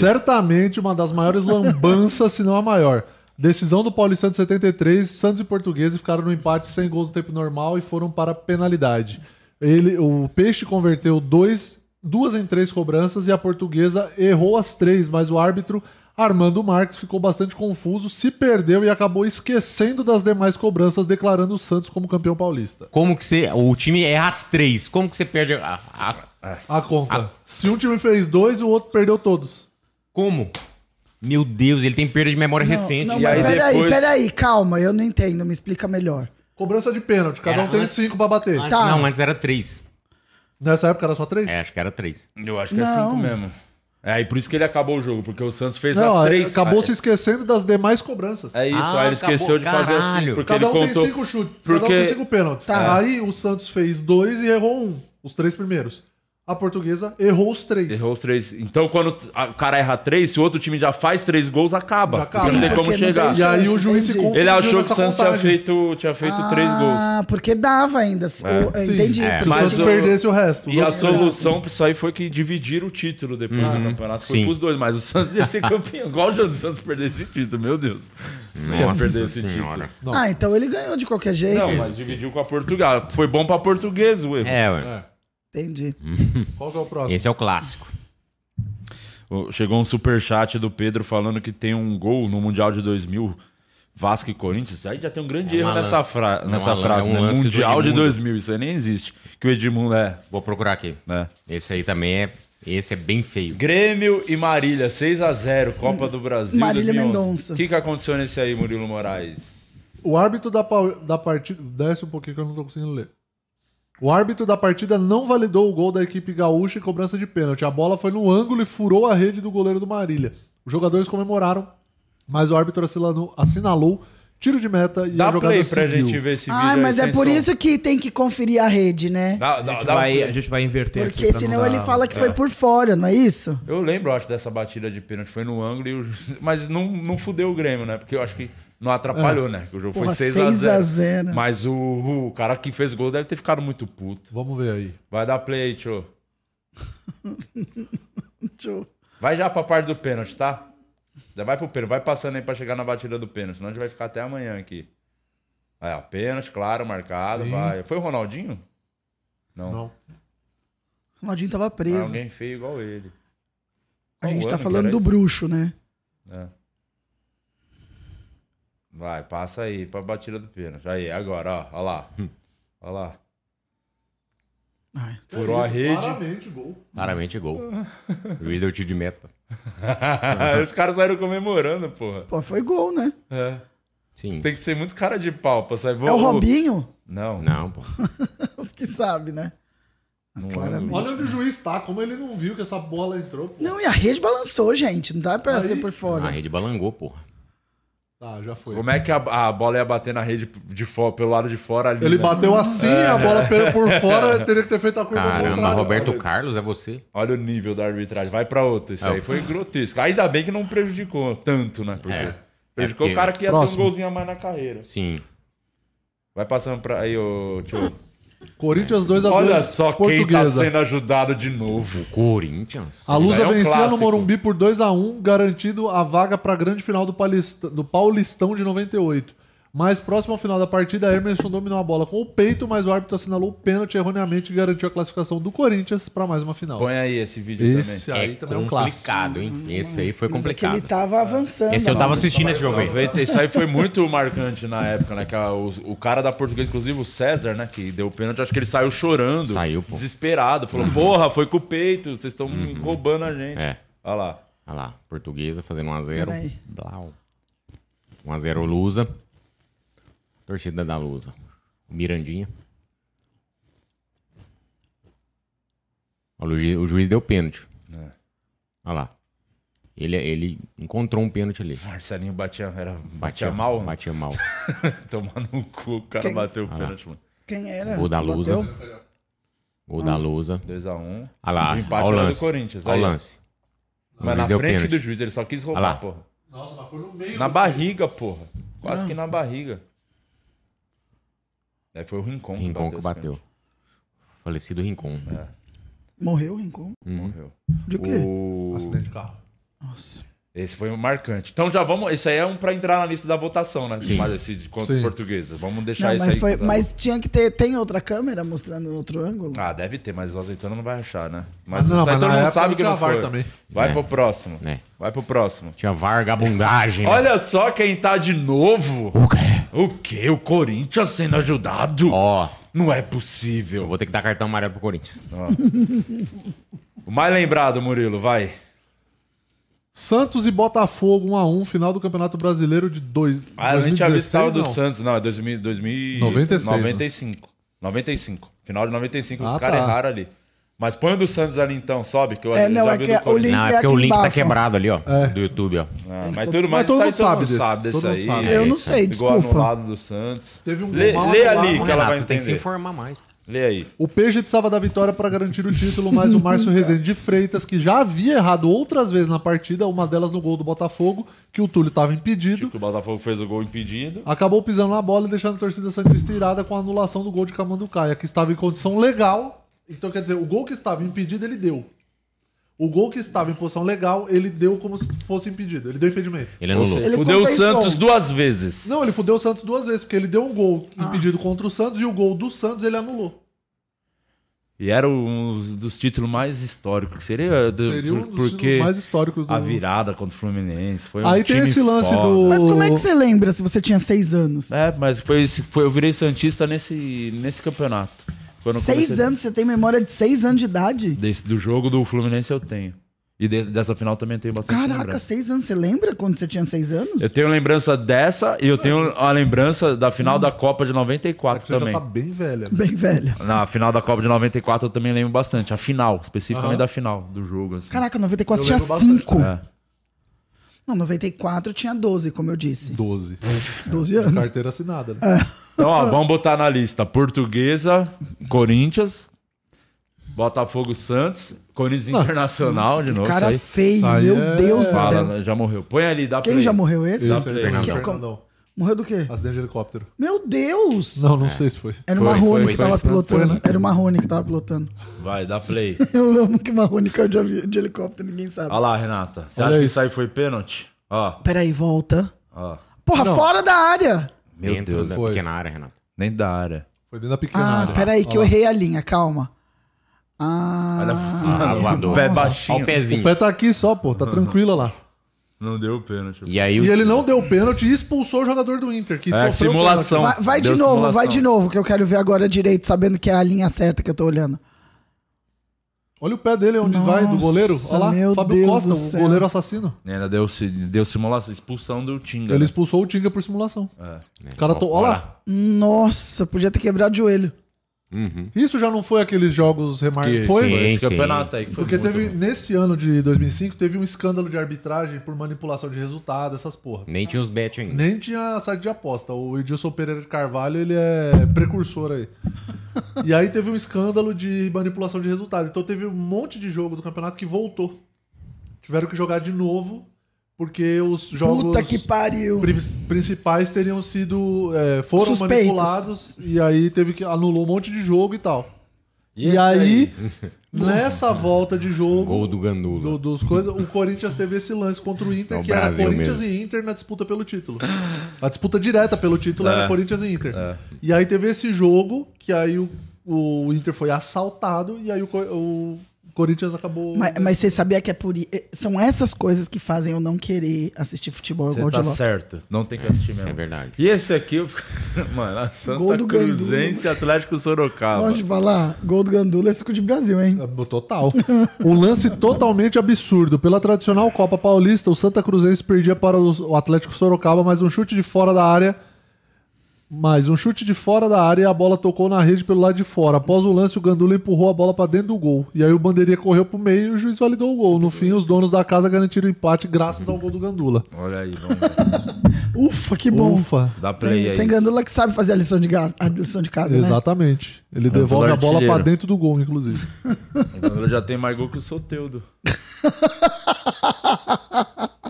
Speaker 4: Certamente uma das maiores lambanças, se não a maior. Decisão do Paulistão de 73, Santos e Portugueses ficaram no empate sem gols no tempo normal e foram para a penalidade. Ele, o Peixe converteu dois, duas em três cobranças e a Portuguesa errou as três, mas o árbitro Armando Marques ficou bastante confuso, se perdeu e acabou esquecendo das demais cobranças, declarando o Santos como campeão paulista.
Speaker 3: Como que você. O time erra as três. Como que você perde a. a-
Speaker 4: A
Speaker 3: Ah.
Speaker 4: conta. Se um time fez dois, o outro perdeu todos.
Speaker 3: Como? Meu Deus, ele tem perda de memória recente.
Speaker 2: Não, mas peraí, peraí, calma, eu não entendo, me explica melhor. Tá.
Speaker 4: Cobrança de pênalti, cada
Speaker 3: Era
Speaker 4: um tem
Speaker 3: antes-
Speaker 4: cinco pra bater.
Speaker 3: Antes- Não, antes era três.
Speaker 4: Nessa época era só três?
Speaker 3: É, acho que era três.
Speaker 5: Eu acho que é
Speaker 4: Não.
Speaker 5: 5 mesmo. É, e por isso que ele acabou o jogo, porque o Santos fez
Speaker 4: Não, é,
Speaker 5: as três.
Speaker 4: acabou
Speaker 5: Ah,
Speaker 4: se esquecendo das demais cobranças.
Speaker 5: É isso, aí ele esqueceu de fazer assim, porque
Speaker 4: Cada
Speaker 5: ele
Speaker 4: um
Speaker 5: contou...
Speaker 4: tem cinco chutes,
Speaker 5: porque...
Speaker 4: cada um tem cinco pênaltis.
Speaker 5: Tá.
Speaker 4: Aí o Santos fez dois e errou um, os três primeiros. A portuguesa errou os três.
Speaker 5: Errou os três. Então, quando a- o cara erra três, se o outro time já faz três gols, acaba.
Speaker 4: Já acaba.
Speaker 5: Você não tem
Speaker 4: Sim,
Speaker 5: como
Speaker 4: porque não
Speaker 5: chegar.
Speaker 4: tem E aí o chance, juiz se entendi.
Speaker 5: Ele
Speaker 4: confundiu
Speaker 5: achou que
Speaker 4: nessa
Speaker 5: o Santos tinha
Speaker 4: contagem.
Speaker 5: feito, tinha feito três gols.
Speaker 2: Ah, porque dava ainda.
Speaker 5: É.
Speaker 2: o- Entendi. porque-
Speaker 4: Mas se perdesse o resto, os
Speaker 5: um. E a
Speaker 4: outros perderam.
Speaker 5: solução pra isso aí foi que dividiram o título depois
Speaker 3: Uhum.
Speaker 5: do campeonato. Foi
Speaker 3: Sim.
Speaker 5: pros dois, mas o Santos ia ser campeão. Igual o João do Santos perder esse título, meu Deus. Não ia
Speaker 3: Nossa
Speaker 5: perder esse
Speaker 3: Senhora.
Speaker 5: título.
Speaker 2: Ah, então ele ganhou de qualquer jeito.
Speaker 5: Não, mas dividiu com a Portugal. Foi bom pra português o erro.
Speaker 3: É, ué.
Speaker 2: Entendi.
Speaker 4: Qual que é o próximo?
Speaker 3: Esse é o clássico.
Speaker 5: Ô, Chegou um superchat do Pedro falando que tem um gol no Mundial de 2000, Vasco e Corinthians. Aí já tem um grande
Speaker 3: É
Speaker 5: erro
Speaker 3: uma
Speaker 5: nessa,
Speaker 3: lance.
Speaker 5: fra-
Speaker 3: É uma
Speaker 5: nessa
Speaker 3: lan-
Speaker 5: frase,
Speaker 3: é um
Speaker 5: né?
Speaker 3: lance do
Speaker 5: Mundial de
Speaker 3: Edmundo.
Speaker 5: 2000, isso aí nem existe. Que o Edmundo é. né?
Speaker 3: Vou procurar aqui. Esse aí também é. Esse é bem feio.
Speaker 5: Grêmio e Marília, 6x0, Copa do Brasil.
Speaker 4: Marília
Speaker 5: 2011.
Speaker 4: Mendonça.
Speaker 5: O que, que aconteceu nesse aí, Murilo Moraes?
Speaker 4: O árbitro da, pa- da partida. Desce um pouquinho que eu não tô conseguindo ler. O árbitro da partida não validou o gol da equipe gaúcha em cobrança de pênalti. A bola foi no ângulo e furou a rede do goleiro do Marília. Os jogadores comemoraram, mas o árbitro assinalou, assinalou tiro de meta e
Speaker 5: Dá
Speaker 4: a jogada
Speaker 5: play pra
Speaker 4: seguiu.
Speaker 5: gente ver esse
Speaker 2: Ah, mas é por isso que tem que conferir a rede, né?
Speaker 6: a, gente vai, a gente vai inverter aqui
Speaker 2: Porque
Speaker 6: pra não
Speaker 2: senão
Speaker 6: dar-
Speaker 2: ele fala que
Speaker 5: é.
Speaker 2: foi por fora, não é isso?
Speaker 5: Eu lembro, acho, dessa batida de pênalti. Foi no ângulo, e o- mas não, não fudeu o Grêmio, né? Porque eu acho que não atrapalhou,
Speaker 4: É.
Speaker 5: né? Que o jogo
Speaker 4: Porra,
Speaker 5: foi
Speaker 4: 6 a 0.
Speaker 5: 6x0. Mas o, o cara que fez o gol deve ter ficado muito puto.
Speaker 4: Vamos ver aí.
Speaker 5: Vai dar play aí, tio.
Speaker 2: Tio.
Speaker 5: Vai já pra parte do pênalti, tá? Já vai pro pênalti. Vai passando aí pra chegar na batida do pênalti. Senão a gente vai ficar até amanhã aqui. Aí, ó. Pênalti, claro, marcado.
Speaker 4: Sim.
Speaker 5: Vai. Foi o Ronaldinho? Não.
Speaker 4: Não.
Speaker 2: Ronaldinho tava preso.
Speaker 5: É, Alguém feio igual ele.
Speaker 2: A gente
Speaker 5: Qual
Speaker 2: tá
Speaker 5: ano que
Speaker 2: falando
Speaker 5: era
Speaker 2: do
Speaker 5: isso?
Speaker 2: bruxo, né?
Speaker 5: É. Vai, passa aí pra batida do pênalti. Aí, agora, ó, ó lá.
Speaker 2: Hum.
Speaker 5: Ó lá. Furou a
Speaker 4: Isso,
Speaker 5: rede.
Speaker 4: Claramente, gol.
Speaker 3: Claramente é gol. O juiz deu tiro de meta.
Speaker 5: Os caras saíram comemorando, porra.
Speaker 2: Pô, foi gol, né?
Speaker 5: É.
Speaker 3: Sim.
Speaker 5: Tem que ser muito cara de pau pra sair.
Speaker 2: É o Robinho?
Speaker 5: Não.
Speaker 3: Não, pô.
Speaker 2: Os que sabem, né? Claramente.
Speaker 4: Olha onde o juiz tá, como ele não viu que essa bola entrou. pô.
Speaker 2: Não, e a rede balançou, gente. Não dá pra
Speaker 4: Aí-
Speaker 2: ser por
Speaker 3: A
Speaker 2: fora.
Speaker 3: rede balangou, porra.
Speaker 4: Tá, já foi.
Speaker 5: Como é que a, a bola ia bater na rede de fora, pelo lado de fora ali?
Speaker 4: Ele
Speaker 5: né?
Speaker 4: bateu assim,
Speaker 5: É.
Speaker 4: a bola pegou por fora, teria que ter feito a curva
Speaker 3: Caramba,
Speaker 4: contrária.
Speaker 3: Roberto Carlos, é você?
Speaker 5: Olha o nível da arbitragem. Vai pra outro. Isso
Speaker 3: É,
Speaker 5: aí
Speaker 3: o-
Speaker 5: foi grotesco. Ainda bem que não prejudicou tanto, né? Porque
Speaker 3: É.
Speaker 5: prejudicou
Speaker 3: É
Speaker 5: o
Speaker 3: porque-
Speaker 5: cara que ia
Speaker 4: Próximo.
Speaker 5: ter um golzinho a mais na carreira.
Speaker 3: Sim.
Speaker 5: Vai passando pra aí, ô tio.
Speaker 4: Corinthians 2 a 2
Speaker 5: Olha só quem tá
Speaker 4: portuguesa.
Speaker 5: sendo ajudado de novo.
Speaker 3: Corinthians.
Speaker 4: A
Speaker 5: Isso
Speaker 4: Lusa
Speaker 5: aí é um
Speaker 4: vencia no
Speaker 5: clássico.
Speaker 4: Morumbi por 2 a 1 garantindo a vaga para a grande final do, Paulista- do Paulistão de 98. Mais próximo ao final da partida, Emerson dominou a bola com o peito, mas o árbitro assinalou o pênalti erroneamente e garantiu a classificação do Corinthians para mais uma final.
Speaker 5: Põe aí esse vídeo
Speaker 4: Esse
Speaker 5: também.
Speaker 4: aí também é um clássico.
Speaker 3: complicado, hein? Esse aí foi
Speaker 2: Mas é que
Speaker 3: complicado.
Speaker 2: ele tá tava avançando.
Speaker 3: Esse eu tava assistindo esse jogo aí.
Speaker 5: 90, isso aí foi muito marcante na época, né? Que a- o, o cara da portuguesa, inclusive o César, né? Que deu o pênalti, acho que ele saiu chorando.
Speaker 3: Saiu, pô. Uhum.
Speaker 5: Desesperado. Falou, porra, foi com o peito. Vocês estão roubando a gente.
Speaker 3: É.
Speaker 5: Olha lá.
Speaker 3: Olha lá, portuguesa fazendo 1x0.
Speaker 2: Peraí.
Speaker 3: Blau. 1x0 Lusa. Torcida da Lusa. Mirandinha. Olha, o, ju- o juiz deu pênalti.
Speaker 5: É.
Speaker 3: Olha lá. Ele, ele encontrou um pênalti ali.
Speaker 5: Marcelinho batia, era, batia,
Speaker 3: Batia
Speaker 5: mal? né?
Speaker 3: Batia mal.
Speaker 5: Tomando um cu, o cara
Speaker 2: Quem-
Speaker 5: bateu o
Speaker 3: Ah.
Speaker 5: pênalti, mano.
Speaker 2: Quem era?
Speaker 3: Gol da Lusa.
Speaker 2: Bateu? Hum.
Speaker 3: Gol da Lusa.
Speaker 5: 2x1.
Speaker 3: Olha lá.
Speaker 5: O Um empate
Speaker 3: olha o
Speaker 5: era do
Speaker 3: lance.
Speaker 5: Corinthians,
Speaker 3: Olha o
Speaker 5: aí.
Speaker 3: lance. O
Speaker 5: Mas
Speaker 3: juiz
Speaker 5: na
Speaker 3: deu
Speaker 5: frente
Speaker 3: pênalti.
Speaker 5: do juiz, ele só quis
Speaker 3: Olha
Speaker 5: roubar,
Speaker 3: lá.
Speaker 5: porra.
Speaker 4: Nossa, mas foi no meio.
Speaker 5: Na barriga, porra. Quase
Speaker 4: Não.
Speaker 5: que na barriga. Aí foi o Rincon. que
Speaker 3: Rincon que
Speaker 5: esse
Speaker 3: bateu. Falecido Rincon.
Speaker 5: É.
Speaker 2: Morreu, Rincon?
Speaker 3: Uhum.
Speaker 5: Morreu.
Speaker 2: De quê?
Speaker 5: O-
Speaker 4: Acidente de carro.
Speaker 2: Nossa.
Speaker 5: Esse foi o marcante. Então já vamos. Esse aí é um pra entrar na lista da votação, né?
Speaker 3: Sim.
Speaker 5: Mas esse de contra
Speaker 4: Sim.
Speaker 5: portuguesa. Vamos deixar
Speaker 2: Não,
Speaker 5: isso
Speaker 2: mas,
Speaker 5: aí.
Speaker 2: foi,
Speaker 5: tá?
Speaker 2: mas tinha que ter. Tem outra câmera mostrando outro ângulo?
Speaker 5: Ah, deve ter, mas o azeitona não vai achar, né? Mas
Speaker 4: Não,
Speaker 5: isso aí
Speaker 4: mas
Speaker 5: todo
Speaker 4: na
Speaker 5: mundo
Speaker 4: época
Speaker 5: sabe
Speaker 4: não
Speaker 5: que
Speaker 4: tinha
Speaker 5: não foi.
Speaker 4: VAR também.
Speaker 5: Vai
Speaker 3: É.
Speaker 5: pro próximo.
Speaker 3: É.
Speaker 5: Vai pro próximo.
Speaker 3: Tinha vargabundagem. né?
Speaker 5: Olha só quem tá de novo.
Speaker 3: O quê?
Speaker 5: O quê? O Corinthians sendo ajudado?
Speaker 3: Ó,
Speaker 5: Não é
Speaker 3: eu
Speaker 5: possível.
Speaker 3: vou ter que dar cartão amarelo pro Corinthians.
Speaker 5: O mais lembrado, Murilo, vai.
Speaker 4: Santos e Botafogo 1 a 1 final do Campeonato Brasileiro de dois,
Speaker 5: Ah, a gente
Speaker 4: 2016,
Speaker 5: avistava do
Speaker 4: não.
Speaker 5: Santos. Não, é 2000, 2000,
Speaker 4: 96,
Speaker 5: 95. 95. Final de 95, os
Speaker 4: Ah,
Speaker 5: caras
Speaker 4: tá.
Speaker 5: erraram ali. Mas põe o do Santos ali então, sobe, que eu
Speaker 2: É, não,
Speaker 5: já
Speaker 2: é
Speaker 5: vi
Speaker 2: que
Speaker 5: do
Speaker 2: é o
Speaker 5: Corinthians.
Speaker 2: link-
Speaker 3: Não, é
Speaker 2: é
Speaker 3: porque o
Speaker 2: aqui
Speaker 3: link tá
Speaker 2: embaixo, ó.
Speaker 3: quebrado ali, ó.
Speaker 4: É.
Speaker 3: Do YouTube, ó.
Speaker 5: Ah, mas tudo mais
Speaker 4: Mas todo
Speaker 5: sai,
Speaker 4: mundo sabe desse.
Speaker 5: desse
Speaker 4: Todo mundo
Speaker 5: aí.
Speaker 4: sabe.
Speaker 2: eu não
Speaker 3: isso,
Speaker 2: sei,
Speaker 5: Igual
Speaker 2: desculpa.
Speaker 5: é anulado do Santos.
Speaker 4: Teve um gol
Speaker 5: Lê,
Speaker 4: mal
Speaker 5: lê
Speaker 4: anulado.
Speaker 5: ali
Speaker 3: Ô,
Speaker 5: que ela vai
Speaker 3: você tem que se
Speaker 5: entender.
Speaker 3: informar mais.
Speaker 5: Lê aí.
Speaker 4: O Peixe precisava da vitória para garantir o título, mas o Márcio Rezende de Freitas, que já havia errado outras vezes na partida, uma delas no gol do Botafogo, que o Túlio estava impedido,
Speaker 5: Que o Botafogo fez o gol impedido.
Speaker 4: acabou pisando na bola e deixando a torcida santista irada com a anulação do gol de Camanducaia, que estava em condição legal. Então, quer dizer, o gol que estava impedido, ele deu. O gol que estava em posição legal, ele deu como se fosse impedido. Ele deu impedimento.
Speaker 5: é
Speaker 3: Ele anulou.
Speaker 2: Ele
Speaker 5: Fudeu o
Speaker 2: compensou.
Speaker 5: Santos duas vezes.
Speaker 4: Não, ele fudeu o Santos duas vezes, porque ele deu um gol
Speaker 5: Ah.
Speaker 4: impedido contra o Santos e o gol do Santos ele anulou.
Speaker 5: E era um dos títulos mais históricos. Seria, do-
Speaker 4: Seria um dos
Speaker 5: porque
Speaker 4: mais históricos do
Speaker 5: a virada contra o Fluminense foi um
Speaker 4: Aí tem
Speaker 5: time
Speaker 4: esse lance
Speaker 5: foda.
Speaker 4: do.
Speaker 2: Mas como é que você lembra se você tinha seis anos?
Speaker 5: É, mas foi, esse- foi eu virei santista nesse nesse campeonato. Quando eu
Speaker 2: seis
Speaker 5: comecei-
Speaker 2: anos? Você tem memória de seis anos de idade?
Speaker 5: desse- do jogo do Fluminense eu tenho. E de- dessa final também tenho bastante
Speaker 2: Caraca,
Speaker 5: lembrança.
Speaker 2: seis anos. Você lembra quando você tinha seis anos?
Speaker 5: Eu tenho lembrança dessa e eu tenho a lembrança da
Speaker 2: Hum.
Speaker 5: final da Copa de 94
Speaker 4: Você
Speaker 5: também.
Speaker 4: já tá bem velha. né?
Speaker 2: Bem velha.
Speaker 5: Na final da Copa de 94 eu também lembro bastante. A final, especificamente da final do jogo. Assim.
Speaker 2: Caraca, 94
Speaker 4: Eu
Speaker 2: tinha
Speaker 4: lembro bastante.
Speaker 2: cinco.
Speaker 5: É.
Speaker 2: Não, 94 eu tinha 12, como eu disse.
Speaker 4: 12.
Speaker 5: É.
Speaker 2: 12 anos.
Speaker 4: Carteira assinada, né?
Speaker 2: É.
Speaker 5: Então, ó, vamos botar na lista. Portuguesa, Corinthians, Botafogo Santos, Corinthians Internacional de novo.
Speaker 2: Cara
Speaker 5: isso
Speaker 2: feio,
Speaker 4: Isso
Speaker 2: meu
Speaker 4: aí é-
Speaker 2: Deus do
Speaker 5: aí.
Speaker 2: céu.
Speaker 5: Fala, né? já morreu. Põe ali, dá
Speaker 2: Quem
Speaker 5: play.
Speaker 2: já morreu esse?
Speaker 4: Esse aí,
Speaker 5: Fernandão.
Speaker 4: Fernandão. Fernandão.
Speaker 2: Morreu do quê?
Speaker 4: Acidente de helicóptero.
Speaker 2: Meu Deus!
Speaker 4: Não,
Speaker 5: É.
Speaker 4: não sei se foi.
Speaker 2: Era o
Speaker 5: Foi,
Speaker 2: Marrone
Speaker 5: foi,
Speaker 2: que
Speaker 5: foi,
Speaker 2: tava
Speaker 5: foi,
Speaker 2: pilotando.
Speaker 5: foi, né?
Speaker 2: Era o Marrone que tava pilotando.
Speaker 5: Vai, dá play.
Speaker 2: Eu amo que Marrone caiu de, avi- de helicóptero, ninguém sabe.
Speaker 5: Olha lá, Renata. Você
Speaker 4: Olha
Speaker 5: acha que
Speaker 4: isso.
Speaker 5: isso aí foi pênalti? Ó,
Speaker 2: Peraí, volta.
Speaker 5: ó.
Speaker 2: Porra, fora da área!
Speaker 5: Meu
Speaker 3: Dentro
Speaker 5: Deus.
Speaker 3: da
Speaker 4: foi.
Speaker 3: pequena área, Renato.
Speaker 5: Nem da área.
Speaker 4: Foi dentro da pequena
Speaker 2: Ah,
Speaker 4: área.
Speaker 2: peraí, que eu errei a linha, calma.
Speaker 5: Olha,
Speaker 2: Ah,
Speaker 3: Ah, voador.
Speaker 5: pé
Speaker 3: Olha
Speaker 5: baixinho.
Speaker 3: o
Speaker 4: O
Speaker 3: pezinho.
Speaker 4: pé tá aqui só, pô. Tá tranquila lá.
Speaker 5: Não deu pênalti.
Speaker 3: E aí
Speaker 4: E
Speaker 3: o...
Speaker 4: ele não deu pênalti e expulsou o jogador do Inter. Que
Speaker 5: É,
Speaker 4: sofreu
Speaker 5: simulação.
Speaker 4: pênalti.
Speaker 2: vai, vai de
Speaker 5: Deu
Speaker 2: novo,
Speaker 5: simulação.
Speaker 2: vai de novo, que eu quero ver agora direito, sabendo que é a linha certa que eu tô olhando.
Speaker 4: Olha o pé dele onde vai do
Speaker 2: Nossa,
Speaker 4: goleiro. Olha lá.
Speaker 2: meu
Speaker 4: Fábio
Speaker 2: Deus
Speaker 4: Costa,
Speaker 2: do
Speaker 4: o
Speaker 2: céu.
Speaker 4: goleiro assassino.
Speaker 5: Ainda deu, si- deu simulação, expulsão do Tinga.
Speaker 4: Ele
Speaker 5: né?
Speaker 4: expulsou o Tinga por simulação.
Speaker 5: É.
Speaker 4: O cara to... Olha lá.
Speaker 2: Nossa, podia ter quebrado o joelho.
Speaker 4: Isso já não foi aqueles jogos remarcados.
Speaker 5: Que-
Speaker 4: Foi?
Speaker 5: sim, esse
Speaker 3: Sim, sim.
Speaker 5: campeonato aí. que foi
Speaker 4: Porque
Speaker 5: muito
Speaker 4: teve,
Speaker 5: bom.
Speaker 4: nesse ano de 2005, teve um escândalo de arbitragem por manipulação de resultado, essas porra.
Speaker 3: Nem tinha os bet ainda.
Speaker 4: Nem tinha site de aposta. O Edilson Pereira de Carvalho, ele é precursor aí. e aí teve um escândalo de manipulação de resultado. Então teve um monte de jogo do campeonato que voltou. Tiveram que jogar de novo, porque os jogos
Speaker 2: Puta que pariu.
Speaker 4: prin- principais teriam sido. é, foram
Speaker 2: Suspeitos.
Speaker 4: manipulados. E aí teve que. anulou um monte de jogo e tal. E,
Speaker 2: é
Speaker 5: esse
Speaker 4: aí, nessa volta de jogo.
Speaker 3: Gol do Gandula.
Speaker 4: do- dos coisas, o Corinthians teve esse lance contra o Inter,
Speaker 3: É o
Speaker 4: que era
Speaker 3: Brasil
Speaker 4: Corinthians
Speaker 3: mesmo.
Speaker 4: e Inter na disputa pelo título. A disputa direta pelo título
Speaker 5: É.
Speaker 4: era Corinthians e Inter. E aí teve esse jogo, que aí o, o Inter foi assaltado, e aí o, Co- o Corinthians acabou.
Speaker 2: Mas, mas você sabia que é por. i- eh, São essas coisas que fazem eu não querer assistir futebol
Speaker 5: Você
Speaker 2: igual
Speaker 5: tá
Speaker 2: de Lopes.
Speaker 5: certo. Não tem que assistir mesmo.
Speaker 3: é verdade.
Speaker 5: E esse aqui, eu fico- mano, a Santa
Speaker 2: Gol do Gandula.
Speaker 5: Cruzense e Atlético Sorocaba.
Speaker 2: Pode falar, gol do Gandula é suco de Brasil, hein?
Speaker 4: Total. Um lance totalmente absurdo. Pela tradicional Copa Paulista, o Santa Cruzense perdia para os- o Atlético Sorocaba, mas um chute de fora da área. Mas um chute de fora da área e a bola tocou na rede pelo lado de fora. Após o lance, o Gandula empurrou a bola para dentro do gol. E aí o Bandeirinha correu pro meio e o juiz validou o gol. No fim, os donos da casa garantiram o empate graças ao gol do Gandula.
Speaker 5: Olha aí, vamos
Speaker 2: Ufa, que bom.
Speaker 4: Ufa.
Speaker 5: Dá play
Speaker 2: Tem,
Speaker 5: aí.
Speaker 2: tem Gandula que sabe fazer a lição de, ga- a lição de casa, né?
Speaker 4: Exatamente. Ele
Speaker 5: Gandula
Speaker 4: devolve a bola
Speaker 5: artilheiro.
Speaker 4: para dentro do gol, inclusive.
Speaker 5: O Gandula já tem mais gol que o Soteudo.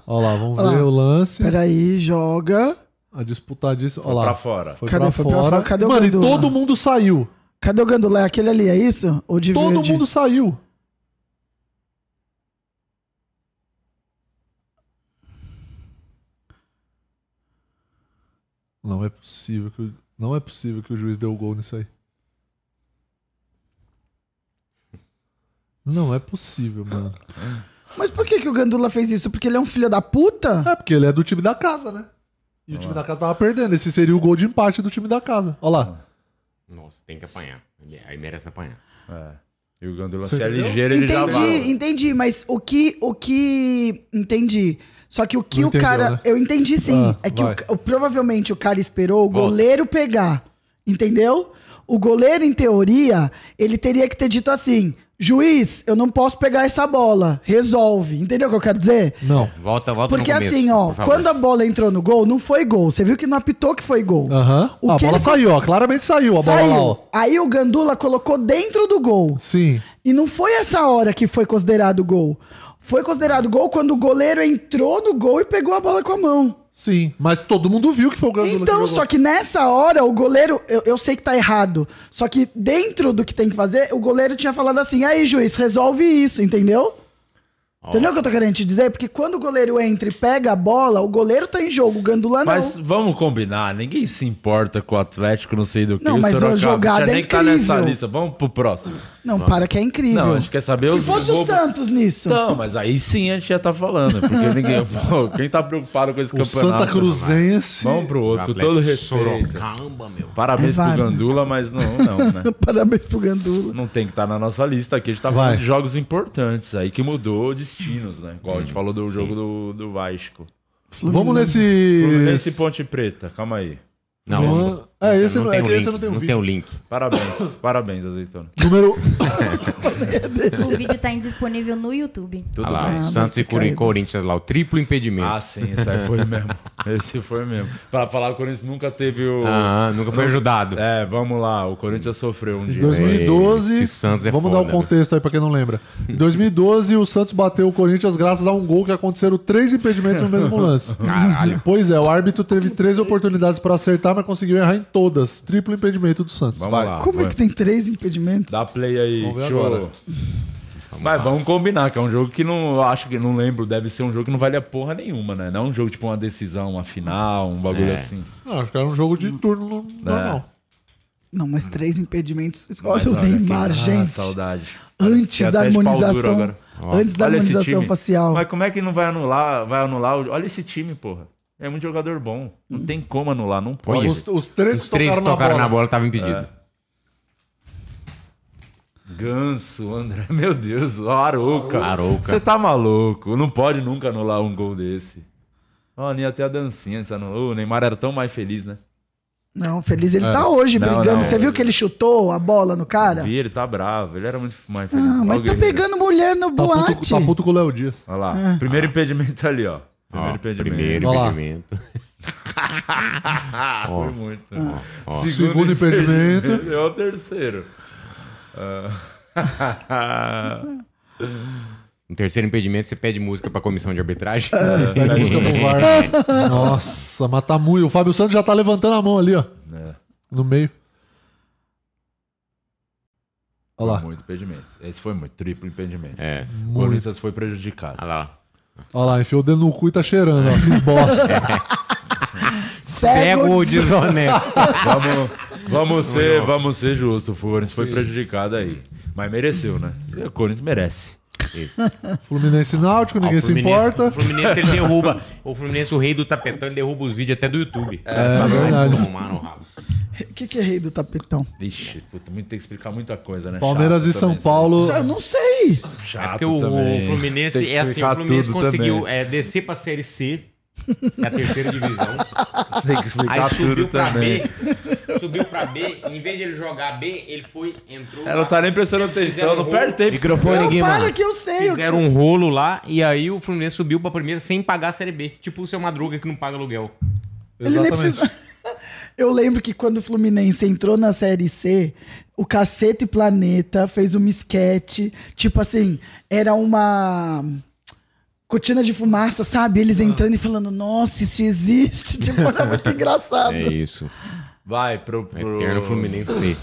Speaker 4: Olha lá, vamos
Speaker 2: Olha lá.
Speaker 4: ver o lance.
Speaker 2: né? Peraí, joga.
Speaker 4: A disputadíssima. Olha
Speaker 5: Foi
Speaker 4: lá.
Speaker 5: pra fora.
Speaker 4: Foi
Speaker 2: Cadê?
Speaker 4: pra
Speaker 2: Foi pra
Speaker 4: fora.
Speaker 2: fora. Cadê o
Speaker 4: Mano, e
Speaker 2: Gandula?
Speaker 4: todo mundo saiu.
Speaker 2: Cadê o Gandula? É aquele ali, é isso? Ou de
Speaker 4: Todo
Speaker 2: verde?
Speaker 4: mundo saiu. Não é possível que o, não é possível que o juiz deu o gol nisso aí. Não é possível, mano.
Speaker 2: Mas por que, que o Gandula fez isso? Porque ele é um filho da puta?
Speaker 4: É porque ele é do time da casa, né? E o time da casa tava perdendo. Esse seria o gol de empate do time da casa. Olha lá.
Speaker 3: Nossa, tem que apanhar. Aí merece apanhar.
Speaker 5: É. E o Gandula,
Speaker 4: Você
Speaker 5: se é
Speaker 4: entendeu?
Speaker 5: ligeiro, ele já vai.
Speaker 2: Entendi, entendi, mas o que. O que. Entendi. Só que o que
Speaker 4: Não
Speaker 2: o cara.
Speaker 4: entendeu, né?
Speaker 2: Eu entendi sim.
Speaker 4: Ah,
Speaker 2: é que o
Speaker 4: vai.
Speaker 2: ca- o- provavelmente o cara esperou o goleiro pegar. Entendeu? O goleiro, em teoria, ele teria que ter dito assim: juiz, eu não posso pegar essa bola. Resolve. Entendeu o que eu quero dizer?
Speaker 4: Não.
Speaker 3: Volta, volta
Speaker 2: Porque
Speaker 3: no começo,
Speaker 2: assim, ó,
Speaker 3: por favor.
Speaker 2: quando a bola entrou no gol, não foi gol. Você viu que não apitou que foi gol.
Speaker 4: Aham. Ah,
Speaker 2: O
Speaker 4: A
Speaker 2: que
Speaker 4: bola
Speaker 2: ele-
Speaker 4: saiu, ó. Claramente saiu a bola lá,
Speaker 2: Saiu.
Speaker 4: ó.
Speaker 2: Aí o Gandula colocou dentro do gol.
Speaker 4: Sim.
Speaker 2: E não foi essa hora que foi considerado gol. Foi considerado gol quando o goleiro entrou no gol e pegou a bola com a mão.
Speaker 4: Sim, mas todo mundo viu que foi o Gandula que
Speaker 2: Então,
Speaker 4: jogou.
Speaker 2: só que nessa hora, o goleiro. Eu, eu sei que tá errado. Só que dentro do que tem que fazer, o goleiro tinha falado assim: aí, juiz, resolve isso, entendeu? Entendeu o que eu tô querendo te dizer? Porque quando o goleiro entra e pega a bola, o goleiro tá em jogo, o Gandula não.
Speaker 5: Mas vamos combinar, ninguém se importa com o Atlético, não sei do que.
Speaker 2: Não,
Speaker 5: o
Speaker 2: mas a
Speaker 5: Sorocaba.
Speaker 2: jogada
Speaker 5: Tinha
Speaker 2: é
Speaker 5: nem que tá nessa
Speaker 2: incrível.
Speaker 5: lista. Vamos pro próximo.
Speaker 2: não, para que é incrível.
Speaker 5: Não, a gente quer saber
Speaker 2: Se
Speaker 5: os
Speaker 2: fosse o
Speaker 5: gols-
Speaker 2: Santos nisso.
Speaker 5: Então, mas aí sim a gente já tá falando. Porque ninguém. Pô, quem tá preocupado com esse
Speaker 4: O
Speaker 5: campeonato? né,
Speaker 4: Santa é Cruzense.
Speaker 5: Vamos pro outro, com todo respeito.
Speaker 3: Sorocaba, meu.
Speaker 5: Parabéns
Speaker 2: É
Speaker 5: pro
Speaker 2: várzea.
Speaker 5: Gandula, mas não, não, né?
Speaker 2: Parabéns pro Gandula.
Speaker 5: Não tem que estar na nossa lista aqui. A gente tá
Speaker 4: Vai.
Speaker 5: falando de jogos importantes aí que mudou destinos, né? Igual a
Speaker 4: Hum,
Speaker 5: gente falou do jogo do, do Vasco.
Speaker 4: Vamos nesse.
Speaker 5: Fluminense e Ponte Preta, calma aí.
Speaker 3: Não,
Speaker 4: Luan-
Speaker 3: não,
Speaker 4: É, esse não,
Speaker 3: tem
Speaker 4: é
Speaker 3: o
Speaker 4: que esse
Speaker 3: link,
Speaker 4: eu não tenho
Speaker 3: não
Speaker 4: vídeo.
Speaker 3: tem o link.
Speaker 5: Parabéns, parabéns, Azeitona.
Speaker 4: Número.
Speaker 12: O vídeo tá indisponível no YouTube.
Speaker 5: Tudo
Speaker 3: Olha lá,
Speaker 5: bem.
Speaker 2: Ah,
Speaker 3: Santos e
Speaker 2: vai ficar aí.
Speaker 3: Corinthians lá, o triplo impedimento.
Speaker 5: Ah, sim, esse aí foi mesmo. Esse foi mesmo. Pra falar que o Corinthians nunca teve o.
Speaker 3: Ah, nunca foi ajudado.
Speaker 5: É, vamos lá, o Corinthians sofreu um
Speaker 4: Em
Speaker 5: dia.
Speaker 4: 2012.
Speaker 3: Esse Santos é
Speaker 4: vamos
Speaker 3: foda,
Speaker 4: dar um contexto aí pra quem não lembra. Em 2012, o Santos bateu o Corinthians graças a um gol que aconteceram três impedimentos no mesmo lance. Caralho. Pois é, o árbitro teve três oportunidades pra acertar, mas conseguiu errar em todas. Triplo impedimento do Santos.
Speaker 5: Vamos
Speaker 4: Vai.
Speaker 5: lá.
Speaker 2: Como é que tem três impedimentos?
Speaker 5: Dá play aí,
Speaker 4: Vamos ver
Speaker 5: tio.
Speaker 4: agora.
Speaker 5: Mas vamos combinar, que é um jogo que não eu acho que não lembro, deve ser um jogo que não vale a porra nenhuma, né? Não um jogo tipo uma decisão, uma final, um bagulho
Speaker 3: É.
Speaker 5: assim.
Speaker 4: Não, acho que era um jogo de turno no- normal.
Speaker 2: Não, mas três impedimentos.
Speaker 5: Mas
Speaker 2: Olha o
Speaker 5: olha
Speaker 2: Neymar,
Speaker 5: que- Ah,
Speaker 2: gente.
Speaker 5: saudade.
Speaker 2: Antes
Speaker 5: Tem
Speaker 2: da
Speaker 5: até de pau duro
Speaker 2: harmonização.
Speaker 5: agora.
Speaker 2: Antes da
Speaker 5: Olha esse
Speaker 2: harmonização
Speaker 5: time.
Speaker 2: facial.
Speaker 5: Mas como é que não vai anular? Vai anular? o- Olha esse time, porra. É muito jogador bom. Não tem como anular, não pode.
Speaker 4: Os, os três
Speaker 3: Os
Speaker 4: que
Speaker 3: três
Speaker 4: tocaram,
Speaker 3: que tocaram
Speaker 4: na
Speaker 3: na bola
Speaker 4: bola.
Speaker 3: estavam
Speaker 5: É,
Speaker 3: impedidos.
Speaker 5: Ganso, André, meu Deus, ó, Arouca.
Speaker 3: Arouca.
Speaker 5: Você tá maluco? Não pode nunca anular um gol desse. Ó, nem até a dancinha se anulou. O Neymar era tão mais feliz, né?
Speaker 2: Não, feliz ele tá hoje
Speaker 5: Não,
Speaker 2: brigando.
Speaker 5: não.
Speaker 2: Você viu que ele chutou a bola no cara?
Speaker 5: Vi, ele tá bravo. Ele era muito mais feliz.
Speaker 2: Ah, mas
Speaker 5: Ó,
Speaker 2: tá
Speaker 5: Guerreiro.
Speaker 2: pegando mulher no
Speaker 4: Tá
Speaker 2: boate.
Speaker 4: puto, tá puto com o Léo Dias.
Speaker 5: Olha lá. Primeiro impedimento ali, É. ó. Primeiro
Speaker 3: Ó,
Speaker 5: impedimento.
Speaker 3: Primeiro
Speaker 4: Olha lá.
Speaker 3: impedimento.
Speaker 5: Ah, foi muito.
Speaker 3: Ó,
Speaker 4: Segundo impedimento.
Speaker 5: É o terceiro. Ah.
Speaker 3: No terceiro impedimento, você pede música pra comissão de arbitragem.
Speaker 5: Ah.
Speaker 4: Pede música pro VAR. Uhum. Nossa, mata muito. O Fábio Santos já tá levantando a mão ali, ó.
Speaker 5: É.
Speaker 4: No meio. Olha
Speaker 5: Foi
Speaker 4: lá.
Speaker 5: muito impedimento. Esse foi muito. Triplo impedimento.
Speaker 3: É.
Speaker 5: O Corinthians foi prejudicado.
Speaker 3: Olha lá.
Speaker 4: Olha lá, enfiou o dedo no cu e tá cheirando, ó. Fiz bosta.
Speaker 5: É
Speaker 3: Cego ou
Speaker 2: des-
Speaker 3: desonesto?
Speaker 4: Ah.
Speaker 5: Vamos, vamos ser, vamos ser justos. O Corinthians foi prejudicado aí. Mas mereceu, né? O Corinthians merece.
Speaker 4: Fluminense e Náutico, ninguém
Speaker 3: Ah, o
Speaker 4: se
Speaker 3: Fluminense-
Speaker 4: importa.
Speaker 3: O Fluminense ele é derruba. O Fluminense, o rei do tapetão, ele derruba os vídeos até do YouTube.
Speaker 5: É,
Speaker 3: Pra nós
Speaker 4: verdade.
Speaker 3: tomarem o rabo.
Speaker 2: O que, que é rei do tapetão?
Speaker 5: Ixi, puta, muito, tem que explicar muita coisa, né?
Speaker 4: Palmeiras
Speaker 5: Chato
Speaker 4: e São
Speaker 5: também,
Speaker 4: Paulo.
Speaker 2: Eu não sei.
Speaker 5: Chato
Speaker 3: É porque o,
Speaker 5: também.
Speaker 3: o
Speaker 5: Tem
Speaker 3: Fluminense
Speaker 5: que
Speaker 3: é assim, o
Speaker 5: explicar
Speaker 3: Fluminense
Speaker 5: tudo
Speaker 3: conseguiu
Speaker 5: também.
Speaker 3: é, descer pra Série C, que é a terceira divisão.
Speaker 5: Tem que explicar
Speaker 3: Aí subiu
Speaker 5: tudo
Speaker 3: pra
Speaker 5: também.
Speaker 3: B, subiu pra B, em vez de ele jogar B, ele foi, entrou.
Speaker 5: Ela não tá nem prestando atenção, não perde tempo.
Speaker 3: Microfone,
Speaker 2: Não, para que eu sei. o que-
Speaker 3: Fizeram um rolo lá e aí o Fluminense subiu pra primeira sem pagar a Série B. Tipo o seu Madruga que não paga aluguel.
Speaker 2: Ele nem precisa... Eu lembro que quando o Fluminense entrou na Série C, o Cacete Planeta fez um esquete, tipo assim, era uma cortina de fumaça, sabe? Eles entrando e falando, nossa, isso existe. Tipo, era muito engraçado.
Speaker 3: isso.
Speaker 5: Vai
Speaker 4: É,
Speaker 5: pro. pro...
Speaker 3: Eterno Fluminense C.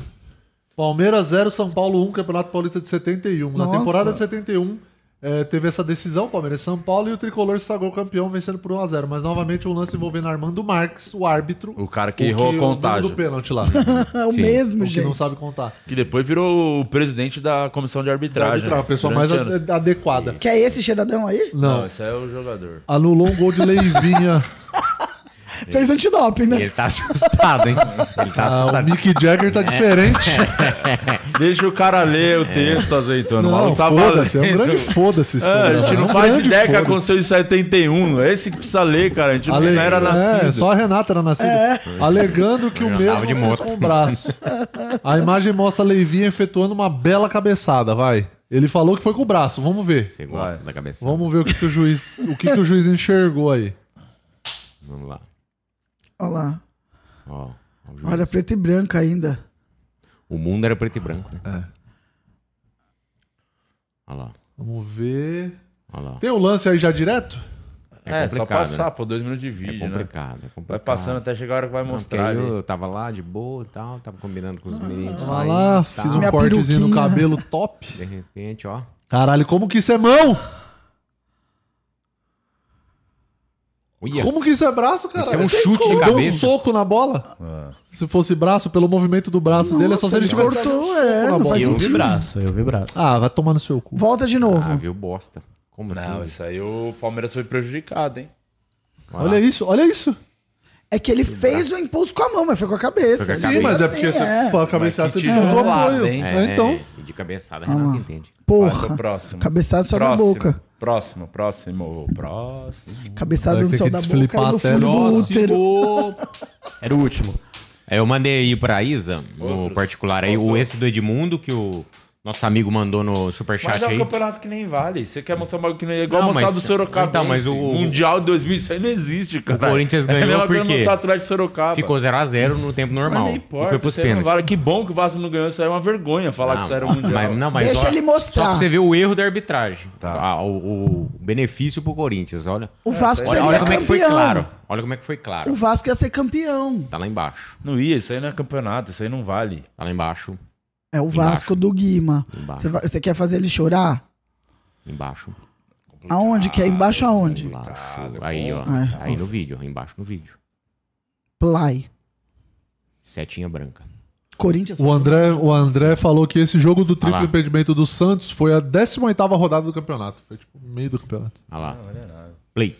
Speaker 4: Palmeiras 0, São Paulo 1, Campeonato Paulista de 71. Na
Speaker 2: Nossa.
Speaker 4: temporada de 71, eh, teve essa decisão, Palmeiras e São Paulo, e o Tricolor se sagrou campeão, vencendo por 1x0. Mas novamente um lance envolvendo Armando Marques, o árbitro.
Speaker 5: O cara que errou a
Speaker 4: o dono
Speaker 5: contagem.
Speaker 4: do pênalti lá.
Speaker 2: É o
Speaker 5: Sim.
Speaker 2: mesmo,
Speaker 4: o que
Speaker 2: gente.
Speaker 4: não sabe contar.
Speaker 5: Que depois virou o presidente da comissão de arbitragem.
Speaker 4: Arbitrar, a pessoa mais
Speaker 5: durante
Speaker 4: ad-
Speaker 5: anos.
Speaker 4: adequada.
Speaker 2: Que é esse cheiradão aí?
Speaker 4: Não.
Speaker 5: né? Não, esse é o jogador.
Speaker 4: Anulou um gol de Leivinha.
Speaker 3: É.
Speaker 2: Fez antidoping, né?
Speaker 3: Ele tá assustado, hein? Ele tá
Speaker 4: Ah, o
Speaker 3: assustado.
Speaker 4: Mick Jagger
Speaker 5: É.
Speaker 4: tá diferente.
Speaker 5: Deixa o cara ler o texto, azeitona. O
Speaker 4: É. Não,
Speaker 5: maluco tá
Speaker 4: foda-se. É um
Speaker 5: valendo.
Speaker 4: grande foda-se esse
Speaker 5: É, a
Speaker 4: programa.
Speaker 5: gente
Speaker 4: É
Speaker 5: não
Speaker 4: um
Speaker 5: faz
Speaker 4: grande
Speaker 5: ideia que
Speaker 4: foda-se.
Speaker 5: aconteceu em 71. É esse que precisa ler, cara. A gente
Speaker 4: Ale-
Speaker 5: não era nascido.
Speaker 4: É, só a Renata era nascida. Alegando que o
Speaker 3: Eu
Speaker 4: mesmo
Speaker 3: andava de
Speaker 4: fez
Speaker 3: moto.
Speaker 4: com o braço. A imagem mostra Leivinha efetuando uma bela cabeçada, vai. Ele falou que foi com o braço, vamos ver.
Speaker 3: Você gosta da cabeça.
Speaker 4: Vamos ver o que, que o juiz, o que, que o juiz enxergou aí.
Speaker 3: Vamos lá.
Speaker 2: Olha lá.
Speaker 3: Ó, ó o juiz.
Speaker 2: Olha, preto e branco ainda.
Speaker 3: O mundo era preto e branco, né?
Speaker 4: É.
Speaker 3: Olha lá.
Speaker 4: Vamos ver.
Speaker 3: Olha lá.
Speaker 4: Tem o lance aí já direto?
Speaker 5: É, só
Speaker 3: complicado,
Speaker 5: passar,
Speaker 3: né?
Speaker 5: pô, dois minutos de
Speaker 3: É
Speaker 5: vídeo, né?
Speaker 3: complicado, é complicado.
Speaker 5: Vai passando até chegar a hora que vai
Speaker 3: Não, porque
Speaker 5: mostrar.
Speaker 3: aí
Speaker 5: ali.
Speaker 3: eu, eu tava lá de boa e tal, tava combinando com os meninos.
Speaker 4: Olha
Speaker 3: sair
Speaker 4: Ah, lá,
Speaker 3: e
Speaker 4: fiz
Speaker 3: tal.
Speaker 4: um
Speaker 2: Minha
Speaker 4: cortezinho no
Speaker 2: peruquinha.
Speaker 4: cabelo top.
Speaker 3: De repente, ó.
Speaker 4: Caralho, como que isso é mão?
Speaker 3: Olha,
Speaker 4: Como que isso é braço, cara?
Speaker 3: Isso é um chute de
Speaker 4: Deu um
Speaker 3: cabeça.
Speaker 4: soco na bola? Se fosse braço, pelo movimento do braço dele, é só
Speaker 2: Nossa,
Speaker 4: se ele
Speaker 2: ele
Speaker 4: tivesse dado
Speaker 2: cortou,
Speaker 4: um
Speaker 2: é,
Speaker 4: soco na
Speaker 2: não
Speaker 4: bola.
Speaker 2: faz
Speaker 6: Eu
Speaker 2: sentido.
Speaker 6: vi braço, eu vi braço.
Speaker 4: Ah, vai tomar no seu cu.
Speaker 2: Volta de novo.
Speaker 3: Ah, viu, bosta. Como
Speaker 5: Não,
Speaker 3: assim?
Speaker 5: isso aí o Palmeiras foi prejudicado, hein?
Speaker 3: Vai lá.
Speaker 4: Olha isso, olha isso.
Speaker 2: É que ele fez o impulso com a mão, mas foi com a cabeça.
Speaker 3: Foi com a
Speaker 2: Ele
Speaker 4: Sim,
Speaker 3: cabeça.
Speaker 4: mas é
Speaker 2: assim,
Speaker 4: porque você fala cabeçada,
Speaker 5: Mas
Speaker 4: você
Speaker 5: que tiro
Speaker 4: desvia do
Speaker 5: rolado,
Speaker 4: apoio.
Speaker 5: hein?
Speaker 4: É, então,
Speaker 3: e de cabeçada, Renato entende.
Speaker 5: Vai pro
Speaker 2: Porra.
Speaker 5: próximo.
Speaker 2: Cabeçada só na
Speaker 5: Próximo,
Speaker 2: boca.
Speaker 5: Próximo, próximo, próximo.
Speaker 2: Cabeçada
Speaker 4: Vai
Speaker 2: no
Speaker 4: ter
Speaker 2: céu
Speaker 4: que
Speaker 2: da boca
Speaker 4: desflipar
Speaker 2: e no
Speaker 4: até
Speaker 2: fundo do
Speaker 4: nós.
Speaker 2: útero.
Speaker 6: Era o último.
Speaker 3: É, eu mandei aí pra Isa, no
Speaker 5: Outros.
Speaker 3: particular, aí, o
Speaker 5: Outros.
Speaker 3: esse do Edmundo, que o nosso amigo mandou no superchat
Speaker 5: Mas é um
Speaker 3: aí.
Speaker 5: campeonato que nem vale. Você quer mostrar um bagulho que nem é igual
Speaker 3: Não,
Speaker 5: mostrar
Speaker 3: mas-
Speaker 5: do Sorocaba.
Speaker 3: Então, mas o-
Speaker 5: Mundial de 2000, isso aí não existe, cara.
Speaker 3: Corinthians ganhou
Speaker 5: é a mesma coisa
Speaker 3: porque
Speaker 5: mostrar o Atlético de Sorocaba.
Speaker 3: Ficou 0x0 no tempo
Speaker 5: mas
Speaker 3: normal.
Speaker 5: não
Speaker 3: e
Speaker 5: importa,
Speaker 3: foi pros
Speaker 5: isso aí não
Speaker 3: pênaltis.
Speaker 5: vale. Que bom que o Vasco não ganhou, isso aí é uma vergonha falar que isso era um mundial.
Speaker 3: Mas, não, mas
Speaker 2: Deixa
Speaker 3: olha,
Speaker 2: ele mostrar.
Speaker 3: Só pra você ver o erro da arbitragem.
Speaker 5: Tá.
Speaker 3: Ah, o, o benefício pro Corinthians, olha.
Speaker 2: O Vasco
Speaker 3: Olha,
Speaker 2: seria
Speaker 3: olha como é
Speaker 2: campeão.
Speaker 3: que foi claro. Olha como é que foi
Speaker 2: O
Speaker 3: claro.
Speaker 2: Vasco ia ser campeão.
Speaker 3: Tá lá embaixo.
Speaker 5: Não ia, isso aí não é campeonato, isso aí não vale.
Speaker 3: Tá lá embaixo.
Speaker 2: É o Vasco do Guima.
Speaker 3: Embaixo.
Speaker 2: Você vai- Você quer fazer ele chorar?
Speaker 3: Embaixo.
Speaker 2: Aonde? Que é embaixo aonde?
Speaker 3: Embaixo. Aí, ó.
Speaker 2: É.
Speaker 3: Aí no vídeo, ó, embaixo no vídeo.
Speaker 2: Play.
Speaker 3: Setinha branca.
Speaker 2: Corinthians.
Speaker 4: o André, o André falou que esse jogo do
Speaker 3: Ah
Speaker 4: triplo
Speaker 3: lá.
Speaker 4: impedimento do Santos foi a 18ª rodada do campeonato. Foi tipo meio do campeonato.
Speaker 3: Olha lá.
Speaker 4: é
Speaker 3: Play.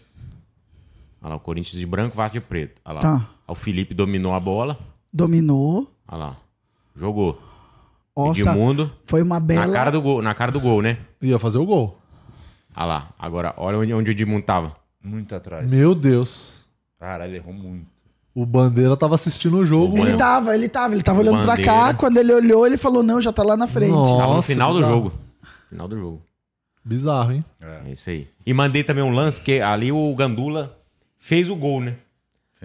Speaker 3: Olha lá, o Corinthians de branco, Vasco de preto. Olha lá.
Speaker 2: Tá.
Speaker 3: O Felipe dominou a bola.
Speaker 2: Dominou.
Speaker 3: Olha lá. Jogou.
Speaker 2: Nossa,
Speaker 3: Edmundo.
Speaker 2: foi uma
Speaker 3: Na
Speaker 2: bela.
Speaker 3: cara do gol, na cara do gol, né?
Speaker 4: Ia fazer o gol.
Speaker 3: Olha lá. Agora, olha onde, onde o Edmundo tava.
Speaker 5: Muito atrás.
Speaker 4: Meu Deus.
Speaker 5: Caralho, errou muito.
Speaker 4: O Bandeira tava assistindo o jogo.
Speaker 3: Ele
Speaker 2: Ele tá tava, ele tava, ele tava olhando pra
Speaker 3: Bandeira.
Speaker 2: cá. Quando ele olhou, ele falou: não, já tá lá na frente.
Speaker 4: Nossa.
Speaker 3: Tava no final do
Speaker 4: bizarro.
Speaker 3: jogo. Final do jogo.
Speaker 4: Bizarro, hein?
Speaker 3: É isso aí. E mandei também um lance, porque ali o Gandula fez o gol, né?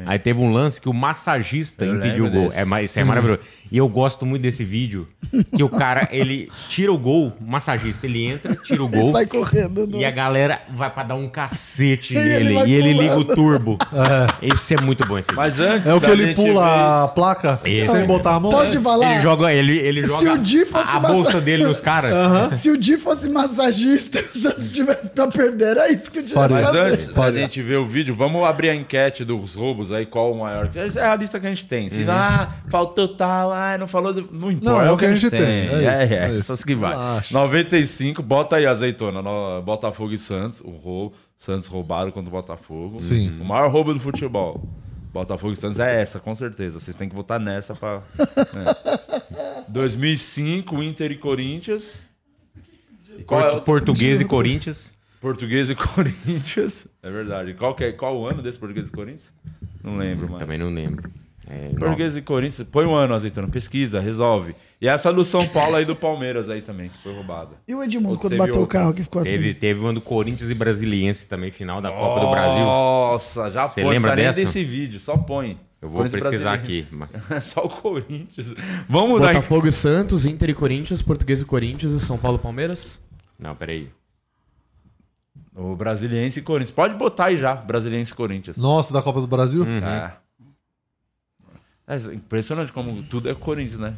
Speaker 3: Aí teve um lance que o massagista
Speaker 5: Eu
Speaker 3: impediu o
Speaker 5: lembro
Speaker 3: gol.
Speaker 5: desse.
Speaker 3: É, ma- isso é maravilhoso. E eu gosto muito desse vídeo, que o cara, ele tira o gol, o massagista, ele entra, tira o
Speaker 2: Ele
Speaker 3: gol,
Speaker 2: sai correndo. no-
Speaker 3: e a galera vai pra dar um cacete
Speaker 2: E ele
Speaker 3: nele.
Speaker 2: vai
Speaker 3: e ele liga o
Speaker 2: pulando.
Speaker 3: turbo. Esse é muito bom, esse vídeo.
Speaker 5: Mas antes.
Speaker 4: É o que
Speaker 5: da
Speaker 4: ele
Speaker 5: gente
Speaker 4: pula a
Speaker 5: ver isso-
Speaker 4: placa
Speaker 3: Esse
Speaker 4: sem
Speaker 3: mesmo.
Speaker 4: botar a mão.
Speaker 2: Posso te falar?
Speaker 3: Ele joga, ele, ele
Speaker 2: Se
Speaker 3: joga
Speaker 2: o Di fosse
Speaker 3: a, a
Speaker 2: massa-
Speaker 3: bolsa dele nos caras.
Speaker 2: Se o Di fosse massagista, se o Santos tivesse pra perder, era isso que o Di ia
Speaker 4: Parei.
Speaker 5: Mas
Speaker 3: é
Speaker 2: fazer.
Speaker 5: antes da gente ver o vídeo, vamos abrir a enquete dos roubos jogos aí, qual o maior. Essa é a lista que a gente tem. Se, ah, faltou tal, ah, não falou. do- Não importa.
Speaker 4: Não,
Speaker 5: é o que a gente tem. É, é, essas que vai.
Speaker 4: Relaxa.
Speaker 5: 95, bota aí azeitona. no- Botafogo e Santos. O roubo. Santos roubaram contra o Botafogo.
Speaker 4: Sim.
Speaker 5: O maior roubo do futebol. Botafogo e Santos é essa, com certeza. Vocês têm que votar nessa pra. É. 2005, Inter e Corinthians. E
Speaker 3: Portu- Português e Corinthians.
Speaker 5: Português e Corinthians. É verdade. Qual, que é, qual o ano desse Português e Corinthians? Não lembro mais.
Speaker 3: Também não lembro. É,
Speaker 5: Português e Corinthians. Põe um ano, Azeitona. Pesquisa, resolve. E essa do São Paulo aí do Palmeiras aí também, que foi roubada.
Speaker 2: E o Edmundo,
Speaker 5: Ou
Speaker 2: quando
Speaker 5: teve
Speaker 2: bateu o
Speaker 5: outra?
Speaker 2: carro, que ficou assim?
Speaker 3: Teve, teve uma do Corinthians e Brasiliense também, final da Copa do Brasil.
Speaker 5: Nossa, já
Speaker 3: Você
Speaker 5: põe.
Speaker 3: lembra
Speaker 5: não precisa
Speaker 3: dessa?
Speaker 5: nem desse vídeo, só põe.
Speaker 3: Eu vou pesquisar aqui,
Speaker 5: Mas... só o Corinthians. Vamos mudar.
Speaker 6: Botafogo e Santos, Inter e Corinthians, Português e Corinthians e São Paulo e Palmeiras.
Speaker 3: Não, peraí.
Speaker 5: O Brasiliense e Corinthians. Pode botar aí já, Brasiliense e Corinthians.
Speaker 3: Uhum.
Speaker 4: Nossa, da Copa do Brasil?
Speaker 2: Hum.
Speaker 5: É. É impressionante como tudo é Corinthians, né?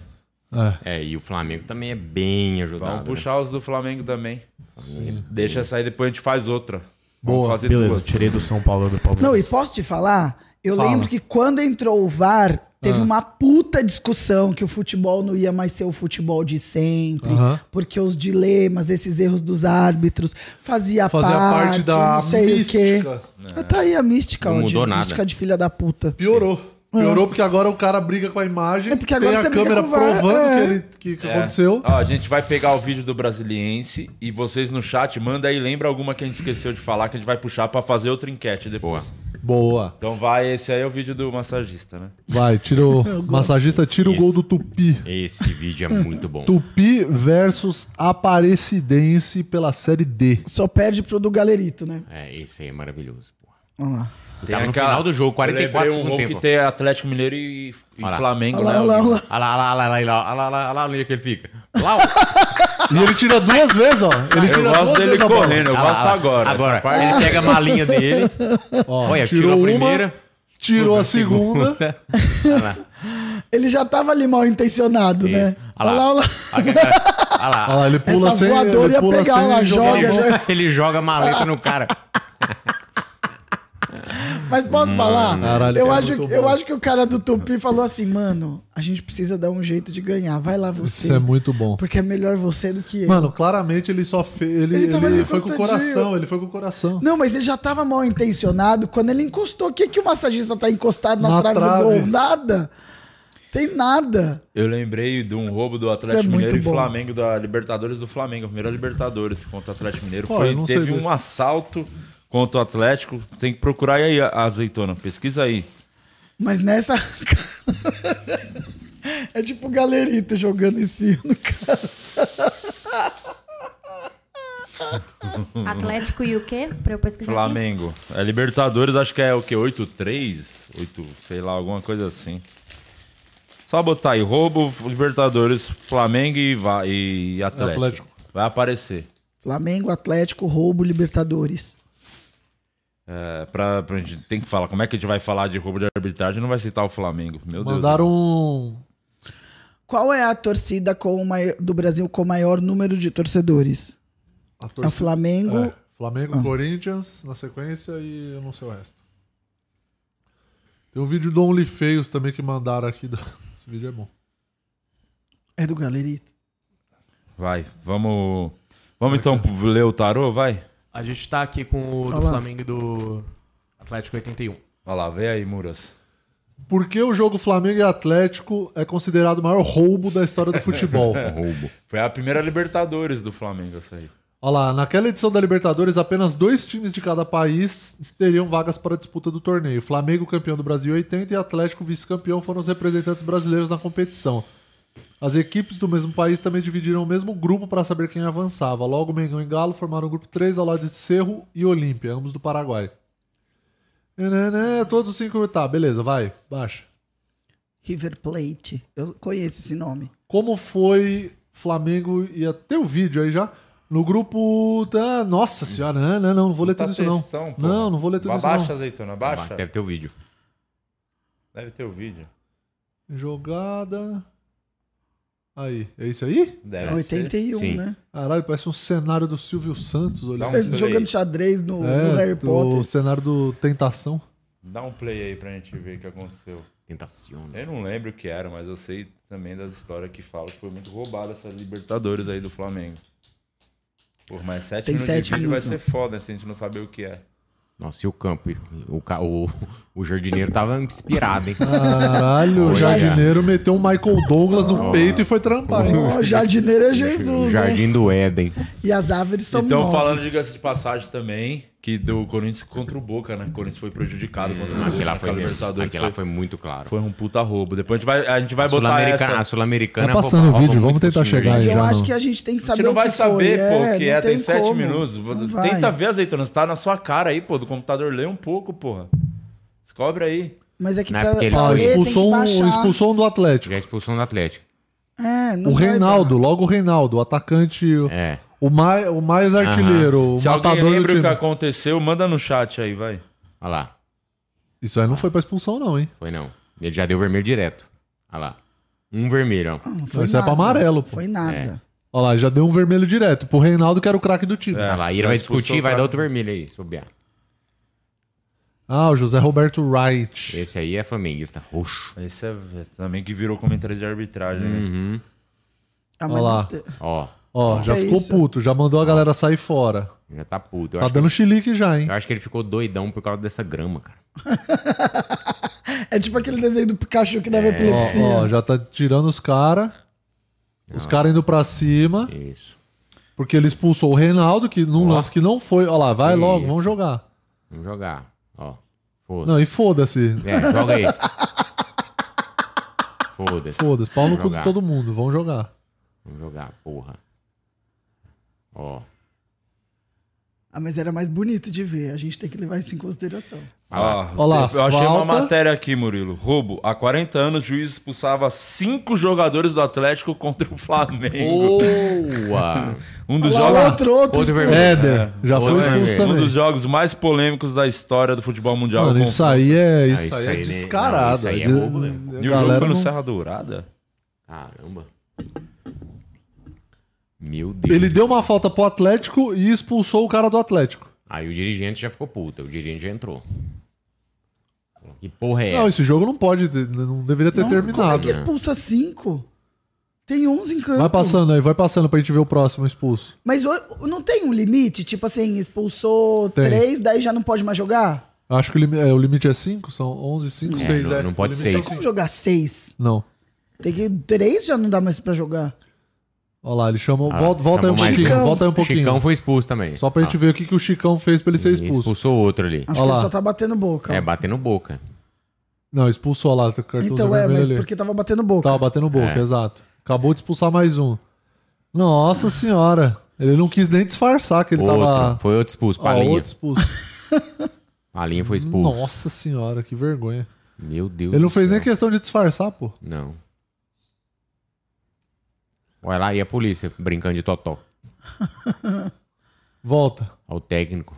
Speaker 3: É, e o Flamengo também é bem ajudado.
Speaker 5: Vamos
Speaker 3: né?
Speaker 5: puxar os do Flamengo também.
Speaker 3: Sim.
Speaker 5: Deixa sair, depois a gente faz outra.
Speaker 6: Boa,
Speaker 5: Vamos fazer
Speaker 6: beleza.
Speaker 5: duas.
Speaker 6: Tirei do São Paulo e do Palmeiras.
Speaker 2: Não, e posso te falar? Eu
Speaker 6: Fala.
Speaker 2: lembro que quando entrou o VAR, teve
Speaker 6: Ah.
Speaker 2: uma puta discussão que o futebol não ia mais ser o futebol de sempre,
Speaker 4: Aham.
Speaker 2: porque os dilemas, esses erros dos árbitros, fazia,
Speaker 4: Fazia parte
Speaker 2: parte,
Speaker 4: da
Speaker 2: não sei
Speaker 4: mística.
Speaker 2: o quê. Tá aí a mística,
Speaker 4: Não
Speaker 2: ó,
Speaker 4: mudou
Speaker 2: de,
Speaker 4: nada.
Speaker 2: mística de filha da puta.
Speaker 4: Piorou. Piorou
Speaker 2: É.
Speaker 4: porque agora o cara briga com a imagem. É porque
Speaker 2: agora
Speaker 4: tem a
Speaker 2: você briga
Speaker 4: câmera
Speaker 2: com o VAR,
Speaker 4: provando
Speaker 2: é.
Speaker 4: que, ele, que, que
Speaker 5: É.
Speaker 4: aconteceu.
Speaker 5: Ó, a gente vai pegar o vídeo do Brasiliense e vocês no chat manda aí, lembra alguma que a gente esqueceu de falar que a gente vai puxar pra fazer outra enquete depois.
Speaker 4: Boa.
Speaker 5: Então vai, esse aí é o vídeo do massagista, né?
Speaker 4: Vai, tira o
Speaker 5: Eu gosto.
Speaker 4: massagista, tira o gol do Tupi.
Speaker 3: Esse vídeo é muito bom.
Speaker 4: Tupi versus Aparecidense pela série D.
Speaker 2: Só perde pro do Galerito, né?
Speaker 3: É, esse aí é maravilhoso.
Speaker 2: Vamos lá.
Speaker 3: Tava Tá no final do jogo, 44
Speaker 5: Lembrei um
Speaker 3: segundo
Speaker 5: gol
Speaker 3: tempo.
Speaker 5: que tem Atlético Mineiro e, e
Speaker 3: Olha lá.
Speaker 5: Flamengo,
Speaker 3: Olha
Speaker 5: né?
Speaker 3: lá, olha lá, olha lá. Olha lá, olha lá, olha lá, olha lá, olha lá, olha lá onde é que ele fica. Lá, ó.
Speaker 4: E ele tira duas vezes, ó. Ele
Speaker 3: Eu
Speaker 4: tira
Speaker 3: gosto
Speaker 4: duas
Speaker 3: dele
Speaker 4: vezes a bola.
Speaker 3: correndo, eu
Speaker 4: Ah,
Speaker 3: gosto
Speaker 4: lá,
Speaker 3: agora,
Speaker 4: Agora,
Speaker 3: essa parte. Ele pega a malinha dele. Olha, tirou a primeira,
Speaker 4: tirou a segunda.
Speaker 3: Olha lá.
Speaker 2: Ele já tava ali mal intencionado, né? Olha lá, olha lá.
Speaker 3: Olha lá.
Speaker 4: Olha lá, ele pula
Speaker 2: Essa
Speaker 4: sem-
Speaker 2: voadora
Speaker 4: ele
Speaker 2: ia
Speaker 4: pula
Speaker 2: pegar,
Speaker 4: sem
Speaker 2: olha lá,
Speaker 4: jogar
Speaker 2: joga, né?
Speaker 4: a bola.
Speaker 2: joga.
Speaker 3: Ele joga a maleta no cara.
Speaker 2: Mas posso
Speaker 4: Hum,
Speaker 3: Mano,
Speaker 2: falar?
Speaker 3: caralho,
Speaker 2: eu,
Speaker 4: é
Speaker 3: cara,
Speaker 2: acho,
Speaker 3: muito
Speaker 2: eu
Speaker 3: bom.
Speaker 2: acho que o cara do Tupi falou assim, mano, a gente precisa dar um jeito de ganhar. Vai lá você.
Speaker 4: Isso é muito bom.
Speaker 2: Porque é melhor você do que eu.
Speaker 4: Mano, claramente ele só fez. Ele,
Speaker 2: Ele tava
Speaker 4: ele
Speaker 2: ali
Speaker 4: foi com o
Speaker 2: encostadinho.
Speaker 4: coração, ele foi com o coração.
Speaker 2: Não, mas ele já tava mal intencionado. Quando ele encostou, o que, que o massagista tá encostado na,
Speaker 4: Na
Speaker 2: trave,
Speaker 4: trave.
Speaker 2: do gol? Nada. Tem nada.
Speaker 5: Eu lembrei de um roubo do
Speaker 2: Isso é
Speaker 5: Atlético
Speaker 2: muito
Speaker 5: Mineiro e
Speaker 2: bom.
Speaker 5: Flamengo, da Libertadores do Flamengo, a primeira Libertadores contra o Atlético Mineiro.
Speaker 4: Pô,
Speaker 5: Foi-
Speaker 4: eu não sei
Speaker 5: teve um
Speaker 4: desse.
Speaker 5: assalto contra o Atlético. Tem que procurar aí a a azeitona, pesquisa aí.
Speaker 2: Mas nessa. é tipo o galerito jogando esfio no cara.
Speaker 12: Atlético e o quê? Pra eu pesquisar. aqui.
Speaker 5: Uhum. Flamengo. É Libertadores, acho que é o quê? 8-3? 8, sei lá, alguma coisa assim. Só botar aí, roubo, Libertadores, Flamengo e, va- e Atlético.
Speaker 2: Atlético.
Speaker 5: Vai aparecer.
Speaker 2: Flamengo, Atlético, roubo, Libertadores.
Speaker 5: É, pra, pra gente tem que falar. Como é que a gente vai falar de roubo de arbitragem? e Não vai citar o Flamengo. Meu
Speaker 4: Mandaram um.
Speaker 2: Qual é a torcida com o mai- do Brasil com o maior número de torcedores?
Speaker 4: A
Speaker 2: É o Flamengo.
Speaker 4: É, Flamengo,
Speaker 2: Ah.
Speaker 4: Corinthians na sequência e eu não sei o resto. Tem um vídeo do Only Feios também que mandaram aqui. do- Esse vídeo é bom.
Speaker 2: É do Galerito.
Speaker 5: Deus. Vai, vamos. Vamos então ler o tarô, vai?
Speaker 6: A gente tá aqui com o
Speaker 4: Olha
Speaker 6: do
Speaker 4: lá.
Speaker 6: Flamengo e do Atlético 81.
Speaker 5: Olha lá, vem aí, Muras.
Speaker 4: Por que o jogo Flamengo e Atlético é considerado o maior roubo da história do futebol?
Speaker 3: roubo.
Speaker 5: Foi a primeira Libertadores do Flamengo, essa aí.
Speaker 4: Olha lá, naquela edição da Libertadores, apenas dois times de cada país teriam vagas para a disputa do torneio. Flamengo, campeão do Brasil em 80, e Atlético, vice-campeão, foram os representantes brasileiros na competição. As equipes do mesmo país também dividiram o mesmo grupo para saber quem avançava. Logo, Mengão e Galo formaram o grupo 3 ao lado de Cerro e Olímpia, ambos do Paraguai. E, né, né, Todos os cinco. Tá, beleza, vai, baixa.
Speaker 2: River Plate. Eu conheço esse nome.
Speaker 4: Como foi Flamengo e até o vídeo aí já? No grupo da. Nossa senhora, não, não, não, não vou ler tudo isso não.
Speaker 5: textão, porra.
Speaker 4: não, não vou ler tudo
Speaker 5: Abaixa,
Speaker 4: isso
Speaker 5: azeitona, abaixa.
Speaker 3: Deve ter o vídeo.
Speaker 5: Deve ter o vídeo.
Speaker 4: não. Jogada. Aí, é isso aí?
Speaker 5: Deve
Speaker 2: É 81, ser. né?
Speaker 4: Caralho, parece um cenário do
Speaker 3: um
Speaker 5: Ah,
Speaker 4: Silvio Santos É, olhando.
Speaker 5: É,
Speaker 2: Ele jogando xadrez no, no Harry
Speaker 4: O
Speaker 2: Potter.
Speaker 4: cenário do Tentação.
Speaker 5: Dá um play aí pra gente ver o que aconteceu.
Speaker 3: Tentação.
Speaker 5: Eu não lembro o que era, mas eu sei também das histórias que falam que foi muito roubada essa Libertadores aí do Flamengo. Por mais sete
Speaker 3: Tem
Speaker 5: minutos
Speaker 3: sete
Speaker 5: de vídeo vai
Speaker 3: minutos.
Speaker 5: ser foda né, se a gente não saber o que é.
Speaker 3: Nossa, e o campo? O, ca- o, o jardineiro tava inspirado, hein?
Speaker 4: Caralho, o
Speaker 3: Olha.
Speaker 4: jardineiro meteu o Michael Douglas no
Speaker 3: Ó.
Speaker 4: peito e foi trampar.
Speaker 2: Ó, o jardineiro é Jesus, né?
Speaker 3: Jardim do Éden.
Speaker 2: E as árvores são
Speaker 5: Então,
Speaker 2: nossas.
Speaker 5: falando de de passagem também, que do Corinthians contra o Boca, né? O Corinthians foi prejudicado contra o Boca.
Speaker 3: aquele lá
Speaker 5: naquela
Speaker 3: foi mesmo.
Speaker 5: Libertadores.
Speaker 3: Aquele lá foi muito claro.
Speaker 5: Foi um puta roubo. Depois a gente vai, a gente vai
Speaker 3: A
Speaker 5: botar
Speaker 3: Sul-Americana-
Speaker 5: essa...
Speaker 3: a Sul-americana é
Speaker 4: Tá passando rouba o vídeo, muito vamos tentar costume, chegar
Speaker 2: Mas eu acho que a gente tem que
Speaker 5: A gente
Speaker 2: saber
Speaker 5: não
Speaker 2: o que
Speaker 5: vai saber,
Speaker 2: foi.
Speaker 5: pô, o que
Speaker 2: não
Speaker 5: é. Tem sete
Speaker 2: como.
Speaker 5: minutos. Vou-
Speaker 2: Não vai.
Speaker 5: Tenta ver, Azeitonas. Tá na sua cara aí, pô, do computador. Lê um pouco, porra. Descobre aí.
Speaker 2: Mas é que
Speaker 3: Não é
Speaker 2: pra,
Speaker 3: porque ele
Speaker 2: pra
Speaker 3: foi-
Speaker 2: ler,
Speaker 4: Expulsou
Speaker 2: tem
Speaker 4: um,
Speaker 2: que baixar.
Speaker 4: expulsou um do Atlético.
Speaker 3: Já expulsão do Atlético.
Speaker 2: É, não
Speaker 4: O
Speaker 2: vai
Speaker 4: Reinaldo, logo o Reinaldo, o atacante.
Speaker 3: É.
Speaker 4: O mais, o mais artilheiro, o
Speaker 5: Se alguém
Speaker 4: matador do
Speaker 5: lembra o que
Speaker 4: time.
Speaker 5: aconteceu, manda no chat aí, vai.
Speaker 3: Olha lá.
Speaker 4: Isso aí não foi pra expulsão, não, hein?
Speaker 3: Foi não. Ele já deu vermelho direto. Olha lá. Um vermelho, ó.
Speaker 4: Não, Isso é pra amarelo, pô.
Speaker 2: Foi nada.
Speaker 4: Olha lá, já deu um vermelho direto pro Reinaldo, que era o craque do time.
Speaker 3: Olha lá. E ele
Speaker 4: É, já
Speaker 3: vai
Speaker 4: expulsou
Speaker 3: discutir e
Speaker 4: o
Speaker 3: vai
Speaker 4: cara.
Speaker 3: dar outro vermelho aí, se bobear.
Speaker 4: Ah, o José Roberto Wright.
Speaker 3: Esse aí é flamenguista roxo.
Speaker 5: Esse é esse também que virou comentário de arbitragem,
Speaker 3: né?
Speaker 2: Ah,
Speaker 4: É. Olha lá.
Speaker 3: Ó.
Speaker 4: Ó, já
Speaker 3: Que é
Speaker 4: ficou
Speaker 3: isso?
Speaker 4: puto, já mandou a galera sair fora.
Speaker 3: Já tá puto. Eu
Speaker 4: Tá
Speaker 3: acho
Speaker 4: dando
Speaker 3: que...
Speaker 4: chilique já, hein?
Speaker 3: Eu acho que ele ficou doidão por causa dessa grama, cara.
Speaker 2: É tipo aquele desenho do Pikachu que dava epilepsia.
Speaker 4: É. Ó, ó, já tá tirando os caras. Os caras indo pra cima.
Speaker 3: Isso.
Speaker 4: Porque ele expulsou o Reinaldo, que num lance que não foi. Olha lá, vai logo, vamos jogar.
Speaker 3: Vamos jogar. Ó. Foda.
Speaker 4: Não, e foda-se.
Speaker 3: É, joga aí. Foda-se.
Speaker 4: Foda-se, pau no
Speaker 3: Vamos
Speaker 4: cu de
Speaker 3: jogar.
Speaker 4: todo mundo, vamos jogar.
Speaker 3: Vamos jogar, porra. Ó.
Speaker 2: Ah, mas era mais bonito de ver. A gente tem que levar isso em consideração.
Speaker 5: Ah,
Speaker 4: Olha lá,
Speaker 5: eu achei uma
Speaker 4: falta.
Speaker 5: matéria aqui, Murilo. Roubo. Há 40 anos, o juiz expulsava cinco jogadores do Atlético contra o Flamengo.
Speaker 3: Boa!
Speaker 5: um dos
Speaker 2: Olha lá,
Speaker 5: jogos.
Speaker 2: outro, outro Outro expulso.
Speaker 4: vermelho. É. Éder, já foi expulso também.
Speaker 5: Um dos jogos mais polêmicos da história do futebol mundial.
Speaker 4: Mano,
Speaker 5: O
Speaker 4: isso
Speaker 5: confronto.
Speaker 4: aí é- isso Ah, isso aí é aí, né? descarado. Não, isso aí é roubo, né? A
Speaker 5: E o jogo
Speaker 4: galera
Speaker 5: foi no
Speaker 4: não-
Speaker 5: Serra Dourada?
Speaker 3: Caramba. Meu Deus.
Speaker 4: Ele deu uma falta pro Atlético e expulsou o cara do Atlético.
Speaker 3: Aí o dirigente já ficou puta. O dirigente já entrou. Que porra é
Speaker 4: Não,
Speaker 3: essa?
Speaker 4: esse jogo não pode, não deveria ter
Speaker 2: Não,
Speaker 4: terminado.
Speaker 2: Como é que expulsa cinco? Tem 11 em campo.
Speaker 4: né? Vai passando aí, vai passando pra gente ver o próximo expulso.
Speaker 2: Mas o- não tem um limite? Tipo assim, expulsou
Speaker 4: Tem.
Speaker 2: três, daí já não pode mais jogar?
Speaker 4: Acho que o, limi- é, o limite é 5, são 11, 5,
Speaker 3: É,
Speaker 4: 6.
Speaker 3: não-
Speaker 4: é.
Speaker 3: não pode
Speaker 4: O
Speaker 2: Então
Speaker 4: limite é
Speaker 2: como
Speaker 4: cinco.
Speaker 2: jogar seis?
Speaker 4: Não.
Speaker 2: Tem que. Três já não dá mais pra jogar.
Speaker 4: Olha lá, ele chamou.
Speaker 3: Ah,
Speaker 4: volta volta aí um
Speaker 3: chamou mais
Speaker 4: pouquinho,
Speaker 3: um.
Speaker 4: volta aí um pouquinho.
Speaker 3: Chicão foi expulso também.
Speaker 4: Só pra gente
Speaker 3: Ah.
Speaker 4: ver o que, que o Chicão fez pra ele ser expulso. Ah,
Speaker 3: Expulsou outro ali.
Speaker 2: Acho
Speaker 4: Olha
Speaker 2: que ele
Speaker 4: lá.
Speaker 2: só tá batendo boca.
Speaker 3: É, batendo boca.
Speaker 4: Não, expulsou olha lá, o cartão
Speaker 2: Então é,
Speaker 4: vermelho
Speaker 2: mas
Speaker 4: ali. Tá.
Speaker 2: porque tava batendo boca.
Speaker 4: Tava batendo
Speaker 3: É.
Speaker 4: boca, exato. Acabou de expulsar mais um. Nossa senhora. Ele não quis nem disfarçar que ele
Speaker 3: Outro.
Speaker 4: tava.
Speaker 3: Foi outro expulso,
Speaker 4: Ó,
Speaker 3: Palinha.
Speaker 4: outro expulso.
Speaker 3: Palinha foi expulso.
Speaker 4: Nossa senhora, que vergonha.
Speaker 3: Meu Deus.
Speaker 4: Ele não
Speaker 3: do
Speaker 4: fez nem
Speaker 3: céu.
Speaker 4: questão de disfarçar, pô.
Speaker 3: Não. Olha lá, e a polícia brincando de totó.
Speaker 4: Volta.
Speaker 3: Ao técnico.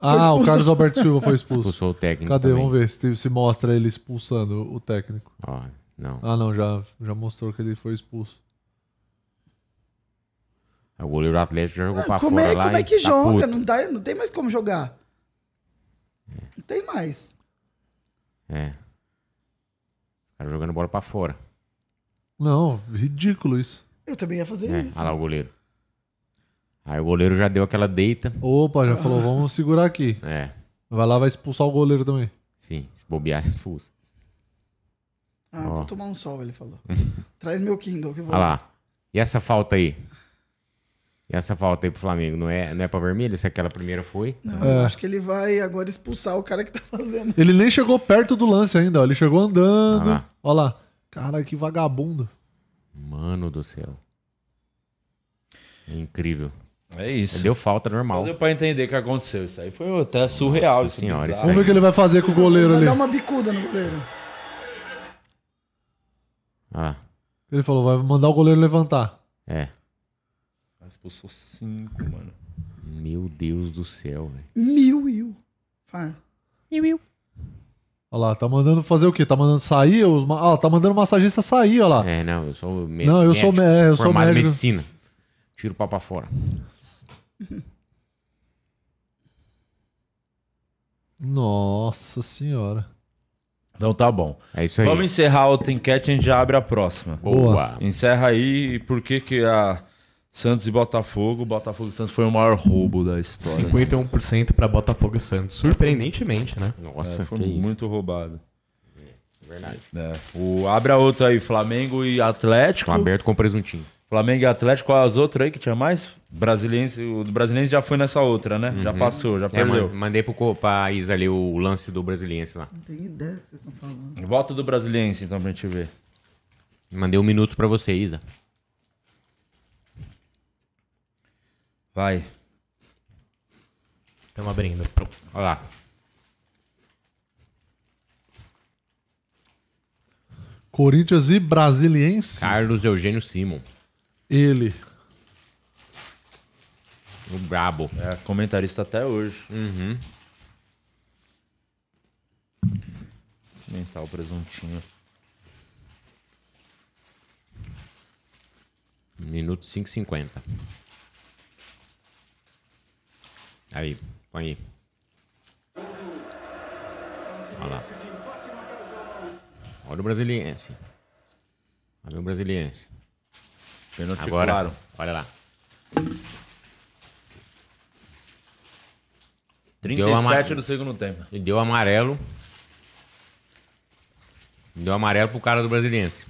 Speaker 4: Ah, o Carlos Alberto Silva foi expulso.
Speaker 3: Expulsou o técnico
Speaker 4: Cadê?
Speaker 3: também.
Speaker 4: Vamos ver se, se mostra ele expulsando o técnico.
Speaker 3: Ó, não.
Speaker 4: Ah, não, já, já mostrou que ele foi expulso.
Speaker 3: É, O goleiro do Atlético já jogou pra
Speaker 2: como
Speaker 3: fora
Speaker 2: é,
Speaker 3: lá
Speaker 2: como é
Speaker 3: e
Speaker 2: que
Speaker 3: tá
Speaker 2: joga?
Speaker 3: puto.
Speaker 2: não, dá, não tem mais como jogar. Não tem mais.
Speaker 3: É. O cara jogando bola pra fora.
Speaker 4: Não, ridículo isso.
Speaker 2: Eu também ia fazer
Speaker 3: É,
Speaker 2: isso.
Speaker 3: olha lá o goleiro. Aí o goleiro já deu aquela deita.
Speaker 4: Opa, já falou, vamos segurar aqui.
Speaker 3: É,
Speaker 4: Vai lá, vai expulsar o goleiro também.
Speaker 3: sim. Se bobear, expulsa.
Speaker 2: Ah,
Speaker 3: Ó.
Speaker 2: vou tomar um sol, ele falou. Traz meu Kindle que eu vou.
Speaker 3: Olha lá. E essa falta aí? E essa falta aí pro Flamengo? Não é, não é pra vermelho? Se aquela primeira foi?
Speaker 2: Não,
Speaker 4: É.
Speaker 2: eu acho que ele vai agora expulsar o cara que tá fazendo.
Speaker 4: Ele nem chegou perto do lance ainda, ó. Ele chegou andando.
Speaker 3: Olha
Speaker 5: Ah
Speaker 4: Olha
Speaker 3: lá.
Speaker 4: lá. Cara, que vagabundo.
Speaker 3: Mano do céu. É incrível.
Speaker 5: É isso.
Speaker 3: Deu falta normal.
Speaker 5: Não deu pra entender o que aconteceu. Isso aí foi até surreal.
Speaker 3: Nossa
Speaker 5: isso
Speaker 3: senhora,
Speaker 5: bizarro.
Speaker 3: isso aí.
Speaker 4: Vamos ver o que ele vai fazer com o goleiro
Speaker 2: vai
Speaker 4: ali.
Speaker 2: dar uma bicuda no goleiro.
Speaker 3: Olha lá.
Speaker 4: Ele falou, vai mandar o goleiro levantar.
Speaker 3: É.
Speaker 5: Expulsou cinco, mano.
Speaker 3: Meu Deus do céu, velho.
Speaker 2: Mil e um. Vai.
Speaker 12: Mil e um.
Speaker 4: Olha lá, tá mandando fazer o quê? Tá mandando sair? Os ma... Ah, tá mandando o massagista sair, olha lá.
Speaker 3: É, não, eu sou mé-
Speaker 4: Não, eu sou
Speaker 3: médico,
Speaker 4: mé- eu sou
Speaker 3: formado em
Speaker 4: médico.
Speaker 3: medicina. Tiro o pau pra fora.
Speaker 4: Nossa senhora.
Speaker 5: Então tá bom.
Speaker 3: É isso
Speaker 5: Vamos encerrar a outra enquete e a gente já abre a próxima.
Speaker 3: Boa.
Speaker 5: Encerra aí e por que que a Santos e Botafogo, Botafogo e Santos foi o maior roubo da história.
Speaker 6: 51% pra Botafogo e Santos. Surpreendentemente, né?
Speaker 5: É, foi muito roubado. Verdade. O, abre a outra aí, Flamengo e Atlético.
Speaker 3: aberto com presuntinho.
Speaker 5: Flamengo e Atlético, qual as outras aí que tinha mais? Brasiliense, o do Brasiliense já foi nessa outra, né? Já
Speaker 3: Uhum.
Speaker 5: passou, já
Speaker 3: É,
Speaker 5: perdeu.
Speaker 3: man- mandei pro, co- pra Isa ali o lance do brasiliense lá.
Speaker 2: Não tenho ideia do que vocês estão falando.
Speaker 5: Volta do Brasiliense então pra gente ver.
Speaker 3: Mandei um minuto pra você, Isa.
Speaker 5: Vai.
Speaker 6: Estamos abrindo.
Speaker 3: Olha lá.
Speaker 4: Corinthians e Brasiliense.
Speaker 3: Carlos Eugênio Simon.
Speaker 4: Ele.
Speaker 3: O brabo.
Speaker 5: É, comentarista até hoje.
Speaker 3: Uhum.
Speaker 5: Mental o presuntinho.
Speaker 3: Minuto 5,50. Aí, põe aí. Olha lá. Olha o brasiliense. Olha o brasiliense.
Speaker 5: Pênalti
Speaker 3: Agora,
Speaker 5: claro.
Speaker 3: olha lá.
Speaker 5: 37
Speaker 3: Deu amare-
Speaker 5: do segundo tempo.
Speaker 3: E deu amarelo. Deu amarelo pro cara do brasiliense.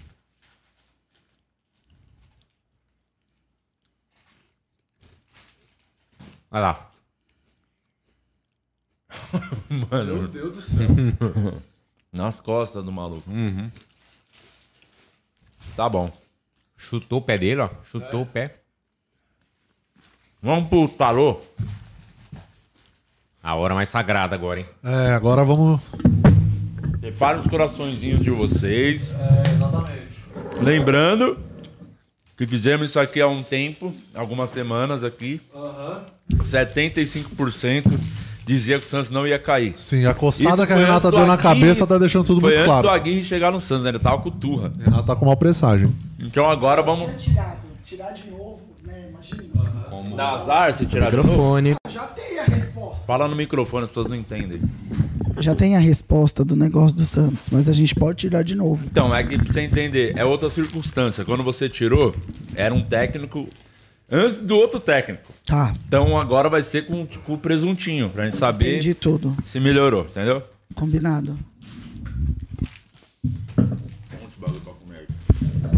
Speaker 3: Olha lá.
Speaker 5: Mano.
Speaker 4: Meu Deus do céu.
Speaker 5: Nas costas do maluco.
Speaker 3: Uhum.
Speaker 5: Tá bom.
Speaker 3: Chutou o pé dele, ó. Chutou o pé.
Speaker 5: Vamos pro tarô.
Speaker 3: A hora mais sagrada agora, hein?
Speaker 4: É, agora vamos.
Speaker 5: Prepara os coraçõezinhos de vocês. É, exatamente. Lembrando que fizemos isso aqui há um tempo, algumas semanas aqui. 75% dizia que o Santos não ia cair.
Speaker 4: Sim, a coçada que a
Speaker 5: foi
Speaker 4: Renata
Speaker 5: antes do
Speaker 4: deu na
Speaker 5: Aguirre-
Speaker 4: cabeça tá deixando tudo
Speaker 5: foi
Speaker 4: muito
Speaker 5: antes
Speaker 4: claro.
Speaker 5: do Aguirre chegar no Santos, né? Ele tava com turra.
Speaker 4: Ela tá com uma pressagem.
Speaker 5: Então agora vamos...
Speaker 2: Tinha tirado. Tirar de novo, né? Imagina.
Speaker 5: Dá azar se tirar de
Speaker 6: Microfone.
Speaker 5: novo?
Speaker 2: Já tem a resposta.
Speaker 5: Fala no microfone, as pessoas não entendem.
Speaker 2: Já tem a resposta do negócio do Santos, mas a gente pode tirar de novo.
Speaker 5: Então, é que pra você entender, é outra circunstância. Quando você tirou, era um técnico antes do outro técnico.
Speaker 2: Tá.
Speaker 5: Então agora vai ser com, com o presuntinho, pra gente saber
Speaker 2: Entendi tudo.
Speaker 5: se melhorou, entendeu?
Speaker 2: Combinado.
Speaker 5: O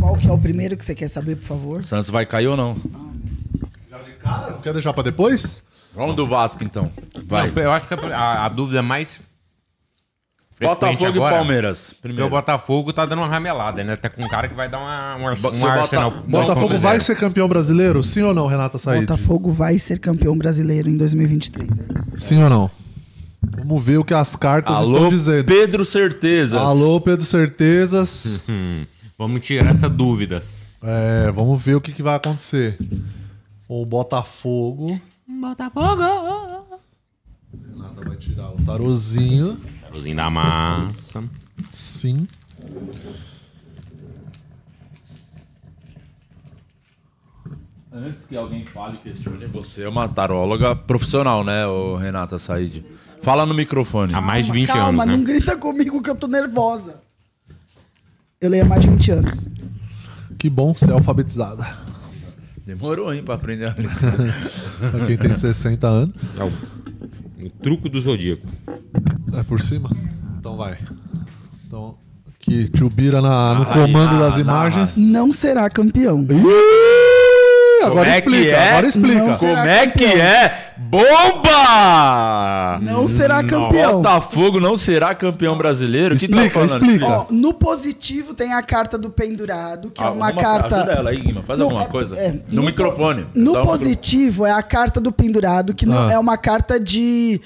Speaker 2: Qual que é o primeiro que você quer saber, por favor?
Speaker 5: Santos vai cair ou não?
Speaker 4: Quer deixar pra depois?
Speaker 5: Vamos do Vasco, então. Vai.
Speaker 3: Não, eu acho que a, a dúvida mais. frequente
Speaker 5: Botafogo e
Speaker 3: agora-
Speaker 5: Palmeiras,
Speaker 3: Porque
Speaker 5: primeiro.
Speaker 3: O Botafogo tá dando uma ramelada, né? Tá com um cara que vai dar uma, um,
Speaker 5: Bo-
Speaker 3: arsenal.
Speaker 5: seu
Speaker 3: um arsenal.
Speaker 5: Bota-
Speaker 4: Botafogo vai ser campeão brasileiro? Sim ou não, Renata Said?
Speaker 2: Botafogo vai ser campeão brasileiro em 2023.
Speaker 4: Sim ou não? É. Vamos ver o que as cartas
Speaker 5: Alô,
Speaker 4: estão dizendo.
Speaker 5: Pedro Certezas.
Speaker 4: Alô, Pedro Certezas.
Speaker 3: Vamos tirar essas dúvidas.
Speaker 4: É, vamos ver o que, que vai acontecer. O Botafogo.
Speaker 1: Botafogo!
Speaker 4: Renata vai tirar o tarozinho.
Speaker 3: Luzinho da massa.
Speaker 4: Sim.
Speaker 5: Antes que alguém fale e questione, você é uma taróloga profissional, né, ô Renata Said? Fala no microfone. Há
Speaker 3: mais de né? 20
Speaker 2: Calma,
Speaker 5: né?
Speaker 2: não grita comigo que eu tô nervosa. Eu leio há mais de 20 anos.
Speaker 4: Que bom ser alfabetizada.
Speaker 5: Demorou, hein, pra aprender a
Speaker 4: pra quem tem 60 anos.
Speaker 3: É o, o truco do Zodíaco.
Speaker 4: É por cima? Então vai. Então, que Tchubira na, no
Speaker 3: Narra aí,
Speaker 4: comando
Speaker 3: narra,
Speaker 4: das imagens.
Speaker 2: Não será campeão.
Speaker 4: agora
Speaker 5: é
Speaker 4: explica,
Speaker 5: que é?
Speaker 4: agora explica.
Speaker 2: Não
Speaker 5: Como
Speaker 2: será
Speaker 5: é que
Speaker 2: campeão.
Speaker 5: é? Bomba!
Speaker 2: Não será campeão.
Speaker 5: Botafogo Hum, não tá, será campeão brasileiro? O que
Speaker 4: Explica,
Speaker 5: tá falando?
Speaker 4: explica.
Speaker 2: Ó, no positivo tem a carta do pendurado, que é uma
Speaker 5: Alguma-
Speaker 2: carta.
Speaker 5: Ajuda ela aí, Guima. Faz
Speaker 2: Não,
Speaker 5: alguma
Speaker 2: é-
Speaker 5: coisa.
Speaker 2: é,
Speaker 5: no, microfone.
Speaker 2: No
Speaker 5: Dá um micro-
Speaker 2: positivo é a carta do pendurado, que não
Speaker 5: Ah.
Speaker 2: é uma carta de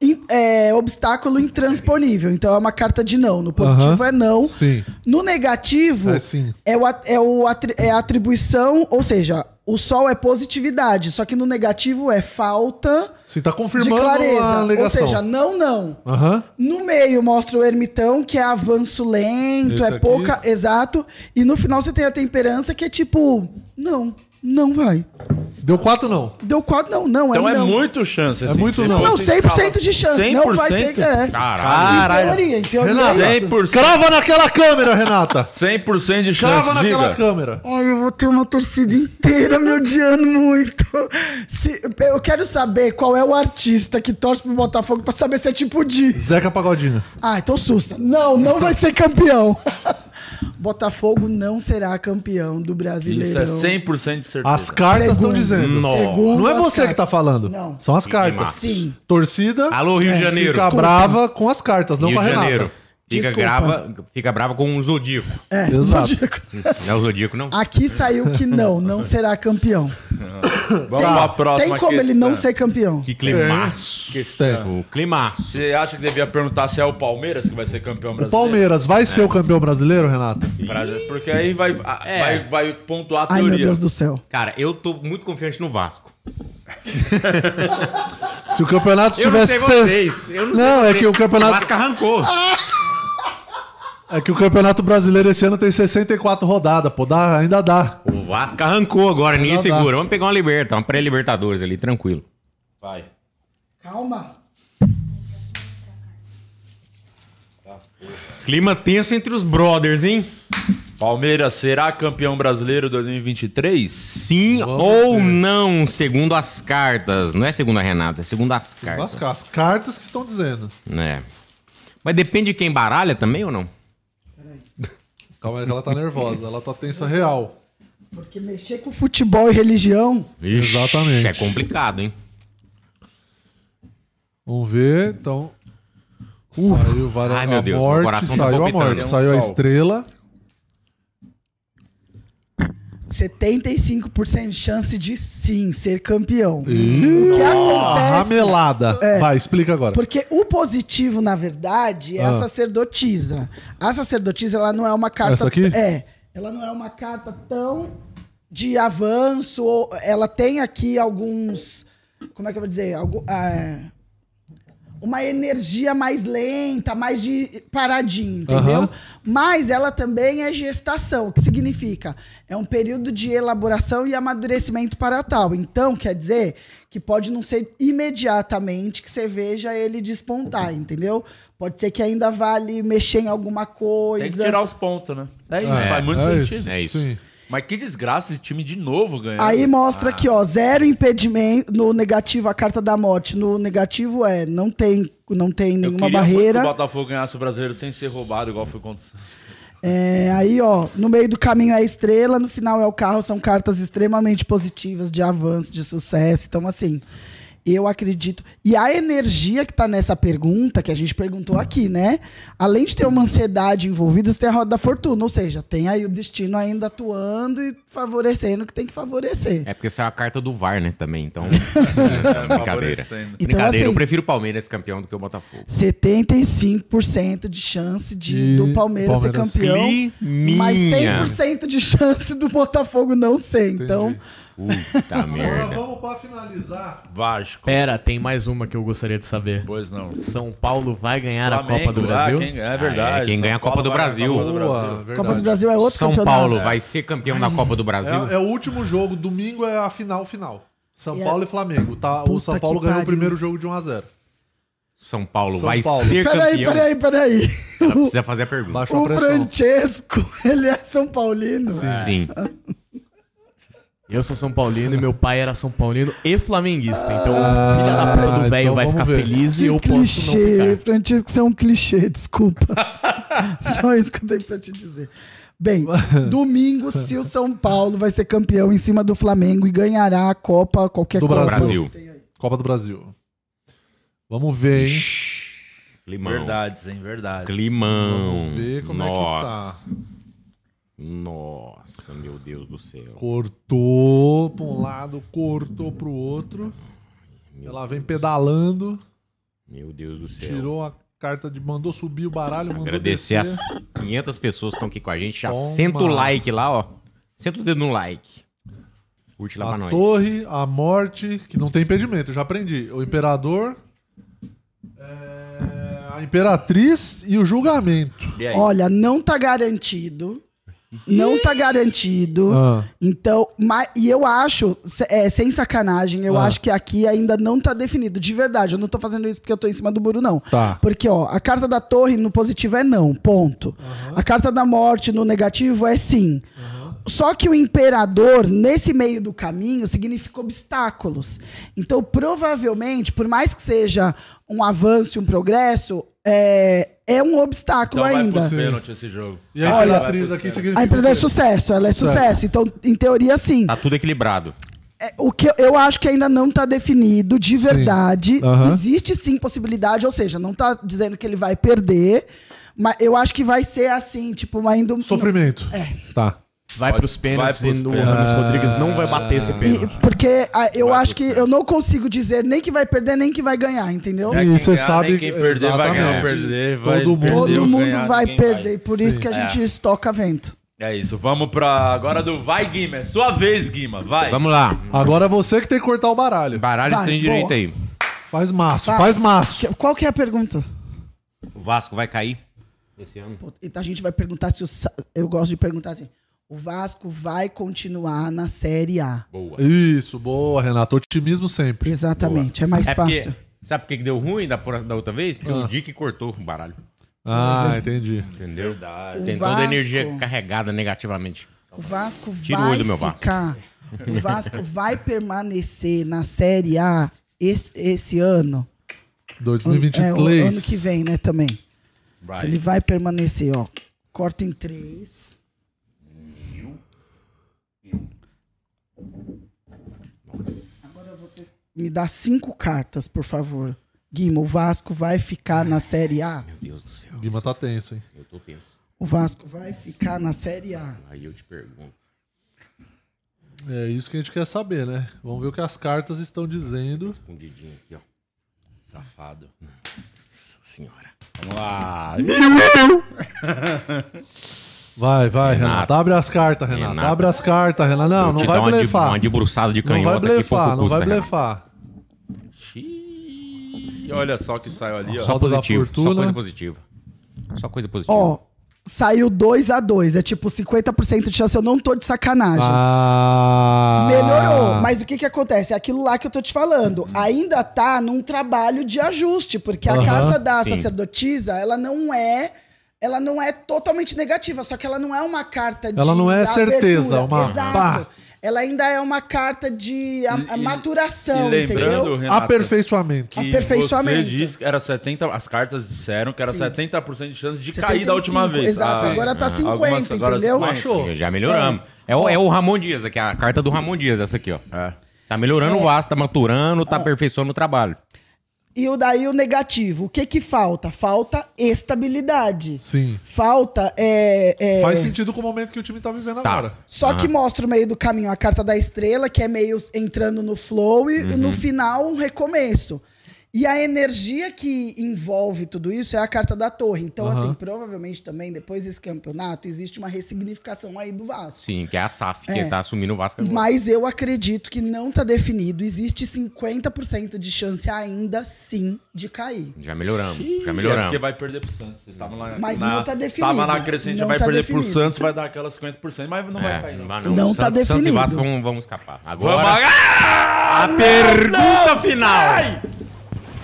Speaker 2: in- é, obstáculo intransponível. Então é uma carta de não. No positivo
Speaker 4: Aham.
Speaker 2: é não.
Speaker 4: Sim.
Speaker 2: No negativo
Speaker 4: É sim.
Speaker 2: é, o, at- é, o atri- é a atribuição, ou seja, o sol é positividade, só que no negativo é falta
Speaker 4: Você tá confirmando
Speaker 2: de
Speaker 4: a
Speaker 2: clareza. ou
Speaker 4: alegação.
Speaker 2: seja, não, não.
Speaker 4: Aham.
Speaker 2: No meio mostra o ermitão, que é avanço lento,
Speaker 4: Esse
Speaker 2: é
Speaker 4: aqui?
Speaker 2: pouca. Exato. E no final você tem a temperança, que é tipo, não. Não vai.
Speaker 4: Deu quatro não.
Speaker 2: Deu quatro não, não.
Speaker 5: Então é,
Speaker 2: não.
Speaker 5: muito chance.
Speaker 4: É muito não.
Speaker 2: Não, 100% de chance. Não vai ser. É.
Speaker 5: Caralho.
Speaker 2: Em teoria, em teoria.
Speaker 5: Renato,
Speaker 2: é isso.
Speaker 5: 100%.
Speaker 4: Crava naquela câmera, Renata.
Speaker 5: 100% de chance,
Speaker 4: Crava naquela
Speaker 5: diga.
Speaker 4: câmera.
Speaker 2: Ai, eu vou ter uma torcida inteira me odiando muito. Se- eu quero saber qual é o artista que torce pro Botafogo pra saber se é tipo de.
Speaker 4: Zeca Pagodinho.
Speaker 2: Ah, então sussa. Não, não vai ser campeão. Botafogo não será campeão
Speaker 5: Isso
Speaker 2: do
Speaker 5: é
Speaker 2: brasileiro.
Speaker 5: 100% de certeza.
Speaker 4: As cartas estão
Speaker 2: Segundo.
Speaker 4: dizendo.
Speaker 2: Nossa. Segundo
Speaker 4: não é
Speaker 2: as
Speaker 4: você que tá
Speaker 2: cartas.
Speaker 4: falando.
Speaker 2: Não.
Speaker 4: São as cartas.
Speaker 2: massa. Sim.
Speaker 4: Torcida.
Speaker 3: Alô, Rio de Janeiro.
Speaker 4: é, Fica
Speaker 3: Desculpa.
Speaker 4: brava com as cartas, não
Speaker 3: Rio
Speaker 4: com a
Speaker 3: de
Speaker 4: Renata.
Speaker 3: Janeiro. Fica,
Speaker 2: Desculpa.
Speaker 3: grava, fica brava com o Zodíaco.
Speaker 2: É,
Speaker 4: Exato.
Speaker 2: Zodíaco.
Speaker 3: Não é o Zodíaco, não?
Speaker 2: Aqui saiu que não, não será campeão.
Speaker 5: Vamos pra próxima
Speaker 2: Tá. Tem como ele
Speaker 5: questão.
Speaker 2: não ser campeão?
Speaker 3: Que climaço.
Speaker 4: é
Speaker 3: O climaço.
Speaker 5: Você acha que devia perguntar se é o Palmeiras que vai ser campeão
Speaker 4: O
Speaker 5: brasileiro?
Speaker 4: Palmeiras vai ser o campeão brasileiro, Renata?
Speaker 5: Brasil, Porque aí vai, a- vai, vai pontuar a
Speaker 2: Ai,
Speaker 5: teoria.
Speaker 2: meu Deus do céu.
Speaker 3: Cara, eu tô muito confiante no Vasco.
Speaker 4: Se o campeonato
Speaker 3: Eu não
Speaker 4: tivesse.
Speaker 3: sei vocês. Eu não, sei
Speaker 4: é
Speaker 3: vocês.
Speaker 4: que o campeonato.
Speaker 3: O Vasco arrancou.
Speaker 4: É que o Campeonato Brasileiro esse ano tem 64 rodadas, pô, dá, ainda dá.
Speaker 3: O Vasco arrancou agora, ninguém
Speaker 4: Não dá.
Speaker 3: segura. Vamos pegar uma liberta, uma pré-libertadores ali, tranquilo.
Speaker 5: Vai.
Speaker 2: Calma.
Speaker 3: Clima tenso entre os brothers, hein?
Speaker 5: Palmeiras será campeão brasileiro 2023?
Speaker 3: Sim ou não, segundo as cartas. Não é segundo a Renata, é segundo as
Speaker 4: As,
Speaker 3: cartas.
Speaker 4: as cartas que estão dizendo.
Speaker 3: É. Mas depende de quem baralha também ou não?
Speaker 4: Calma aí que ela tá nervosa, ela tá tensa real.
Speaker 2: Porque mexer com futebol e religião.
Speaker 3: Ixi,
Speaker 4: Exatamente.
Speaker 3: É complicado, hein?
Speaker 4: Vamos ver, então. Saiu várias
Speaker 3: Ai, meu
Speaker 4: a
Speaker 3: Deus, meu
Speaker 4: morte,
Speaker 3: coração tá
Speaker 4: saiu a
Speaker 3: palpitando.
Speaker 4: morte,
Speaker 2: É
Speaker 4: saiu a
Speaker 2: um
Speaker 4: estrela.
Speaker 2: 75% de chance de sim ser campeão. o que
Speaker 4: Ó, ramelada.
Speaker 2: É.
Speaker 4: Vai, explica agora.
Speaker 2: Porque o positivo, na verdade, é
Speaker 4: Ah.
Speaker 2: a sacerdotisa. A sacerdotisa, ela não é uma carta.
Speaker 4: Essa aqui?
Speaker 2: É. Ela não é uma carta tão de avanço. ou- Ela tem aqui alguns. Como é que eu vou dizer? Algu- ah, uma energia mais lenta, mais de paradinho, entendeu?
Speaker 4: Aham.
Speaker 2: Mas ela também é gestação, que significa é um período de elaboração e amadurecimento para tal. Então, quer dizer que pode não ser imediatamente que você veja ele despontar, entendeu? Pode ser que ainda vá ali mexer em alguma coisa.
Speaker 5: Uhum. Tem que tirar os pontos, né? É isso,
Speaker 4: É,
Speaker 5: faz muito
Speaker 4: é
Speaker 5: sentido.
Speaker 4: isso,
Speaker 3: É isso.
Speaker 4: Sim.
Speaker 5: Mas que desgraça esse time de novo ganhando.
Speaker 2: Aí mostra
Speaker 5: Ah.
Speaker 2: aqui, ó, zero impedimento no negativo, a carta da morte. No negativo é, não tem, não tem
Speaker 5: Eu
Speaker 2: nenhuma
Speaker 5: queria muito que o
Speaker 2: barreira.
Speaker 5: Botafogo ganhasse o brasileiro sem ser roubado, igual foi contra.
Speaker 2: É, aí, ó, no meio do caminho é a estrela, no final é o carro, são cartas extremamente positivas, de avanço, de sucesso. Então, assim, eu acredito. E a energia que tá nessa pergunta, que a gente perguntou aqui, né? Além de ter uma ansiedade envolvida, você tem a roda da fortuna. Ou seja, tem aí o destino ainda atuando e favorecendo o que tem que favorecer.
Speaker 3: É porque saiu a carta do VAR, né, também, então... brincadeira.
Speaker 5: favorecendo.
Speaker 3: brincadeira, eu
Speaker 2: assim-
Speaker 3: prefiro o Palmeiras campeão do que o Botafogo.
Speaker 2: 75% de chance de,
Speaker 4: E
Speaker 2: do Palmeiras,
Speaker 4: Palmeiras.
Speaker 2: ser campeão,
Speaker 3: Climinha.
Speaker 2: mas 100% de chance do Botafogo não ser. Então,
Speaker 3: Puta merda.
Speaker 4: vamos pra finalizar.
Speaker 5: Tá Vasco.
Speaker 6: Pera, tem mais uma que eu gostaria de saber.
Speaker 5: Pois não.
Speaker 6: São Paulo vai ganhar
Speaker 5: Flamengo,
Speaker 6: a Copa do Brasil?
Speaker 5: Ah, quem, é verdade.
Speaker 3: Ah, é, quem
Speaker 5: São
Speaker 3: ganha a Copa
Speaker 5: Paulo
Speaker 3: do
Speaker 5: vai ganhar a
Speaker 3: Brasil.
Speaker 5: Copa do Brasil.
Speaker 4: Boa,
Speaker 2: Copa do
Speaker 4: verdade.
Speaker 2: Brasil é outro
Speaker 3: São
Speaker 2: campeonato.
Speaker 3: Paulo vai ser campeão da Copa do Brasil?
Speaker 4: É, é o último jogo, domingo é a final final. São
Speaker 2: E é-
Speaker 4: Paulo e Flamengo. Tá, o
Speaker 2: Puta
Speaker 4: São
Speaker 2: que
Speaker 4: Paulo ganhou o
Speaker 2: pariu.
Speaker 4: primeiro jogo de 1x0.
Speaker 3: São Paulo
Speaker 4: São
Speaker 3: vai
Speaker 4: Paulo.
Speaker 3: ser
Speaker 2: Peraí,
Speaker 3: campeão?
Speaker 2: peraí, peraí.
Speaker 3: Ela precisa fazer a pergunta.
Speaker 4: Baixou
Speaker 2: O
Speaker 4: a pressão.
Speaker 2: Francesco, ele é São Paulino.
Speaker 3: É. Sim.
Speaker 6: Eu sou São Paulino e meu pai era São Paulino e flamenguista. Então, o filho da puta
Speaker 4: então
Speaker 6: do velho vai
Speaker 4: vamos
Speaker 6: ficar
Speaker 4: ver.
Speaker 6: feliz e
Speaker 2: Que
Speaker 6: eu posso não
Speaker 2: clichê,
Speaker 6: ficar.
Speaker 2: Francesco, você é um clichê, desculpa. Só isso que eu tenho pra te dizer. Bem, domingo, se o São Paulo vai ser campeão em cima do Flamengo e ganhará a Copa, qualquer
Speaker 4: Do
Speaker 2: Copa.
Speaker 3: Brasil.
Speaker 4: Copa do Brasil. Vamos ver, hein?
Speaker 3: Limão.
Speaker 5: Verdades, hein? Verdades.
Speaker 3: Climão.
Speaker 4: Vamos ver como é que
Speaker 3: Nossa. Nossa, meu Deus do céu.
Speaker 4: Cortou pra um lado, cortou pro outro. Ela vem pedalando,
Speaker 3: Meu Deus do céu.
Speaker 4: tirou a carta de. mandou subir o baralho, mandou
Speaker 3: Agradecer
Speaker 4: descer.
Speaker 3: as 500 pessoas que estão aqui com a gente. Já
Speaker 4: Toma.
Speaker 3: senta o like lá, ó. Senta o dedo no like. Curte lá pra
Speaker 4: A
Speaker 3: nós.
Speaker 4: torre, a morte, que não tem impedimento, eu já aprendi. O imperador, é, a imperatriz e o julgamento.
Speaker 5: E aí?
Speaker 2: Olha, não tá garantido. Não tá garantido.
Speaker 4: Ah.
Speaker 2: Então, mas, e eu acho, se- é, sem sacanagem, eu
Speaker 4: Ah.
Speaker 2: acho que aqui ainda não tá definido. De verdade, eu não tô fazendo isso porque eu tô em cima do muro, não.
Speaker 4: Tá.
Speaker 2: Porque, ó, a carta da torre no positivo é não, ponto. A carta da morte no negativo é sim. Só que o imperador, nesse meio do caminho, significa obstáculos. Então, provavelmente, por mais que seja um avanço, um progresso, é, é um obstáculo
Speaker 5: Então vai
Speaker 2: ainda.
Speaker 5: pros pênaltis esse jogo.
Speaker 4: E a
Speaker 2: Olha,
Speaker 4: imperatriz aqui significa.
Speaker 2: A empresa é
Speaker 4: o quê?
Speaker 2: sucesso, ela é
Speaker 4: Sucesso.
Speaker 2: sucesso. Então, em teoria, sim.
Speaker 3: Tá tudo equilibrado.
Speaker 2: É, o que eu- eu acho que ainda não está definido de verdade.
Speaker 3: Aham.
Speaker 2: Existe sim possibilidade, ou seja, não tá dizendo que ele vai perder, mas eu acho que vai ser assim, tipo, ainda um.
Speaker 4: Sofrimento.
Speaker 2: É.
Speaker 4: Tá.
Speaker 6: Vai pros pênaltis e o Ramos Rodrigues não vai bater esse pênalti.
Speaker 2: Ah. E- porque ah, eu acho que eu não consigo dizer nem que vai perder, nem que vai ganhar, entendeu?
Speaker 5: É,
Speaker 4: E
Speaker 5: quem
Speaker 4: você
Speaker 5: ganhar,
Speaker 4: sabe
Speaker 5: nem quem perder vai
Speaker 4: exatamente.
Speaker 5: ganhar, perder vai
Speaker 4: Todo mundo,
Speaker 5: perder,
Speaker 2: Todo
Speaker 5: Eu
Speaker 2: mundo
Speaker 5: ganhar,
Speaker 2: vai
Speaker 5: ninguém vai.
Speaker 2: perder, e por isso
Speaker 5: Sim.
Speaker 2: que a gente
Speaker 5: É.
Speaker 2: estoca vento.
Speaker 5: É isso, vamos pra. Agora do. Vai, Guima. É sua vez, Guima. Vai. Vamos
Speaker 3: lá.
Speaker 4: Agora é você que tem que cortar o baralho.
Speaker 3: Baralho
Speaker 5: Vai, boa.
Speaker 3: sem direito aí.
Speaker 4: Faz maço,
Speaker 2: Tá.
Speaker 4: faz maço.
Speaker 2: Que- Qual que é a pergunta?
Speaker 3: O Vasco vai cair esse
Speaker 5: Hum.
Speaker 3: ano?
Speaker 2: Então a gente vai perguntar se o. Sa- Eu gosto de perguntar assim: o Vasco vai continuar na Série A?
Speaker 4: Isso, boa, Renato. Otimismo sempre.
Speaker 2: Exatamente, é mais
Speaker 3: porque-
Speaker 2: fácil.
Speaker 3: sabe por que que deu ruim da, por- da outra vez? Porque
Speaker 4: Ah.
Speaker 3: o Dick cortou o baralho.
Speaker 4: Ah, entendi.
Speaker 2: é,
Speaker 3: Entendeu?
Speaker 5: Verdade.
Speaker 3: Tem
Speaker 2: O
Speaker 3: toda a
Speaker 2: Vasco-
Speaker 3: energia carregada negativamente.
Speaker 2: O Vasco
Speaker 3: Tira o
Speaker 2: vai
Speaker 3: olho do meu Vasco.
Speaker 2: ficar. O Vasco vai permanecer na Série A esse, esse ano. É, o
Speaker 4: 2023.
Speaker 2: ano que vem, né, também. Se ele vai permanecer, ó. Corta em três. Me dá cinco cartas, por favor. Guima, o Vasco vai ficar na Série A?
Speaker 3: Meu Deus do céu.
Speaker 4: Guima tá tenso, hein?
Speaker 3: Eu tô tenso.
Speaker 2: O Vasco vai ficar na Série A.
Speaker 3: Aí eu te pergunto.
Speaker 4: É isso que a gente quer saber, né? Vamos ver o que as cartas estão dizendo.
Speaker 3: Escondidinho aqui, ó.
Speaker 5: Safado. Nossa
Speaker 3: senhora.
Speaker 5: Vamos lá.
Speaker 4: Vai, vai, Renato.
Speaker 3: Renato.
Speaker 4: Abre as cartas, Renato.
Speaker 3: Renato.
Speaker 4: Abre as cartas, Renato. Não,
Speaker 3: Vou
Speaker 4: não
Speaker 3: te
Speaker 4: vai
Speaker 3: dar uma de-
Speaker 4: blefar.
Speaker 3: uma debruçada de
Speaker 4: Não vai
Speaker 3: canhota aqui, pouco né?
Speaker 4: blefar, não
Speaker 3: custa,
Speaker 4: vai
Speaker 3: Renato.
Speaker 4: blefar.
Speaker 5: E olha só que saiu ali, ó.
Speaker 3: Só positivo. Só
Speaker 4: fortuna.
Speaker 3: coisa positiva. Só coisa positiva.
Speaker 2: Ó, saiu 2 a 2 É tipo 50% de chance. Eu não tô de sacanagem.
Speaker 4: Ah.
Speaker 2: Melhorou, mas o que que acontece? É aquilo lá que eu tô te falando. Ainda tá num trabalho de ajuste, porque a
Speaker 4: Uhum. Aham,
Speaker 2: carta da
Speaker 4: sim.
Speaker 2: sacerdotisa, ela não é ela não é totalmente negativa, só que ela não é uma carta de
Speaker 4: Ela não é certeza, uma-
Speaker 2: Exato.
Speaker 4: pá.
Speaker 2: Ela ainda é uma carta de a- a maturação,
Speaker 5: E lembrando,
Speaker 2: então, entendeu?
Speaker 5: Renata,
Speaker 4: Aperfeiçoamento.
Speaker 5: que
Speaker 2: Aperfeiçoamento.
Speaker 5: Você disse que era 70, as cartas disseram que era 70% de chance de
Speaker 2: 75,
Speaker 5: cair da última vez.
Speaker 2: exato. Agora tá
Speaker 5: ah,
Speaker 2: 50,
Speaker 5: algumas- agora
Speaker 2: entendeu?
Speaker 5: 50.
Speaker 3: Sim, Já melhoramos. É, o, é o Ramon Dias aqui, a carta do Ramon Dias, essa aqui, ó. Tá melhorando o Vasco, tá maturando, tá aperfeiçoando o trabalho.
Speaker 2: E o daí o negativo. O que que falta? Falta estabilidade.
Speaker 4: Sim.
Speaker 2: Falta é, é-
Speaker 4: Faz sentido com o momento que o time tá vivendo agora.
Speaker 2: Só que mostra o meio do caminho a carta da estrela, que é meio entrando no flow, e
Speaker 4: Uhum.
Speaker 2: no final um recomeço. E a energia que envolve tudo isso é a carta da torre. Então,
Speaker 3: Aham.
Speaker 2: assim, provavelmente também, depois desse campeonato, existe uma ressignificação aí do Vasco.
Speaker 3: Sim, que é a SAF,
Speaker 2: É.
Speaker 3: que tá assumindo o Vasco agora.
Speaker 2: Mas eu acredito que não tá definido. Existe 50% de chance ainda, sim, de cair.
Speaker 3: Já melhoramos, já
Speaker 5: É
Speaker 3: melhoramos.
Speaker 5: porque vai perder pro Santos. Vocês estavam lá.
Speaker 2: Mas
Speaker 5: na,
Speaker 2: não tá definido.
Speaker 5: Tava na crescente,
Speaker 2: Não
Speaker 5: vai
Speaker 2: tá
Speaker 5: perder pro
Speaker 2: definido.
Speaker 5: Santos, vai dar aquelas 50%, mas não vai
Speaker 3: É,
Speaker 5: cair, né? não.
Speaker 3: vai
Speaker 2: Não tá
Speaker 3: Santos, Santos e
Speaker 2: definido.
Speaker 3: Vasco vão, vão escapar. Agora,
Speaker 5: Vamos
Speaker 3: a pergunta final.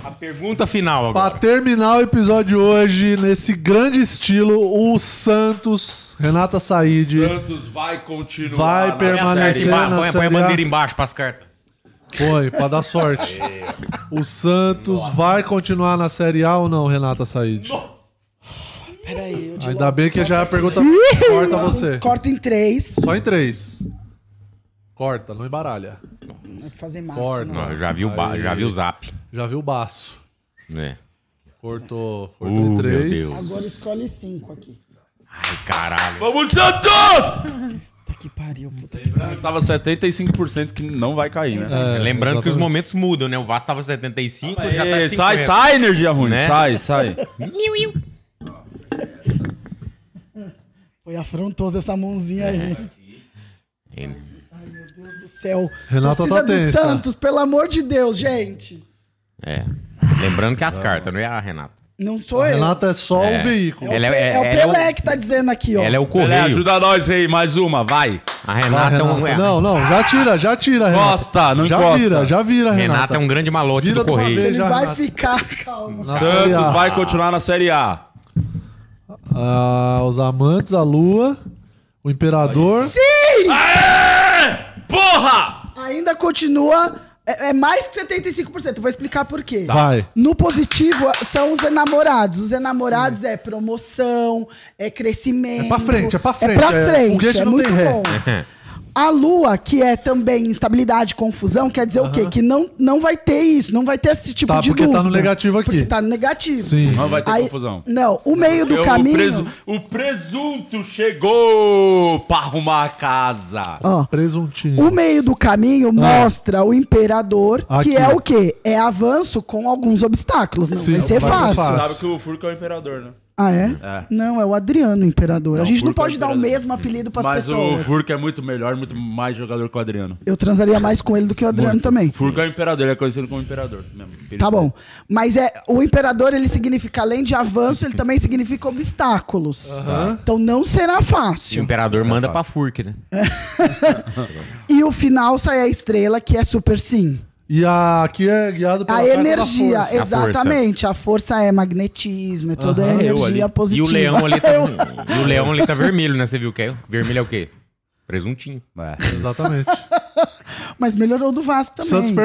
Speaker 3: A pergunta final agora.
Speaker 4: Pra terminar o episódio de hoje, nesse grande estilo, o Santos, Renata Said.
Speaker 5: Santos vai continuar.
Speaker 4: Vai
Speaker 5: na
Speaker 4: permanecer
Speaker 5: Série A.
Speaker 3: Põe,
Speaker 4: na
Speaker 3: põe a
Speaker 4: Série A.
Speaker 3: bandeira embaixo pras cartas.
Speaker 4: Foi, pra dar sorte.
Speaker 5: É.
Speaker 4: O Santos vai continuar na Série A ou não, Renata Said?
Speaker 2: Peraí, eu
Speaker 4: Ainda bem que já é a pergunta. Corta você.
Speaker 2: Corta em três.
Speaker 4: Só em três. Corta, não embaralha.
Speaker 2: Vou Fazer massa.
Speaker 4: Corta.
Speaker 3: Não, já vi o ba-
Speaker 4: Aí.
Speaker 3: já vi o zap.
Speaker 4: Já viu o baço.
Speaker 3: É.
Speaker 4: Cortou. Cortou
Speaker 3: Uh,
Speaker 4: em
Speaker 3: meu
Speaker 4: três.
Speaker 3: Deus.
Speaker 2: Agora escolhe cinco aqui.
Speaker 3: Ai, caralho.
Speaker 5: Vamos, Santos!
Speaker 2: Puta que pariu, puta que
Speaker 5: Lembrando que Tava 75% que não vai cair, né?
Speaker 4: É,
Speaker 3: Lembrando que os momentos mudam, né? O Vasco tava 75, já tá
Speaker 5: Ei,
Speaker 3: 50.
Speaker 5: sai, sai, energia ruim.
Speaker 3: Né?
Speaker 5: Sai, sai.
Speaker 2: Foi afrontoso essa mãozinha aí. Meu Deus do céu.
Speaker 3: Renata
Speaker 2: Torcida
Speaker 3: tá
Speaker 2: do
Speaker 3: tensa.
Speaker 2: Santos, pelo amor de Deus, gente.
Speaker 3: É. Lembrando que as cartas, não é a Renata.
Speaker 2: Não sou
Speaker 4: A
Speaker 2: eu.
Speaker 4: Renata é só
Speaker 5: É.
Speaker 4: o veículo.
Speaker 5: Ela
Speaker 2: É,
Speaker 5: é-
Speaker 2: o
Speaker 5: ela é o-
Speaker 2: Pelé que tá dizendo aqui, ó.
Speaker 5: Ela é o
Speaker 2: correio.
Speaker 5: ajuda nós aí, mais uma, vai.
Speaker 3: A
Speaker 4: Vai,
Speaker 3: Renata é um.
Speaker 4: Renata. Não, não, já tira, já tira, Renata.
Speaker 5: Encosta, não
Speaker 4: já
Speaker 5: encosta.
Speaker 4: vira, já vira, Renata.
Speaker 3: Renata é um grande malote
Speaker 4: Vira
Speaker 3: do
Speaker 4: de uma
Speaker 3: Correio.
Speaker 4: vez,
Speaker 2: Ele
Speaker 4: já,
Speaker 2: vai
Speaker 4: Renata.
Speaker 2: ficar, calma.
Speaker 4: Na Série A.
Speaker 5: Santos vai continuar na Série A.
Speaker 4: Ah, os amantes, a lua, o imperador.
Speaker 2: Sim!
Speaker 5: É, Porra!
Speaker 2: Ainda continua. É, é mais que 75%. Vou explicar por quê.
Speaker 4: Tá. Vai.
Speaker 2: No positivo são os enamorados. Os enamorados é promoção, é crescimento.
Speaker 4: É pra frente, é pra
Speaker 2: É
Speaker 4: frente.
Speaker 2: pra frente.
Speaker 4: foguete
Speaker 2: é
Speaker 4: não
Speaker 2: muito
Speaker 4: tem ré.
Speaker 2: bom. A lua, que é também instabilidade, confusão, quer dizer o quê? Que não, não vai ter isso, não vai ter esse tipo
Speaker 4: Tá,
Speaker 2: de
Speaker 4: porque tá
Speaker 2: dúvida.
Speaker 4: no negativo aqui.
Speaker 2: Porque tá no negativo.
Speaker 4: Sim.
Speaker 5: Não vai ter confusão.
Speaker 2: Não, o meio do
Speaker 5: Eu-
Speaker 2: caminho...
Speaker 5: O, presu- o presunto chegou pra arrumar a casa.
Speaker 2: Ó,
Speaker 4: Presuntinho.
Speaker 2: O meio do
Speaker 3: Ah.
Speaker 2: caminho mostra o imperador,
Speaker 5: Aqui.
Speaker 2: que é o quê? É avanço com alguns obstáculos. Não
Speaker 5: Sim,
Speaker 2: vai ser
Speaker 5: vai ser
Speaker 2: fácil.
Speaker 5: fácil. Sabe que o Furco é o imperador, né?
Speaker 2: Ah, é?
Speaker 5: É.
Speaker 2: Não, é o Adriano o imperador.
Speaker 5: Não,
Speaker 2: a gente não
Speaker 5: Furco é o
Speaker 2: pode dar o
Speaker 5: imperador.
Speaker 2: mesmo apelido pras
Speaker 5: Mas
Speaker 2: pessoas.
Speaker 5: o Furco é muito melhor, muito mais jogador que o Adriano.
Speaker 2: Eu transaria mais com ele do que o Adriano também.
Speaker 5: O Furco é o imperador, ele é conhecido como imperador mesmo.
Speaker 2: Tá bom. Mas é o imperador, ele significa, além de avanço, ele também significa obstáculos.
Speaker 3: Aham.
Speaker 2: Então não será
Speaker 3: E o
Speaker 2: fácil.
Speaker 3: imperador manda pra Furk, né?
Speaker 2: E o final sai a estrela, que é super sim.
Speaker 4: E a, aqui é guiado pela
Speaker 2: A
Speaker 4: carta da
Speaker 2: energia, é-
Speaker 4: força.
Speaker 2: exatamente. A força. é magnetismo, é toda
Speaker 3: Aham.
Speaker 2: a
Speaker 3: Eu ali.
Speaker 2: energia
Speaker 3: E
Speaker 2: positiva.
Speaker 3: o leão ali tá,
Speaker 2: Eu-
Speaker 3: e o leão ali tá vermelho, né? Você viu que é? Vermelho é o quê? Presuntinho.
Speaker 4: Exatamente.
Speaker 2: Mas melhorou do Vasco também. calma.
Speaker 3: Santos e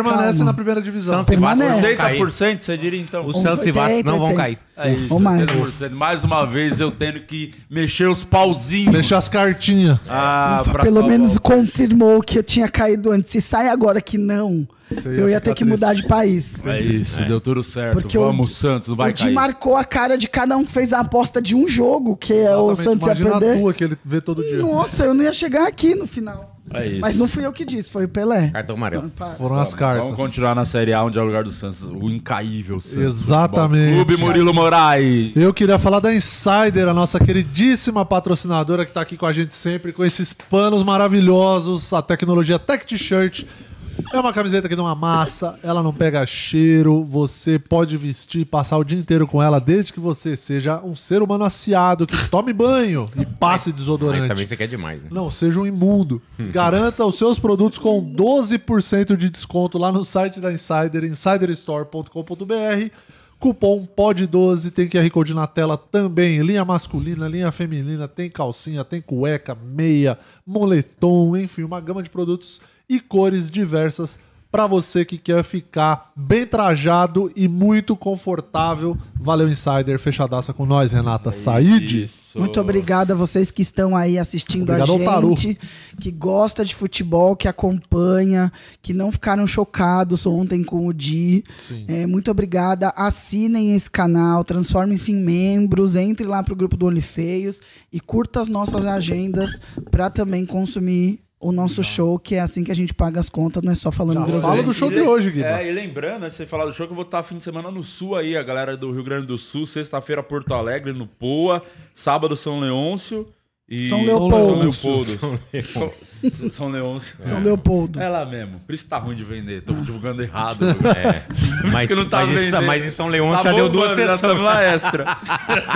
Speaker 3: Vasco não vão cair.
Speaker 5: 80%, você diria então?
Speaker 3: O Santos e Vasco não vão cair.
Speaker 5: É isso,
Speaker 2: Ou mais.
Speaker 5: 80%. Mais uma vez eu tendo que mexer os pauzinhos.
Speaker 4: Deixa as cartinhas.
Speaker 5: Ah,
Speaker 2: Ufa,
Speaker 5: pra
Speaker 2: Pelo
Speaker 5: salvar
Speaker 2: menos
Speaker 5: o-
Speaker 2: confirmou que eu tinha caído antes. Se sai agora que não,
Speaker 5: ia
Speaker 4: é
Speaker 2: eu ia ter
Speaker 5: ficar
Speaker 2: que mudar de país.
Speaker 5: É isso, deu tudo certo.
Speaker 2: Porque o-
Speaker 5: Vamos, Santos, não vai
Speaker 2: o Di
Speaker 5: cair.
Speaker 2: marcou a cara de cada um que fez a aposta de um jogo, que o Santos ia
Speaker 4: Imagina a
Speaker 2: perder.
Speaker 4: tua que ele vê todo dia.
Speaker 2: Nossa, eu não ia chegar aqui no final.
Speaker 5: É isso.
Speaker 2: Mas não fui eu que disse, foi o Pelé.
Speaker 3: Cartão
Speaker 2: Não,
Speaker 3: amarelo.
Speaker 2: para.
Speaker 4: Foram as cartas.
Speaker 5: Vamos continuar na Série A, onde é o lugar do Santos. O incaível Santos.
Speaker 4: Exatamente.
Speaker 5: Clube Murilo Moraes.
Speaker 4: Eu queria falar da Insider, a nossa queridíssima patrocinadora que tá aqui com a gente sempre, com esses panos maravilhosos, a tecnologia Tech T-Shirt. É uma camiseta que não amassa, ela não pega cheiro, você pode vestir, passar o dia inteiro com ela, desde que você seja um ser humano aciado, que tome banho e passe
Speaker 3: Aí
Speaker 4: desodorante.
Speaker 3: também você quer demais, né?
Speaker 4: Não, seja um imundo. Garanta os seus produtos com 12% de desconto lá no site da Insider, insiderstore.com.br. Cupom POD12, tem QR Code na tela também. Linha masculina, linha feminina, tem calcinha, tem cueca, meia, moletom, enfim, uma gama de produtos e cores diversas para você que quer ficar bem trajado e muito confortável. Valeu, Insider. Fechadaça com nós, Renata
Speaker 5: É
Speaker 4: Said.
Speaker 2: Muito obrigado a vocês que estão aí assistindo
Speaker 4: Obrigado ao
Speaker 2: a
Speaker 4: Taru.
Speaker 2: gente, que gosta de futebol, que acompanha, que não ficaram chocados ontem com o Di. É, muito obrigada. Assinem esse canal, transformem-se em membros, entre lá pro grupo do Olifeios e curta as nossas agendas para também consumir o nosso show, que é assim que a gente paga as contas, não é só falando groselha.
Speaker 5: E le- É, e lembrando, antes de você falar do show, que eu vou estar fim de semana no Sul aí, a galera do Rio Grande do Sul, sexta-feira Porto Alegre, no Poa, sábado São Leôncio e...
Speaker 2: São Leopoldo.
Speaker 5: São
Speaker 2: São
Speaker 5: Leopoldo. São,
Speaker 2: Leopoldo.
Speaker 5: São Leôncio.
Speaker 2: São Leopoldo.
Speaker 5: É lá mesmo. Por isso que tá ruim de vender, tô divulgando errado.
Speaker 3: É.
Speaker 5: Por isso
Speaker 3: Mas-
Speaker 5: que não tá
Speaker 3: mas em-
Speaker 5: vendendo.
Speaker 3: mas em São Leôncio
Speaker 5: Tá
Speaker 3: já deu duas
Speaker 5: bombando, já
Speaker 3: sessões.
Speaker 5: tamo lá extra.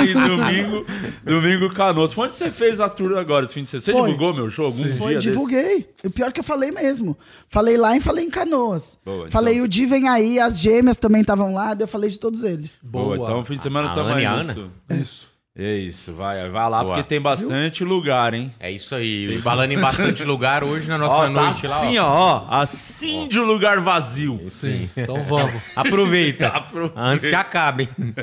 Speaker 5: e domingo, domingo Canoas. Foi onde você fez a tour agora, esse fim de semana? Você
Speaker 2: Foi.
Speaker 5: divulgou meu show algum dia
Speaker 2: Foi,
Speaker 5: desse?
Speaker 2: divulguei. O pior que eu falei mesmo. Falei lá e falei em Canoas.
Speaker 5: Boa, então.
Speaker 2: Falei o Di vem aí, as gêmeas também estavam lá, daí eu falei de todos eles.
Speaker 5: Boa, então fim de semana
Speaker 3: A
Speaker 5: tamo
Speaker 3: Ana
Speaker 5: aí.
Speaker 3: e a
Speaker 5: nisso.
Speaker 3: Ana?
Speaker 4: Isso.
Speaker 5: É isso, vai, vai lá,
Speaker 3: Boa.
Speaker 5: porque tem bastante lugar, hein?
Speaker 3: É isso aí. Falando em bastante lugar, hoje na nossa
Speaker 5: Ó, tá
Speaker 3: noite lá, ó.
Speaker 5: Assim, ó, ó, assim de lugar vazio.
Speaker 4: Sim, então vamos.
Speaker 3: Aproveita.
Speaker 5: Aproveita.
Speaker 3: Antes que acabe, hein?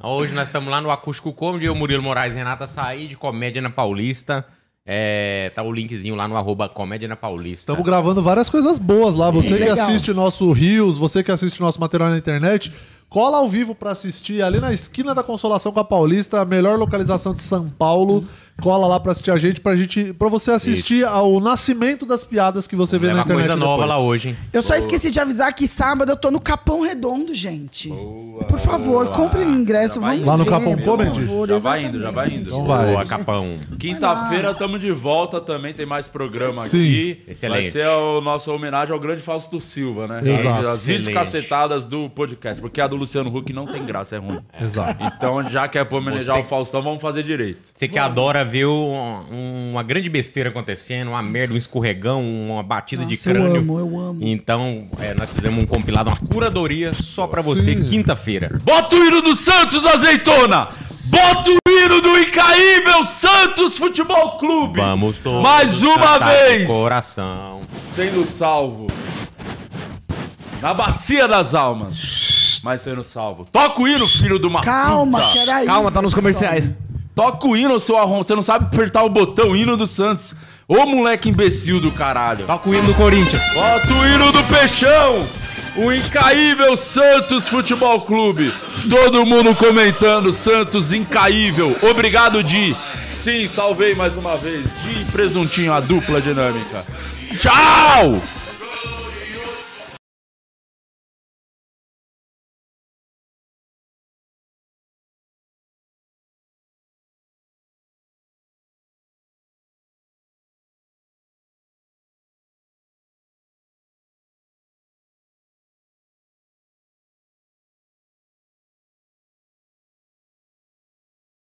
Speaker 3: Hoje nós estamos lá no Acústico Comedy, eu, Murilo Moraes, Renata Said, Comédia na Paulista. É, tá o linkzinho lá no arroba Comédia na Paulista.
Speaker 4: Estamos gravando várias coisas boas lá. Você que
Speaker 3: Legal.
Speaker 4: assiste nosso Rios, você que assiste nosso material na internet, cola ao vivo pra assistir ali na esquina da Consolação com a Paulista, a melhor localização de São Paulo. Cola lá pra assistir a gente, pra, gente, pra você assistir ao nascimento das piadas que você vê
Speaker 3: Vamos
Speaker 4: na
Speaker 3: levar
Speaker 4: internet.
Speaker 3: coisa nova
Speaker 4: depois.
Speaker 3: lá hoje, hein?
Speaker 2: Eu só esqueci de avisar que sábado eu tô no Capão Redondo, gente. Por favor, comprem o ingresso. Vamos
Speaker 4: Lá no
Speaker 2: ver,
Speaker 4: Capão
Speaker 2: por
Speaker 4: Comedy?
Speaker 2: favor,
Speaker 5: Já vai indo, já vai indo.
Speaker 3: Então vai. Boa, Capão.
Speaker 5: Quinta-feira tamo de volta também, tem mais programa
Speaker 3: Sim.
Speaker 5: aqui. Vai
Speaker 3: Excelente.
Speaker 5: ser a nossa homenagem ao grande Fausto Silva, né?
Speaker 3: Exato.
Speaker 5: As
Speaker 3: Excelente.
Speaker 5: descacetadas do podcast, porque a do Luciano Huck não tem graça, é ruim.
Speaker 3: Exato.
Speaker 5: Então, já que é pra homenagear
Speaker 3: Você-
Speaker 5: o Faustão, vamos fazer direito.
Speaker 3: Você que adora ver um- um- uma grande besteira acontecendo, uma merda, um escorregão, uma batida de
Speaker 2: Nossa, eu
Speaker 3: crânio.
Speaker 2: amo, eu amo.
Speaker 3: Então, é, nós fizemos um compilado, uma curadoria só pra você, quinta-feira.
Speaker 5: Bota o hino do Santos, azeitona! Bota o hino do Incaível Santos Futebol Clube!
Speaker 3: Vamos todos.
Speaker 5: Mais uma
Speaker 3: cantar de
Speaker 5: vez!
Speaker 3: Coração.
Speaker 5: Sendo salvo. Na bacia das almas. Mas sendo salvo. Toca o hino, filho de uma
Speaker 2: Calma,
Speaker 5: puta.
Speaker 2: peraí, Calma, tá nos comerciais.
Speaker 5: Toca o hino, seu arrom. Você não sabe apertar o botão hino do Santos. Ô moleque imbecil do caralho.
Speaker 3: Toca o hino do Corinthians.
Speaker 5: Bota o hino do Peixão. O incaível Santos Futebol Clube. Todo mundo comentando. Santos incaível. Obrigado, Di. Sim, salvei mais uma vez. Di e Presuntinho, a dupla dinâmica. Tchau!